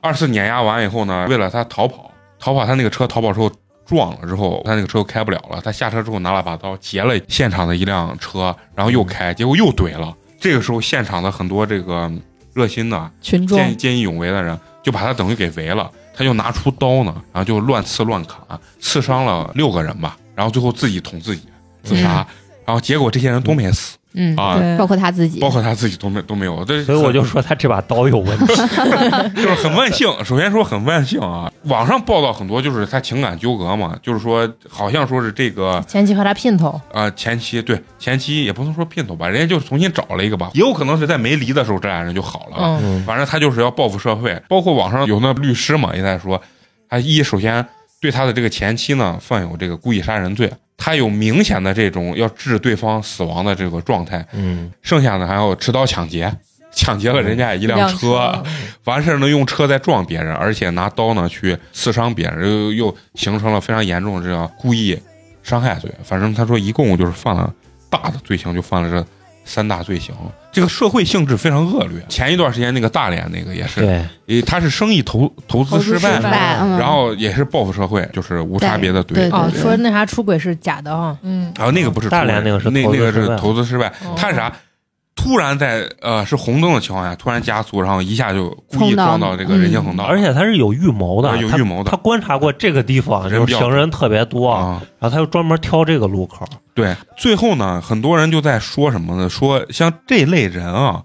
B: 二次碾压完以后呢，为了他逃跑，逃跑他那个车逃跑之后撞了之后，他那个车又开不了了，他下车之后拿了把刀劫了现场的一辆车，然后又开，结果又怼了。这个时候现场的很多这个热心的
G: 群众
B: 见见义勇为的人，就把他等于给围了，他就拿出刀呢，然后就乱刺乱砍，刺伤了六个人吧，然后最后自己捅自己自杀，然后结果这些人都没死
H: 嗯，
B: 啊，
G: 对
E: 包括他自己
B: 包。括他自己都没都没有，这
D: 所以我就说他这把刀有问题。
B: 就是很万幸。 首先说很万幸啊，网上报道很多就是他情感纠葛嘛，就是说好像说是这个
H: 前期和他姘头，
B: 呃前妻对前妻也不能说姘头吧，人家就重新找了一个吧，也有可能是在没离的时候这俩人就好了吧。
H: 嗯，
D: 嗯，
B: 反正他就是要报复社会。包括网上有那律师嘛，也在说，他一首先对他的这个前妻呢犯有这个故意杀人罪，他有明显的这种要致对方死亡的这个状态，
D: 嗯，
B: 剩下的还有持刀抢劫。抢劫了人家一辆车，完事儿呢用车再撞别人，而且拿刀呢去刺伤别人，又又形成了非常严重的这样故意伤害罪。反正他说一共就是犯了大的罪行，就犯了这三大罪行。这个社会性质非常恶劣。前一段时间那个大连那个也是，
D: 对，
B: 诶，他是生意投投资失败，
G: 投资失
E: 败嗯
B: 然后也是报复社会，就是无差别的怼。
E: 对对
H: 哦，
E: 对
H: 说那啥出轨是假的哈，
G: 嗯，
B: 然后啊那个不是
D: 大连
B: 出轨
D: 那个是
B: 那
D: 投资
B: 那个
D: 失
B: 是
D: 败
B: 投资失败，他是啥？突然在呃是红灯的情况下突然加速，然后一下就故意
E: 冲到
B: 撞到这个人行横道，
D: 嗯而且他是有预谋的，
B: 啊有
D: 他
B: 预谋的
D: 他观察过这个地方
B: 人
D: 就
B: 比
D: 是
B: 较
D: 行人特别多，
B: 啊，
D: 然后他又专门挑这个路口。
B: 对，最后呢，很多人就在说什么呢？说像这类人啊，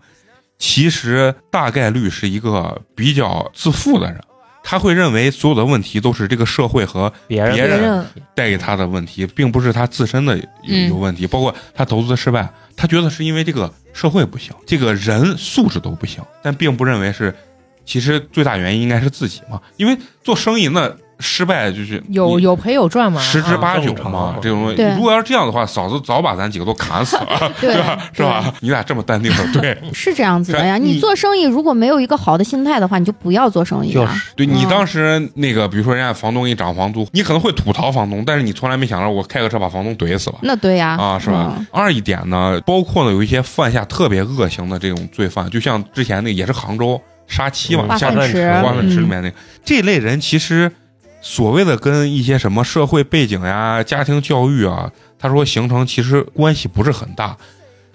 B: 其实大概率是一个比较自负的人，他会认为所有的问题都是这个社会和
D: 别人
B: 别
G: 别
B: 人
G: 人
B: 带给他的问题，并不是他自身的有
F: 嗯
B: 有问题，包括他投资的失败，他觉得是因为这个社会不行，这个人素质都不行，但并不认为是，其实最大原因应该是自己嘛，因为做生意那失败就是
H: 有
B: 你
H: 有赔有赚嘛，
B: 十之
H: 啊
B: 八九
D: 正常
B: 嘛，这种东西
E: 对
B: 如果要是这样的话，嫂子早把咱几个都砍死了，
E: 对
B: 是吧？是吧？你俩这么淡定的，对，
E: 是这样子的呀。
B: 对你
E: 你做生意如果没有一个好的心态的话，你就不要做生意
D: 就
E: 啊。
D: 是
B: 对你
E: 嗯
B: 当时那个，比如说人家房东给你涨房租，你可能会吐槽房东，但是你从来没想到我开个车把房东怼死吧？
E: 那对呀，
B: 啊，是吧？
E: 嗯？
B: 二一点呢，包括呢有一些犯下特别恶行的这种罪犯，就像之前那个也是杭州杀妻嘛，
E: 嗯
B: 下
E: 挖粪池
B: 挖粪池
E: 嗯
B: 里面那个、这类人，其实所谓的跟一些什么社会背景呀、家庭教育啊，他说形成其实关系不是很大。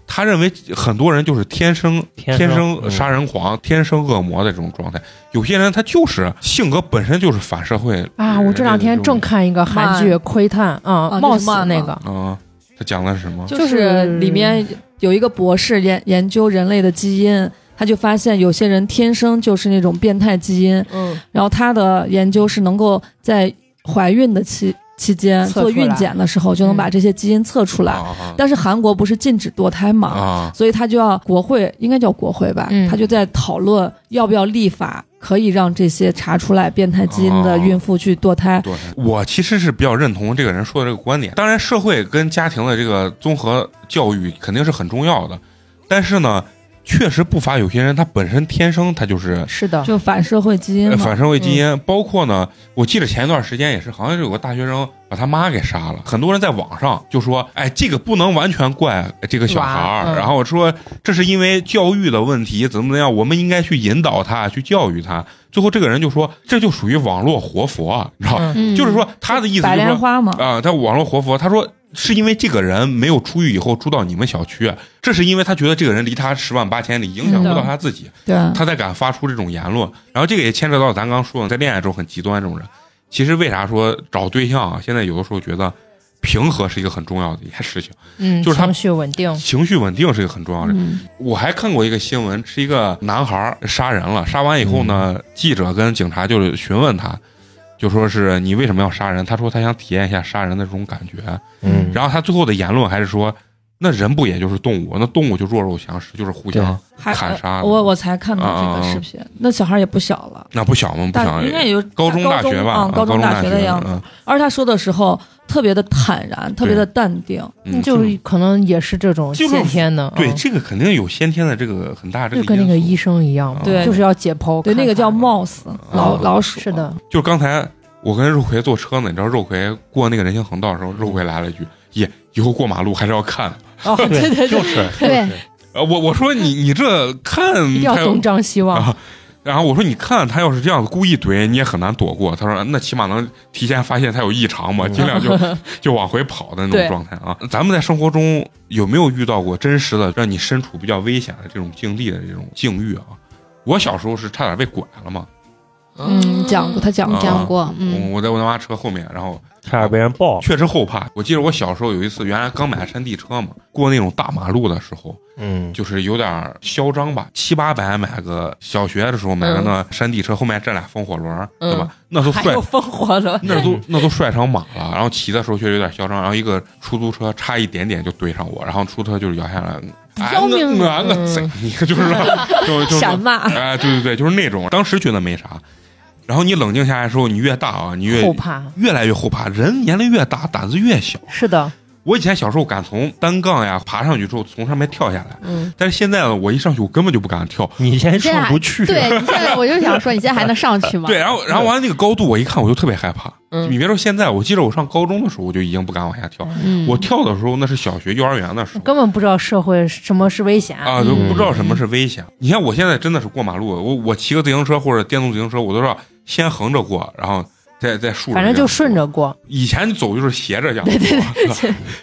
B: 他认为很多人就是天生
D: 天
B: 天
D: 生
B: 生杀人狂、天生恶魔的这种状态，有些人他就是性格本身就是反社会
H: 啊，我这两天正
B: 啊、
H: 看一个韩剧
G: 慢
H: 《窥探》啊，
G: 啊
H: 冒
G: 就是
H: 死
G: 慢
H: 那
G: 嘛
H: 个，
B: 嗯他讲的是什么？
G: 就是里面有一个博士研研究人类的基因，他就发现有些人天生就是那种变态基因，
H: 嗯，
G: 然后他的研究是能够在怀孕的期期间
H: 测出
G: 做
H: 来嗯
G: 孕检的时候就能把这些基因测出来，
B: 啊
G: 但是韩国不是禁止堕胎
B: 啊
G: 嘛，
B: 啊！
G: 所以他就要国会应该叫国会吧，
H: 嗯
G: 他就在讨论要不要立法可以让这些查出来变态基因的孕妇去堕胎。
B: 对，我其实是比较认同这个人说的这个观点。当然，社会跟家庭的这个综合教育肯定是很重要的，但是呢，确实不乏有些人他本身天生他就是
H: 是的，
G: 就反社会基因
B: 呃
G: 嘛，
B: 反社会基因，
H: 嗯
B: 包括呢，我记得前一段时间也是，好像是有个大学生把他妈给杀了。很多人在网上就说：“哎，这个不能完全怪这个小孩儿。
H: 娃嗯
B: 然后说这是因为教育的问题，怎么怎么样，我们应该去引导他，去教育他。最后这个人就说：“这就属于网络活佛，啊你知道。
H: 嗯
E: 嗯
B: 就是说，他的意思
G: 白
B: 就是
G: 莲
B: 说，
G: 花嘛，
B: 啊，他网络活佛，他说是因为这个人没有出狱以后住到你们小区，啊这是因为他觉得这个人离他十万八千里，影响不到他自己，
G: 对，
B: 他才敢发出这种言论。然后这个也牵扯到咱刚说的，在恋爱中很极端这种人，其实为啥说找对象啊？现在有的时候觉得平和是一个很重要的一件事情，
H: 嗯，
B: 就是他
H: 情绪稳定，
B: 情绪稳定是一个很重要的。
E: 嗯，
B: 我还看过一个新闻，是一个男孩儿杀人了，杀完以后呢，记者跟警察就是询问他，就说是你为什么要杀人？他说他想体验一下杀人的这种感觉。
D: 嗯，
B: 然后他最后的言论还是说，那人不也就是动物？那动物就弱肉强食，就是互相
G: 还
B: 砍杀的
G: 呃我我才看到这
B: 啊啊
G: 个
B: 啊
G: 视频，那小孩也不小了，
B: 那不小吗？不
G: 大
B: 小，
G: 应该也就
B: 高中大学吧，
G: 啊
B: 啊
G: 高中
B: 大
G: 大学的样子。
B: 嗯
G: 而他说的时候特别的坦然，特别的淡定，
B: 嗯，
H: 就是可能也是这种
B: 就是
H: 先天的，
B: 对
H: 嗯
B: 这个肯定有先天的这个很大这
H: 就
B: 个
H: 跟那个
B: 因素
H: 医生一样嘛，
G: 对
H: 就是要解剖，
G: 对，
H: 看
G: 那个
H: 看嗯
G: 叫 mouse
B: 嗯
G: 老老鼠，
H: 是的，
B: 就刚才我跟肉葵坐车呢，你知道肉葵过那个人行横道的时候，肉葵来了一句：“耶，以后过马路还是要看。
G: 啊，对对对，
D: 就是
E: 对，
B: 呃”我我说你你这看
H: 一定要
B: 他要
H: 东张西望，
B: 啊，然后我说你看他要是这样子故意怼你也很难躲过。他说那起码能提前发现他有异常嘛，
D: 嗯
B: 尽量 就就往回跑的那种
G: 对
B: 状态啊。咱们在生活中有没有遇到过真实的让你身处比较危险的这种境地的这种境遇啊？我小时候是差点被拐了嘛，
G: 嗯，讲过他讲
B: 啊
G: 过，
E: 讲过，
B: 我
E: 嗯，
B: 我在我妈车后面，然后
D: 差点被人爆。
B: 确实后怕。我记得我小时候有一次，原来刚买山地车嘛，过那种大马路的时候，
D: 嗯，
B: 就是有点嚣张吧，七八百买个小学的时候买个那山地车，后面站俩风火轮，对吧？那都
G: 还
B: 帅
G: 有，烽火的，
B: 那都那都帅成马了。然后骑的时候确实有点嚣张，然后一个出租车差一点点就怼上我，然后出租车就是摇下来。哎，
H: 要
B: 我
H: 命
B: 我我贼， 你就是就就是
G: 闪骂，
B: 哎，对对对，就是那种，当时觉得没啥，然后你冷静下来之后，你越大啊，你越
H: 后怕，
B: 越来越后怕，人年龄越大，胆子越小。
H: 是的，
B: 我以前小时候敢从单杠呀爬上去之后从上面跳下来，
C: 嗯，
B: 但是现在呢，我一上去我根本就不敢跳。
D: 你先
E: 这
D: 上
E: 样
D: 不去，
E: 对你现在我就想说，你现在还能上去吗？
B: 对，然后然后完了那个高度，我一看我就特别害怕。
C: 嗯
B: 你别说现在，我记得我上高中的时候我就已经不敢往下跳。
E: 嗯，
B: 我跳的时候那是小学、幼儿园的时候
H: 根本不知道社会什么是危险，
B: 啊，就不知道什么是危险。你看我现在真的是过马路，我我骑个自行车或者电动自行车，我都是先横着过，然后再再竖着这样过，
H: 反正就顺着过，
B: 以前走就是斜着这样走，对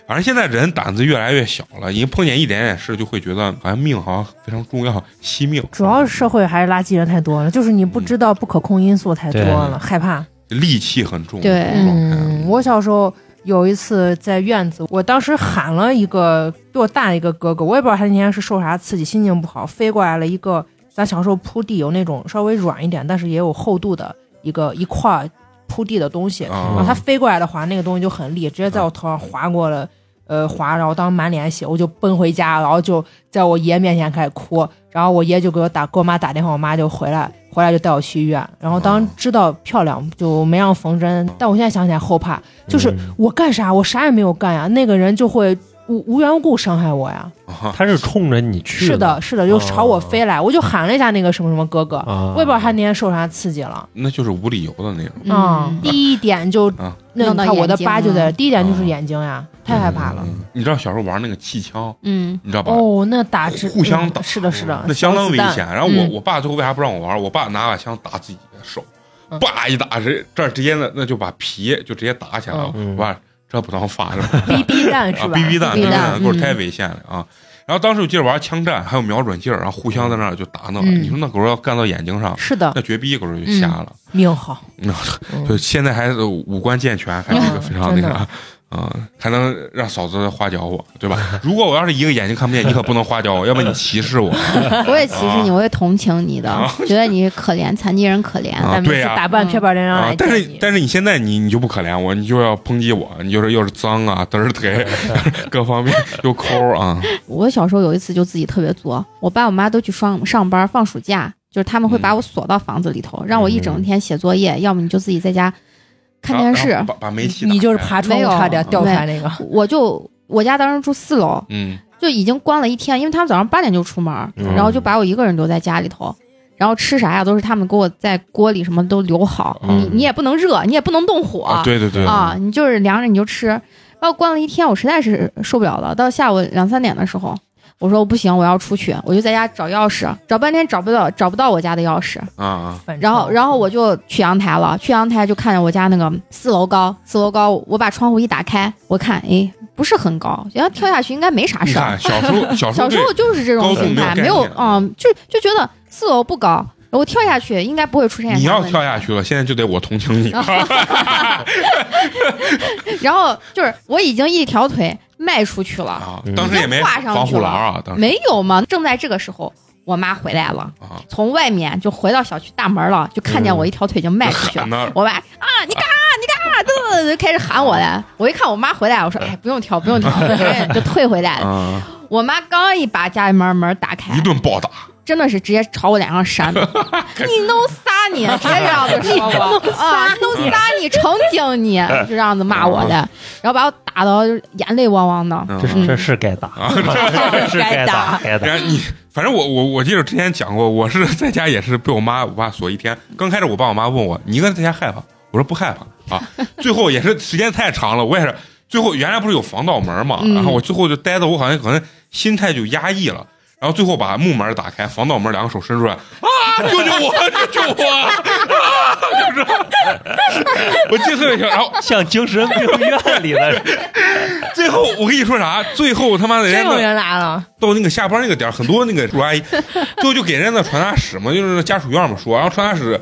B: 反正现在人胆子越来越小了，你碰见一点点事就会觉得好像命好像非常重要，惜命。
H: 主要是社会还是垃圾人太多了，就是你不知道不可控因素太多了，害怕。
B: 戾气很重。
E: 对
B: 这种状态
H: 嗯，我小时候有一次在院子，我当时喊了一个比我大一个哥哥，我也不知道他那天是受啥刺激，心情不好，飞过来了一个，咱小时候铺地有那种稍微软一点，但是也有厚度的一个一块儿铺地的东西，然后
B: 啊
H: 它飞过来的话，那个东西就很利，直接在我头上划过了，呃，划，然后当时满脸血，我就奔回家，然后就在我爷面前开始哭，然后我爷就给我打给我妈打电话，我妈就回来，回来就带我去医院，然后当时知道漂亮就没让缝针，但我现在想起来后怕，就是
D: 嗯
H: 我干啥我啥也没有干呀，那个人就会。无无缘无故伤害我呀！
B: 啊
D: 他是冲着你去
H: 是的，哦是的，就朝我飞来，我就喊了一下那个什么什么哥哥，
D: 啊，
H: 我也不知道他那天受啥刺激了。
B: 那就是无理由的那种。
H: 啊，
E: 嗯，
H: 第一点就
B: 啊
H: 那
E: 弄
H: 你
E: 到
H: 看我的
E: 眼睛
H: 疤就
E: 啊
H: 在这，第一点就是眼睛呀，太害怕了。
B: 嗯你知道小时候玩那个气枪，
E: 嗯，
B: 你知道吧？
H: 哦，那打直
B: 互相打
H: 嗯是的，是的，
B: 那相当危
H: 小子
B: 险。
H: 弹
B: 然后我
H: 嗯
B: 我爸最后为啥不让我玩？我爸拿把枪打自己的手
H: 嗯，
B: 叭一打，这这儿直接那那就把皮就直接打起来了。
D: 嗯
B: 我爸这不当法是吧？
H: BB 弹是
B: 啊
H: 吧
B: ，BB 弹，
E: BB
B: 真
E: 弹
B: 的都是
E: 嗯
B: 太危险了啊！然后当时我记得玩枪战，还有瞄准镜儿，然后互相在那儿就打闹。
H: 嗯
B: 你说那狗要干到眼睛上，
H: 是的，
B: 那绝逼狗就瞎了。
H: 命好，
B: 就现在还是五官健全，还是一个非常那个
H: 嗯真的
B: 啊、还能让嫂子花脚我，对吧？ 如果我要是一个眼睛看不见，你可不能花脚我，要不然你歧视 我
H: 哎
E: 我也歧视你，我也同情你的
B: 啊，
E: 觉得你可怜，残疾人可怜。
B: 啊
H: 咱们
B: 对
H: 是
B: 呀
H: 打扮漂漂亮亮
B: 啊
H: 来！
B: 但
H: 见
B: 是
H: 哎你。
B: 但是你现在你你就不可怜我，你就要抨击我，你就是又是脏啊，嘚儿 腿，各方面又抠啊，
E: 我小时候有一次就自己特别作，我爸我妈都去上上班，放暑假就是他
B: 嗯
E: 们会把我锁到房子里头，让我一整天写作业，要么你就自己在家看
B: 然
E: 电
B: 后
E: 视
B: 然后。把把煤气打
H: 你就是
B: 开
H: 爬窗
E: 没
H: 户
E: 有
H: 差点掉出来那个，
E: 我就我家当时住四楼，
B: 嗯
E: 就已经关了一天，因为他们早上八点就出门儿，
D: 嗯
E: 然后就把我一个人留在家里头，然后吃啥呀都是他们给我在锅里什么都留好，
B: 嗯
E: 你你也不能热，你也不能动火
B: 啊，对对对
E: 啊你就是凉着你就吃。然后关了一天，我实在是受不了了，到下午两三点的时候。我说不行，我要出去，我就在家找钥匙，找半天找不到，找不到我家的钥匙，
B: 啊啊，
H: 反
E: 然后，
H: 正
E: 然后我就去阳台了。去阳台就看见我家那个四楼高，四楼高，我把窗户一打开，我看，哎，不是很高，然后跳下去应该没啥
B: 你
E: 事
B: 看。
E: 儿
B: 小时 候小时候
E: 啊小时
B: 对
E: 候就是
B: 嗯
E: 这
B: 高
E: 种
B: 度
E: 心
B: 没有
E: 态，
B: 概
E: 没有
B: 念，
E: 嗯，就就觉得四楼不高，我跳下去应该不会出现。
B: 你要跳下，去了，现在就得我同情 你。啊
E: 然后就是我已经一条腿迈出去了，
B: 啊
D: 嗯！
B: 当时也没
E: 挂上去
B: 防护
E: 了
B: 栏啊，当时
E: 没有嘛？正在这个时候，我妈回来了，
B: 啊，
E: 从外面就回到小区大门了，就看见我一条腿已经迈出去了。
B: 喊那儿
E: 我爸啊，你干啥？你干啥？嘚嘚嘚就开始喊我来。我一看我妈回来，我说哎，不用跳，不用跳， 哎就退回来了。
B: 啊，
E: 我妈刚一把家里面门打开
B: 一，顿暴打，
E: 真的是直接朝我脸上扇的，你弄啥你？直接这样子说我啊，你弄啥你？成精你！就这样子骂我的，然后把我打到就是眼泪汪 汪的。
B: 嗯
D: 这是这是该打，这是该打，该 打。
B: 然后你，反正我我我记得之前讲过，我是在家也是被我妈我爸锁一天。刚开始我爸我妈问我，你一个人在家害怕？我说不害怕啊。最后也是时间太长了，我也是最后原来不是有防盗门嘛，
E: 嗯
B: 然后我最后就待的我好像可能心态就压抑了。然后最后把木门打开，防盗门两个手伸出来，啊！救救我！救救我！啊！就是，我记得特别清。然后
D: 像精神病院里的，
B: 最后我跟你说啥？最后他妈的人
H: 真
B: 家那
H: 有人来了，
B: 到那个下班那个点儿，很多那 个叔阿姨就就给人家的传达室嘛，就是家属院嘛说，然啊后传达室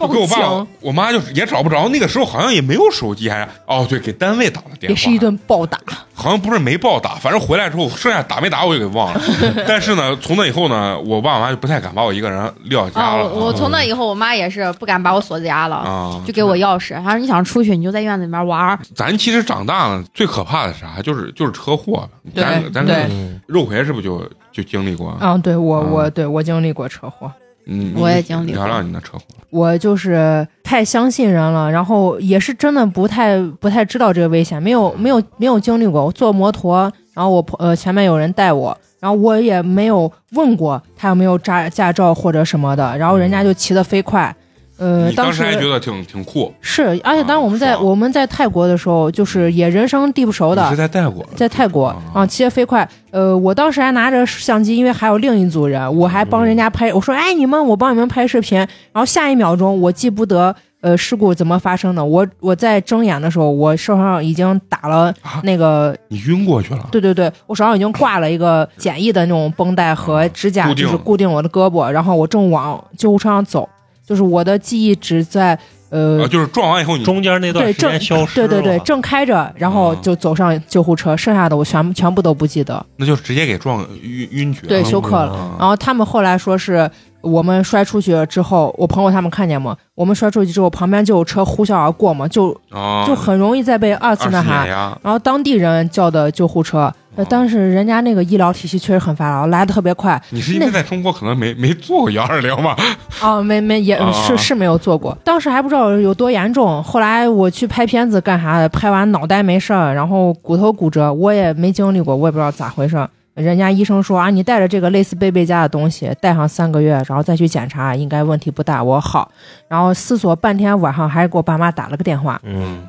B: 就给我爸我妈就也找不着，那个时候好像也没有手机，还是哦对，给单位打了电话，
H: 也是一顿暴打。
B: 好像不是没暴打，反正回来之后剩下打没打我也给忘了。 但是呢，从那以后呢，我爸我妈就不太敢把我一个人撂
E: 啊，
B: 家了
E: 我我从那以后，我妈也是不敢把我锁在家了，
B: 啊，
E: 就给我钥匙，她说你想出去你就在院子里面玩儿。
B: 咱其实长大了最可怕的是啥？就是就是车祸，咱
F: 对
B: 咱
F: 对
D: 嗯
B: 肉葵是不是就就经历过？
H: 嗯，对我
B: 啊
H: 我对我经历过车祸，
B: 嗯，
E: 我也经历过
B: 聊聊你的车祸。
H: 我就是太相信人了，然后也是真的不太不太知道这个危险，没有
B: 嗯
H: 没有没有经历过。我坐摩托，然后我朋呃前面有人带我，然后我也没有问过他有没有驾驾照或者什么的，然后人家就骑得飞快。呃，
B: 你当时
H: 时
B: 还觉得挺挺酷，
H: 是，而且当时我们在、
B: 啊爽
H: 我们在泰国的时候，就是也人生地不熟
B: 你
H: 的
B: 是，在泰国，
H: 在泰国
D: 哦
B: 啊
H: 啊，骑得飞快。呃，我当时还拿着相机，因为还有另一组人，我还帮人家拍。我说：“哎，你们，我帮你们拍视频。”然后下一秒钟，我记不得呃事故怎么发生的。我我在睁眼的时候，我手上已经打了
B: 啊
H: 那个，
B: 你晕过去了，
H: 对对对，我手上已经挂了一个简易的那种绷带
D: 啊
H: 和指甲，
B: 固定
H: 就是固定我的胳膊。然后我正往救护车上走，就是我的记忆只在呃
B: 啊，就是撞完以后你
D: 中间啊那段
H: 对
D: 时间
H: 正
D: 消失
H: 对
D: 了，啊
H: 对对，正开着，然后
B: 嗯
H: 就走上救护车，剩下的我全全部都不记得，
B: 那就直接给撞晕晕厥了，
H: 对，休克了。
B: 啊
H: 然后他们后来说是我们摔出去之后，我朋友他们看见嘛，我们摔出去之后，旁边就有车呼啸而过嘛，就
B: 啊，
H: 就很容易再被二
B: 二
H: 次那
B: 眼
H: 啥。
B: 呀，
H: 然后当地人叫的救护车，呃
B: 哦
H: 但是人家那个医疗体系确实很发达，来的特别快
B: 你是因为在中国可能没没坐过幺二零吧？
H: 啊，没没也
B: 啊
H: 是是没有做过，当时还不知道有多严重。后来我去拍片子干啥的，拍完脑袋没事儿，然后骨头骨折，我也没经历过，我也不知道咋回事儿。人家医生说啊，你带着这个类似贝贝家的东西，带上三个月，然后再去检查，应该问题不大。我好，然后思索半天，晚上还是给我爸妈打了个电话，
D: 嗯，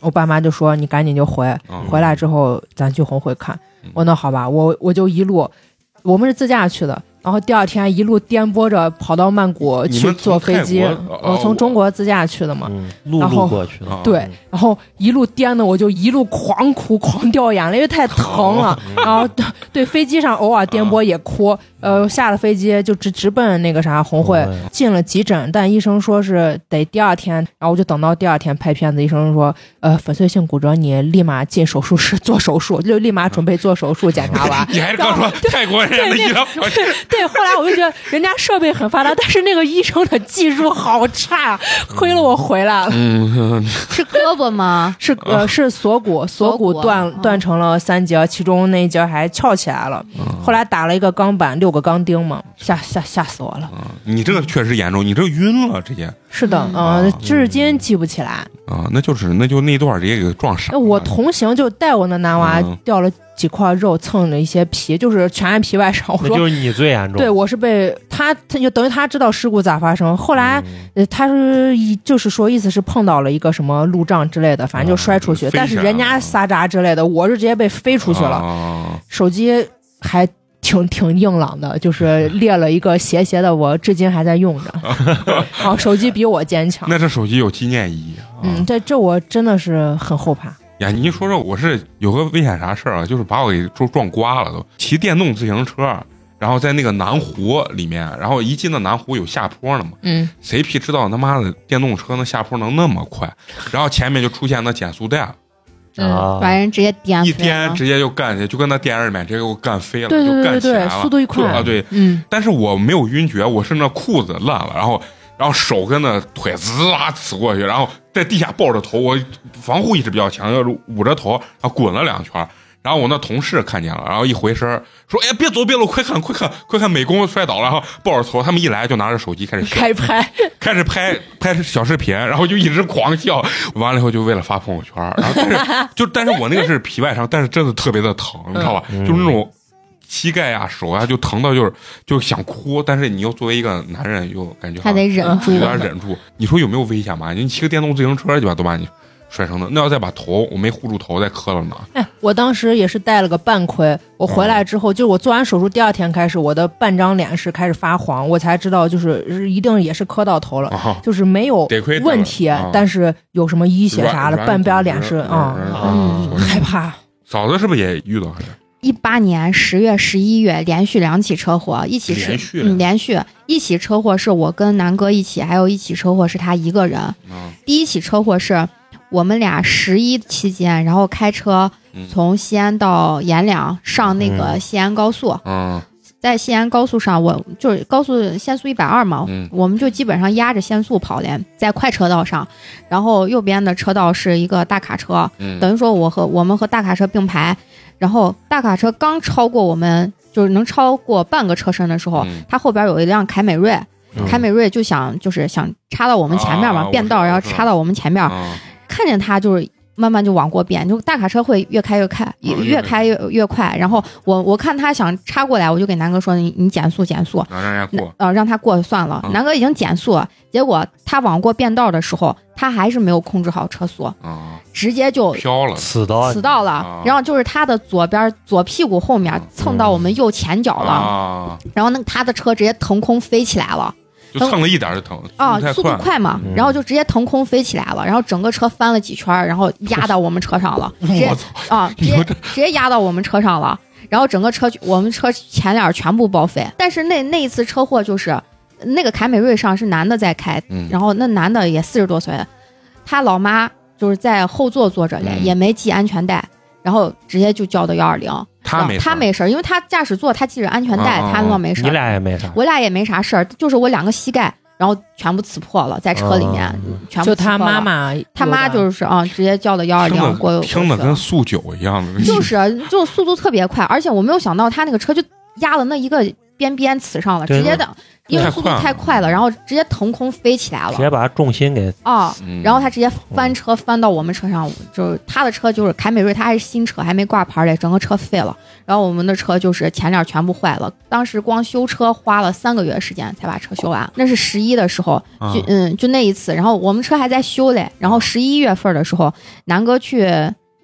H: 我爸妈就说你赶紧就回，
B: 啊
H: 回来之后咱去红会看
B: 嗯。
H: 我那好吧，我我就一路，我们是自驾去的，然后第二天一路颠簸着跑到曼谷
B: 你
H: 去
B: 们从
H: 坐飞机，
B: 泰国哦
H: 我从中国自驾去的嘛。
D: 嗯，路
H: 然后
D: 路过去了，
B: 啊
H: 对，然后一路颠的我就一路狂哭狂掉眼泪，因为太疼了。 然后对飞机上偶尔颠簸也哭，呃，下了飞机就直直奔那个啥红会
D: 红会，
H: 进了急诊，但医生说是得第二天，然后我就等到第二天拍片子，医生说，呃，粉碎性骨折，你立马进手术室做手术， 就立马准备做手术检查 完。
B: 你还是刚说泰国人的医疗条件，
H: 对，后来我就觉得人家设备很发达，但是那个医生的技术好差，亏了我回来了。
B: 嗯，
E: 是胳膊吗？
B: 啊
H: 是呃是锁骨，锁
E: 锁
H: 骨
E: 骨
H: 断
E: 嗯
H: 断成了三节，其中那一节还翘起来了。
B: 嗯
H: 后来打了一个钢板，六个钢钉嘛，吓吓吓死我了。
B: 啊你这个确实严重，你这晕了直接
H: 是的，
B: 嗯
H: 嗯，至今记不起来。
B: 啊，那就是那就那段直接给撞傻
H: 那
B: 了。
H: 我同行就带我那男娃
B: 嗯
H: 掉了几块肉，蹭了一些皮，就是全是皮外伤。我
D: 那
H: 说。
D: 就是你最严重。
H: 对，我是被他，他就等于他知道事故咋发生。后来，
D: 嗯
H: 呃，他是一就是说，意思是碰到了一个什么路障之类的，反正就
B: 啊
H: 摔出去。
B: 飞
H: 但是
B: 起来
H: 人
B: 了
H: 家撒扎之类的，我是直接被飞出去了。
B: 啊
H: 手机还挺挺硬朗的，就是裂了一个斜斜的，我至今还在用 着。好，手机比我坚强。
B: 那这手机有纪念意义啊。
H: 嗯，这这我真的是很后怕。
B: 呀，你一说说，我是有个危险啥事儿啊？就是把我给撞撞刮了都。骑电动自行车，然后在那个南湖里面，然后一进到南湖有下坡了嘛，
H: 嗯，
B: 谁皮知道他妈的电动车那下坡能那么快？然后前面就出现那减速带，
F: 对
D: 啊，
E: 嗯把人直接颠
B: 一
E: 飞了
B: 颠。直接就干下去，就跟那电影里面直接给我干飞了，
H: 啊对对
B: 就
H: 对
B: 干起来
H: 对，
B: 了。
H: 速度一
B: 啊，
H: 快，
B: 对，
H: 嗯，
B: 但是我没有晕厥，我是那裤子烂了，然后然后手跟那腿滋啦呲过去，然后在地下抱着头，我防护意识比较强，就是捂着头，然后滚了两圈。然后我那同事看见了，然后一回身说：“哎，别走，别走，快看，快看，快看，美工摔倒了！”然后抱着头，他们一来就拿着手机 开始笑，
C: 开拍，
B: 开始拍拍小视频，然后就一直狂笑。完了以后就为了发朋友圈，然后但是 就但是我那个是皮外伤，但是真的特别的疼，你知道吧？
D: 嗯
B: 就是那种膝盖呀、手啊，就疼到就是就想哭，但是你又作为一个男人，又感觉好像
E: 还得忍住
B: 有，点忍住。你说有没有危险吧？你骑个电动自行车去吧，都把你摔成的。那要再把头我没护住头，再磕了呢。
H: 哎，我当时也是戴了个半盔，我回来
B: 嗯
H: 之后，就是我做完手术第二天开始，我的半张脸是开始发黄，我才知道就是是一定也是磕到头了，
B: 啊，
H: 就是没有
B: 得亏
H: 问题，
B: 啊
H: 但是有什么淤血啥的，
B: 软
H: 半边脸是
B: 软
H: 啊，
B: 软
E: 嗯
B: 软
H: 害怕。
B: 嫂子是不是也遇到了？
E: 一八年十月、十一月连续两起车祸，一起是
B: 连续
E: 嗯连续一起车祸是我跟南哥一起，还有一起车祸是他一个人。
B: 啊，
E: 第一起车祸是我们俩十一期间，然后开车
B: 嗯
E: 从西安到阎良上那个
D: 嗯
E: 西安高速，
B: 嗯
E: 在西安高速上，我就是高速限速一百二嘛，
B: 嗯
E: 我们就基本上压着限速跑嘞，在快车道上，然后右边的车道是一个大卡车，
B: 嗯，
E: 等于说我和我们和大卡车并排，然后大卡车刚超过我们，就是能超过半个车身的时候，
B: 嗯
E: 它后边有一辆凯美瑞，
D: 嗯
E: 凯美瑞就想就是想插到我们前面嘛，
B: 啊
E: 变道
B: 我知
E: 然
B: 道
E: 后
B: 我知道
E: 插到我们前面，
B: 啊
E: 看见它就是。慢慢就往过变，就大卡车会越开越快，越
B: 嗯
E: 越开越越快。然后我我看他想插过来，我就给南哥说：“你你减速减速。”
B: 然后让人家过。
E: 呃，让他过算了
B: 啊。
E: 南哥已经减速了，结果他往过变道的时候，他还是没有控制好车速，
B: 啊，
E: 直接就
B: 飘了
D: 死到
E: 死到了，
B: 啊
E: 然后就是他的左边左屁股后面蹭到我们右前脚了，
B: 啊，
E: 然后那他的车直接腾空飞起来了
B: 就蹭了一点就疼
E: 啊，
B: 太
E: 速度
B: 快了
E: 快嘛，
D: 嗯
E: 然后就直接腾空飞起来了，然后整个车翻了几圈，然后压到我们车上了，直接
B: 我操！
E: 啊，直
B: 你
E: 接
B: 们
E: 直接压到我们车上了，然后整个车我们车前脸全部报废。但是那那一次车祸就是那个凯美瑞上是男的在开，
B: 嗯
E: 然后那男的也四十多岁，他老妈就是在后座坐着嘞，
B: 嗯
E: 也没系安全带，然后直接就叫的幺二零。啊
B: 他没事
E: 他没事儿，因为他驾驶座他系着安全带，
B: 哦
E: 他倒没事
D: 你
E: 儿。
D: 俩也没啥，
E: 我俩也没啥事儿，就是我两个膝盖，然后全部刺破了，在车里面、
B: 哦
D: 嗯
E: 全部
H: 就
E: 刺
H: 他
E: 破
H: 妈
E: 了。
H: 妈有的，
E: 他妈就是啊、直接叫的幺二
B: 听
E: 零
B: 的
E: 过
B: 听的
E: 过去
B: 跟
E: 了
B: 速九一样的，
E: 就是啊就速度特别快，而且我没有想到他那个车就压了那一个边边刺上了，
D: 对
E: 直接的，因为速度
B: 太快了
E: 太快了，然后直接腾空飞起来
D: 直接
E: 了
D: 把重心给
E: 啊。
B: 嗯
E: 然后他直接翻车翻到我们车上，就是他的车就是凯美瑞，他还是新车，还没挂牌嘞，整个车废了。然后我们的车就是前脸全部坏了，当时光修车花了三个月时间才把车修完。那是十一的时候，
B: 嗯啊
E: 就嗯就那一次，然后我们车还在修嘞。然后十一月份的时候，南哥去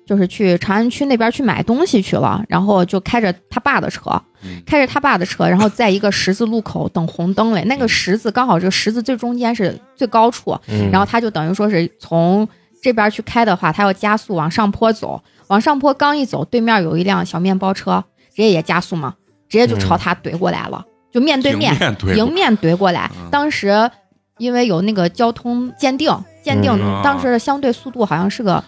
E: 就是去长安区那边去买东西去了，然后就开着他爸的车，
B: 嗯
E: 开着他爸的车，然后在一个十字路口等红灯嘞。那
B: 嗯
E: 个十字刚好这个十字最中间是最高处，
D: 嗯
E: 然后他就等于说是从这边去开的话，他要加速往上坡走，往上坡刚一走，对面有一辆小面包车，直接也加速嘛，直接就朝他怼过来了，就面对面
B: 迎面对
E: 迎面怼过来
B: 嗯。
E: 当时因为有那个交通鉴定，鉴定
B: 嗯
E: 当时的相对速度好像是个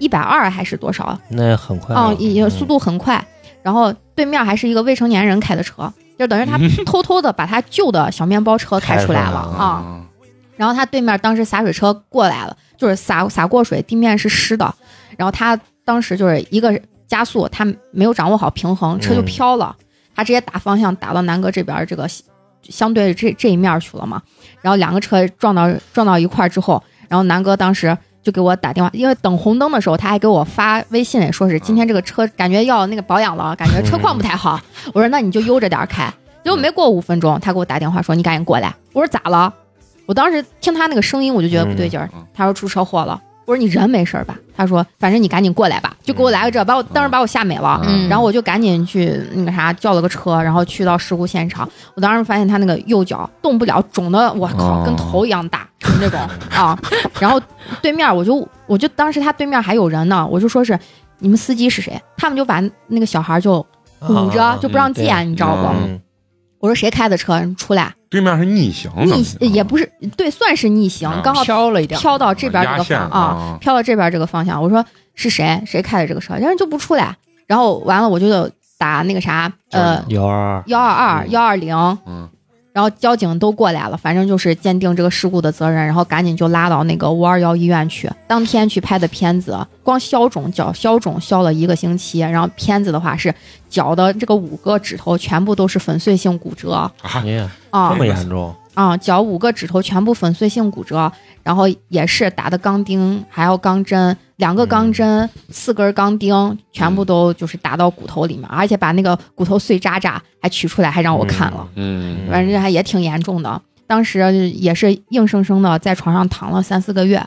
E: 一百二还是多少？
D: 那很快嗯
E: 啊，
D: 了
E: 也也速度很快。然后对面还是一个未成年人开的车，就等于 他偷偷的把他旧的小面包车开出来了
D: 开出来了
E: 啊。，
B: 嗯
E: 然后他对面当时洒水车过来了，就是洒洒过水，地面是湿的。然后他当时就是一个加速，他没有掌握好平衡，车就
D: 嗯
E: 飘了。他直接打方向打到南哥这边儿这个西相对这这一面儿去了嘛。然后两个车撞到撞到一块儿之后，然后南哥当时就给我打电话，因为等红灯的时候他还给我发微信里说是今天这个车感觉要那个保养了，感觉车况不太好。我说那你就悠着点儿开。结
B: 嗯
E: 果没过五分钟，他给我打电话说你赶紧过来。我说咋了？我当时听他那个声音我就觉得不对劲儿
B: 嗯嗯。
E: 他说出车祸了。我说你人没事儿吧？他说反正你赶紧过来吧，就给我来个这，
B: 嗯
E: 把我当时把我吓没了。
F: 嗯
E: 然后我就赶紧去那个啥叫了个车，然后去到事故现场。我当时发现他那个右脚动不了，肿的我靠
B: 哦
E: 跟头一样大，就是那种 啊。然后对面我就我就当时他对面还有人呢，我就说是你们司机是谁？他们就把那个小孩就捂
D: 啊
E: 着就不让
D: 见，
E: 见，你知道不？
B: 哦嗯
E: 我说谁开的车？你出来！
B: 对面是逆行的，
E: 逆也不是对，算是逆行
B: 啊，
E: 刚好
H: 飘了一点儿，
E: 飘到这边这
B: 压
E: 个啊
B: 线啊
E: 方啊，，飘到这边这个方向。我说是谁谁开的这个车，但是就不出来。然后完了，我就得打那个啥，呃，
D: 幺二
E: 幺二二、幺二零，
B: 嗯，
E: 然后交警都过来了，反正就是鉴定这个事故的责任，然后赶紧就拉到那个五二幺医院去。当天去拍的片子，光消肿脚消肿消了一个星期，然后片子的话是脚的这个五个指头全部都是粉碎性骨折
B: 啊，
D: 你这
H: 哦
E: 啊
D: 么严重？
E: 啊，脚五个指头全部粉碎性骨折，然后也是打的钢钉，还有钢针，两个
B: 嗯
E: 钢针，四根钢钉全部都就是打到骨头里面，而且把那个骨头碎渣渣还取出来，还
H: 啊
E: 让我看了。
B: 嗯
E: 反正还也挺严重的。当时也是硬生生的在床上躺了三四个月，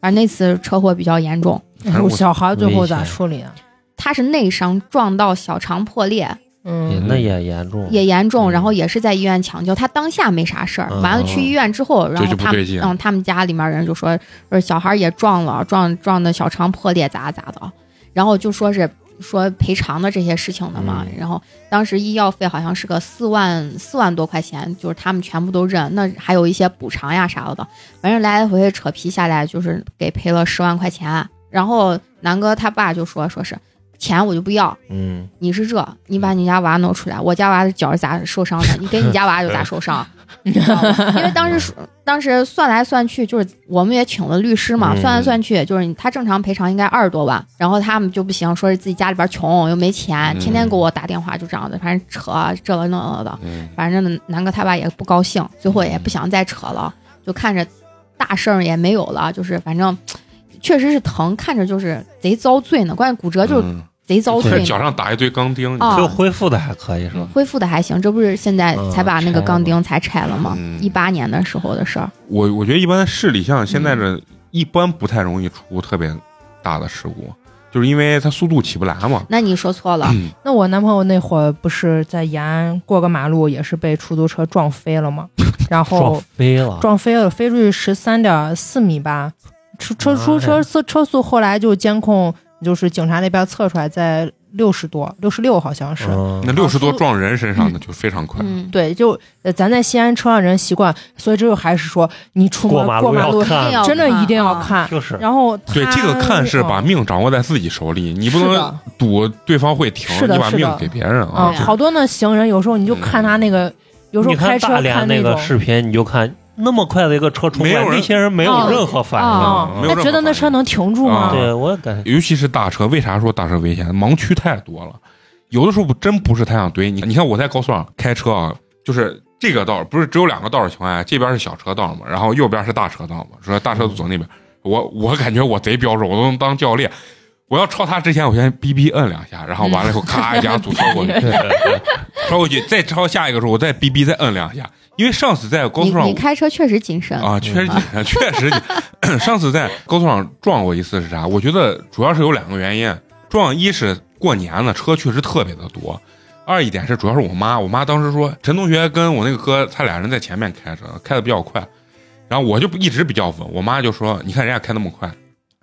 E: 反正那次车祸比较严重，
B: 哎我
H: 嗯小孩最后咋处理啊？
E: 他是内伤撞到小肠破裂，
D: 也
H: 嗯，
D: 那也严重，
E: 也严重，
D: 嗯
E: 然后也是在医院抢救。他当下没啥事儿，
D: 嗯
E: 完了去医院之后，然
B: 哦这
E: 后
B: 就不
E: 他
B: 对
E: 们
B: 劲
E: 嗯他们家里面人就说，说小孩也撞了，撞撞的小肠破裂咋咋的，然后就说是。说赔偿的这些事情的嘛，
D: 嗯
E: 然后当时医药费好像是个四万四万多块钱，就是他们全部都认，那还有一些补偿呀啥的，反正来来回回扯皮下来，就是给赔了十万块钱。然后南哥他爸就说，说是钱我就不要，
D: 嗯，
E: 你是这，你把你家娃弄出来，我家娃的脚是咋受伤的？你给你家娃又咋受伤？你知道吗？因为当时说当时算来算去，就是我们也请了律师嘛，
D: 嗯
E: 算来算去，就是你他正常赔偿应该二十多万，然后他们就不行，说是自己家里边穷又没钱，
B: 嗯
E: 天天给我打电话，就这样的，反正扯啊这了那了的，
B: 嗯
E: 反正南哥他爸也不高兴，最后也不想再扯了，就看着大事儿也没有了，就是反正确实是疼，看着就是贼遭罪呢，关键骨折就是
B: 嗯
E: 贼遭罪
B: 在
E: 呢。
B: 脚上打一堆钢钉，
H: 哦
E: 啊
D: 就恢复的还可以是吧？
E: 恢复的还行，这不是现在才把那个钢钉才嗯拆了吗
B: 嗯？
E: 一八、年的时候的事儿，
B: 我我觉得一般市里像现在
E: 嗯
B: 这一般不太容易出特别大的事故，就是因为它速度起不来嘛。
E: 那你说错了，
H: 那我男朋友那会儿不是在延安过个马路，也是被出租车撞飞 了吗？然
D: 撞
H: 后
D: 飞了，
H: 撞飞了，飞出去十三点四米吧。车车
D: 妈呀
H: 出车车车速后来就监控，就是警察那边测出来在六十多，六十六好像是。
D: 嗯
B: 那六十多撞人身上的就非常快，
E: 啊嗯，
H: 对，就呃咱在西安车上人习惯，所以这就还是说你出门
D: 过马
H: 过
D: 路
H: 马
D: 要
H: 路
D: 看
E: 一定要
H: 真的一定要
E: 看啊
H: 看。
D: 就是
H: 然后他嗯
B: 对这个看是把命掌握在自己手里，你不
H: 是
B: 能
H: 的
B: 赌对方会停，
H: 是的
B: 你把
H: 是的
B: 命给别人
H: 啊，
B: 啊。嗯
E: 对呀
B: 这
H: 好多那行人有时候你就看他那个，有时候
D: 你
H: 开
D: 看
H: 车
D: 大
H: 看
D: 连那个
H: 种。
D: 视频，你就看那么快的一个车冲
B: 没
D: 过来，
B: 有人嗯
D: 那些人没有
E: 啊
D: 任何反
E: 啊
D: 应
B: 没。有
H: 他
B: 任何
H: 觉得
B: 反
H: 哦那哦车
B: 应
H: 能停住
B: 啊
H: 吗？
D: 对我也感觉
B: 尤其是大车，为啥说大车危险？盲区太多了，有的时候真不是他想怼你。你看我在高速上开车啊，就是这个道儿不是只有两个道儿的情况下，这边是小车道嘛，然后右边是大车道嘛，说大车都走那边。我我感觉我贼标准，我都能当教练。我要超他之前，我先哔哔摁两下，然后完了以后咔一 下组超过去，超过去，再超下一个时候，我再哔哔再摁两下。因为上次在高速
E: 你
B: 上
E: 你开车确实谨慎，
B: 啊，确实紧 张，确实紧张。 上次在高速上撞过一次是啥？我觉得主要是有两个原因，撞一是过年了，车确实特别的多；二一点是主要是我妈，我妈当时说陈同学跟我那个哥，他俩人在前面开着，开的比较快，然后我就一直比较稳，我妈就说你看人家开那么快。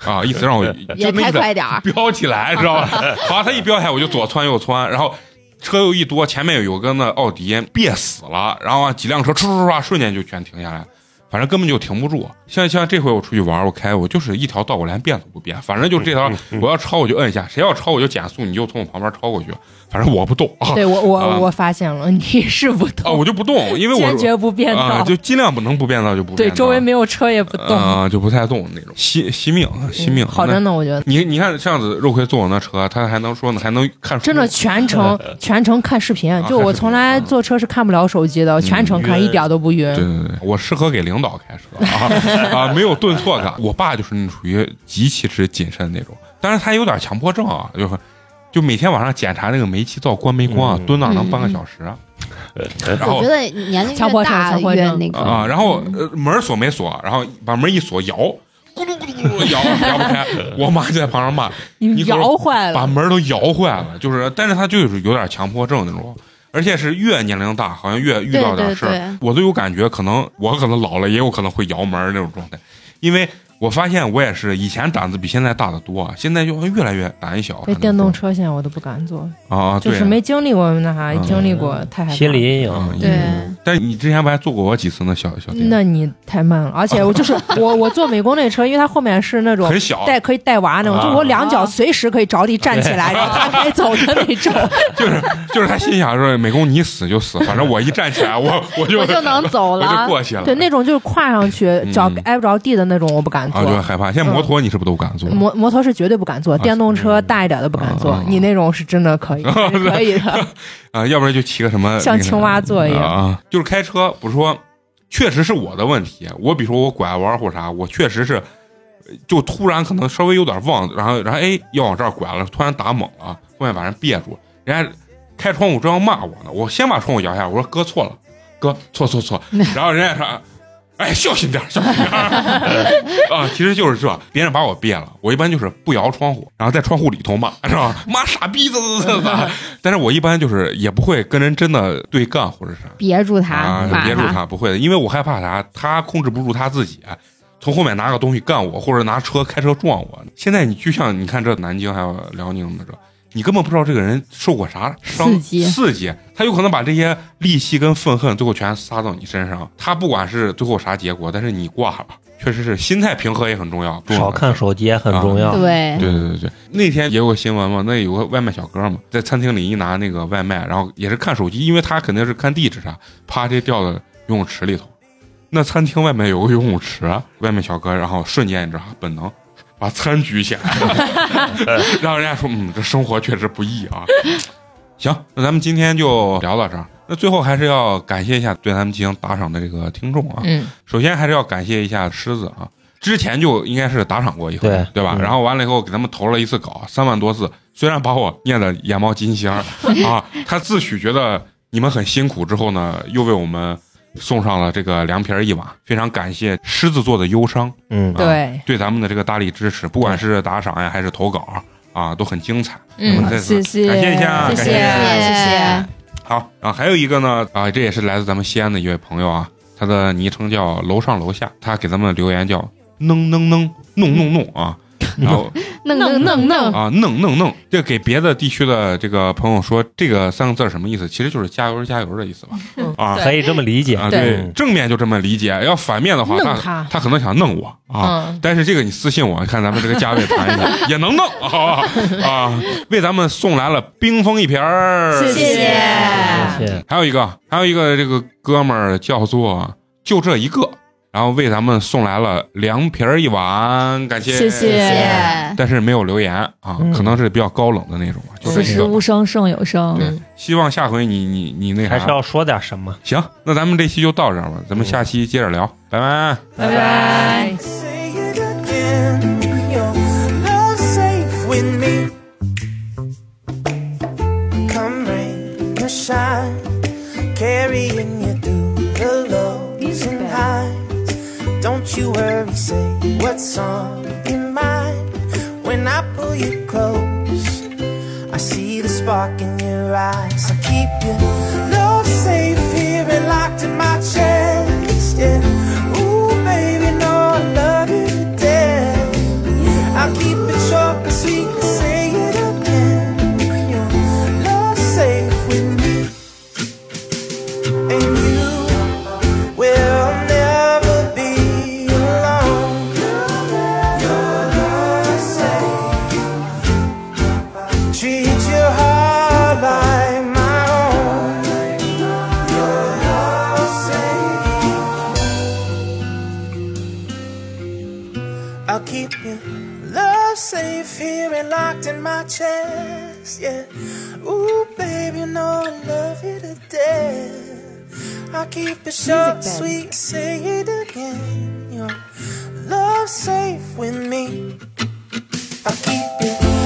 B: 啊，意思让我就
E: 也
B: 那意
E: 开
B: 思
E: 快点儿，
B: 飙起来，知道吧？好，他一飙起来，我就左窜右窜，然后车又一多，前面有个那奥迪别死了，然后啊几辆车唰唰唰瞬间就全停下来，反正根本就停不住。像像这回我出去玩，我开我就是一条道我连变都不变，反正就这条我要超我就摁一下，谁要超我就减速，你就从我旁边超过去，反正我不动啊
H: 对我
B: 啊
H: 我我发现了，你 是不
B: 啊，
H: 动，
B: 我就不动，因为
H: 坚
B: 我
H: 决不变
B: 啊
H: 道。
B: 就尽量不能不变道就不变
H: 对，
B: 道
H: 周围没有车也不动，
B: 啊就不太动那种，惜惜命惜命，
H: 好
B: 那
H: 着呢，我觉得。
B: 你你看这样子，肉葵坐我那车，啊他还能说呢，还能看书，
H: 真的全程全程看视频
B: 嗯啊，
H: 就
B: 看
H: 我
B: 视频
H: 从来
B: 嗯
H: 坐车是看不了手机的，全程看
D: 晕
H: 一点都不晕。
B: 对对对，我适合给领导开车啊啊，没有顿挫感。我爸就是那种属于极其之谨慎那种，但是他有点强迫症啊，就是就每天晚上检查那个煤气灶关没关啊，
D: 嗯
B: 蹲那儿能半个小时啊，然
E: 我
B: 后
E: 觉。得年龄
H: 强迫
E: 越
H: 症
E: 大
H: 强迫
E: 越
H: 症
E: 那个
B: 啊，然后呃门锁没锁，然后把门一锁，摇，咕噜咕噜咕噜摇，摇不开。我妈就在旁边骂，你说
G: 摇坏
B: 把
G: 了，
B: 门都摇坏了，就是，但是他就是有点强迫症那种，而且是越年龄大，好像越遇到点事
E: 对
B: 儿
E: 对，
B: 我都有感觉，可能我可能老了，也有可能会摇门儿那种状态，因为我发现我也是以前胆子比现在大得多，啊现在就越来越胆小。
H: 这
B: 可能
H: 电动车现在我都不敢坐，
B: 啊，
H: 就
B: 对
H: 是没经历过那啥，
B: 嗯
H: 经历过太害怕。
D: 心理阴
B: 嗯
D: 影。
E: 对
B: 嗯但你之前不还坐过我几次呢？小小店
H: 那你太慢了，而且 我就是我我坐美工那车，因为它后面是那种
B: 很小，
H: 带可以带娃那种，
B: 啊
H: 就我两脚随时可以着地站起来，然后他该走的那种。
B: 就是就是他心想说，美工你死就死，反正我一站起来，我 我就
C: 我就能走
B: 我就
C: 了。
B: 过去了。
H: 对，那种就是跨上去脚挨不着地的那种，我嗯不敢
B: 啊，就会
H: 坐。
B: 害怕。现在摩托你是不是都敢坐？
H: 摩摩托是绝对不敢坐，电动车大一点的不敢坐
B: 啊，
H: 你那种是真的可以，是可以的。
B: 啊，要不然就骑个什么
H: 像
B: 那个
H: 青蛙坐一样
B: 啊，就是开车，不是说，确实是我的问题。我比如说我拐弯或啥，我确实是呃就突然可能稍微有点忘，然后然后哎要往这儿拐了，突然打猛了，后面把人憋住了，人家开窗户正要骂我呢，我先把窗户摇下，我说哥错了，哥错错 错，然后人家说。哎，小心点儿，小心点儿啊！其实就是这，别人把我憋了，我一般就是不摇窗户，然后在窗户里头骂，是吧？ 骂傻逼，怎么怎么怎么？但是我一般就是也不会跟人真的对干或者啥，
E: 别住他，
B: 啊，
E: 骂
B: 憋住他，不会的，因为我害怕啥，他控制不住他自己，从后面拿个东西干我，或者拿车开车撞我。现在你就像你看这南京还有辽宁的这，你根本不知道这个人受过啥伤
E: 刺激
B: 刺激他有可能把这些戾气跟愤恨最后全撒到你身上。他不管是最后啥结果，但是你挂了，确实是心态平和也很重要。重要
D: 少
B: 的
D: 看手机也很
B: 啊
D: 重要。
E: 对，
B: 对对对对，那天也有个新闻嘛，那有个外卖小哥嘛，在餐厅里一拿那个外卖，然后也是看手机，因为他肯定是看地址啥，啪这掉到游泳池里头。那餐厅外面有个游泳池，外卖小哥，然后瞬间你知道啥，本能把餐举起来，然后人家说，嗯，这生活确实不易啊。行，那咱们今天就聊到这儿。那最后还是要感谢一下对咱们进行打赏的这个听众啊，
H: 嗯，
B: 首先还是要感谢一下狮子啊，之前就应该是打赏过一回，
D: 对
B: 吧？
D: 嗯
B: 然后完了以后给咱们投了一次稿，三万多字，虽然把我念的眼冒金星 儿啊，他自诩觉得你们很辛苦之后呢，又为我们送上了这个凉皮儿一碗，非常感谢狮子座的忧伤
D: 嗯，
H: 对，
B: 对咱们的这个大力支持，不管是打赏呀还是投稿啊啊，都很精彩。
F: 嗯
B: 那么再次感谢一下，
F: 谢
B: 感
F: 谢谢谢
B: 好，然后还有一个呢，啊，这也是来自咱们西安的一位朋友啊，他的昵称叫楼上楼下，他给咱们留言叫弄弄弄弄弄弄啊，然后
E: 弄弄弄弄，
B: 啊弄弄弄，这给别的地区的这个朋友说这个三个字儿什么意思？其实就是加油加油的意思吧，啊
D: 可以这么理解。嗯
B: 啊，
D: 对
B: 对，正面就这么理解，要反面的话，
H: 弄
B: 他
H: 他
B: 他可能想弄我啊，
H: 嗯，
B: 但是这个你私信我，看咱们这个价位谈一下，也能弄，好吧？啊，为咱们送来了冰封一瓶儿，
H: 谢
C: 谢谢
H: 哎
D: 谢谢。
B: 还有一个，还有一个这个哥们儿叫做就这一个，然后为咱们送来了凉皮儿一碗，感谢
G: 谢谢
C: 谢
B: 但是没有留言啊，
D: 嗯
B: 可能是比较高冷的那种吧，就这
G: 此
B: 一
G: 时
B: 个吧。
G: 无声胜有声。
B: 对，希望下回你你你那
D: 还
B: 啥
D: 是要说点什么。
B: 行，那咱们这期就到这儿吧，咱们下期接着聊，拜拜。
D: 拜
G: 拜。
A: Say it again. You're not safe with me. Come rain or shine, carrying you through the lows and highs. Don't you worry, say what's on your mind. When I pull you close, I see the spark in your eyes. I keep you love safe here and locked in my chest. Yeah. Ooh, baby, no, I love you to death. I'll keep it short and sweet and say it again. You're love safe with me. And you will never be alone. You're love safe. Treat your heart like my own. Your love safe. I'll keep your love safe here and locked in my chest. Yeah. Ooh, baby, you know I love you to death. I'll keep it short, sweet, say it again. Your love safe with me. I'll keep it mm-hmm.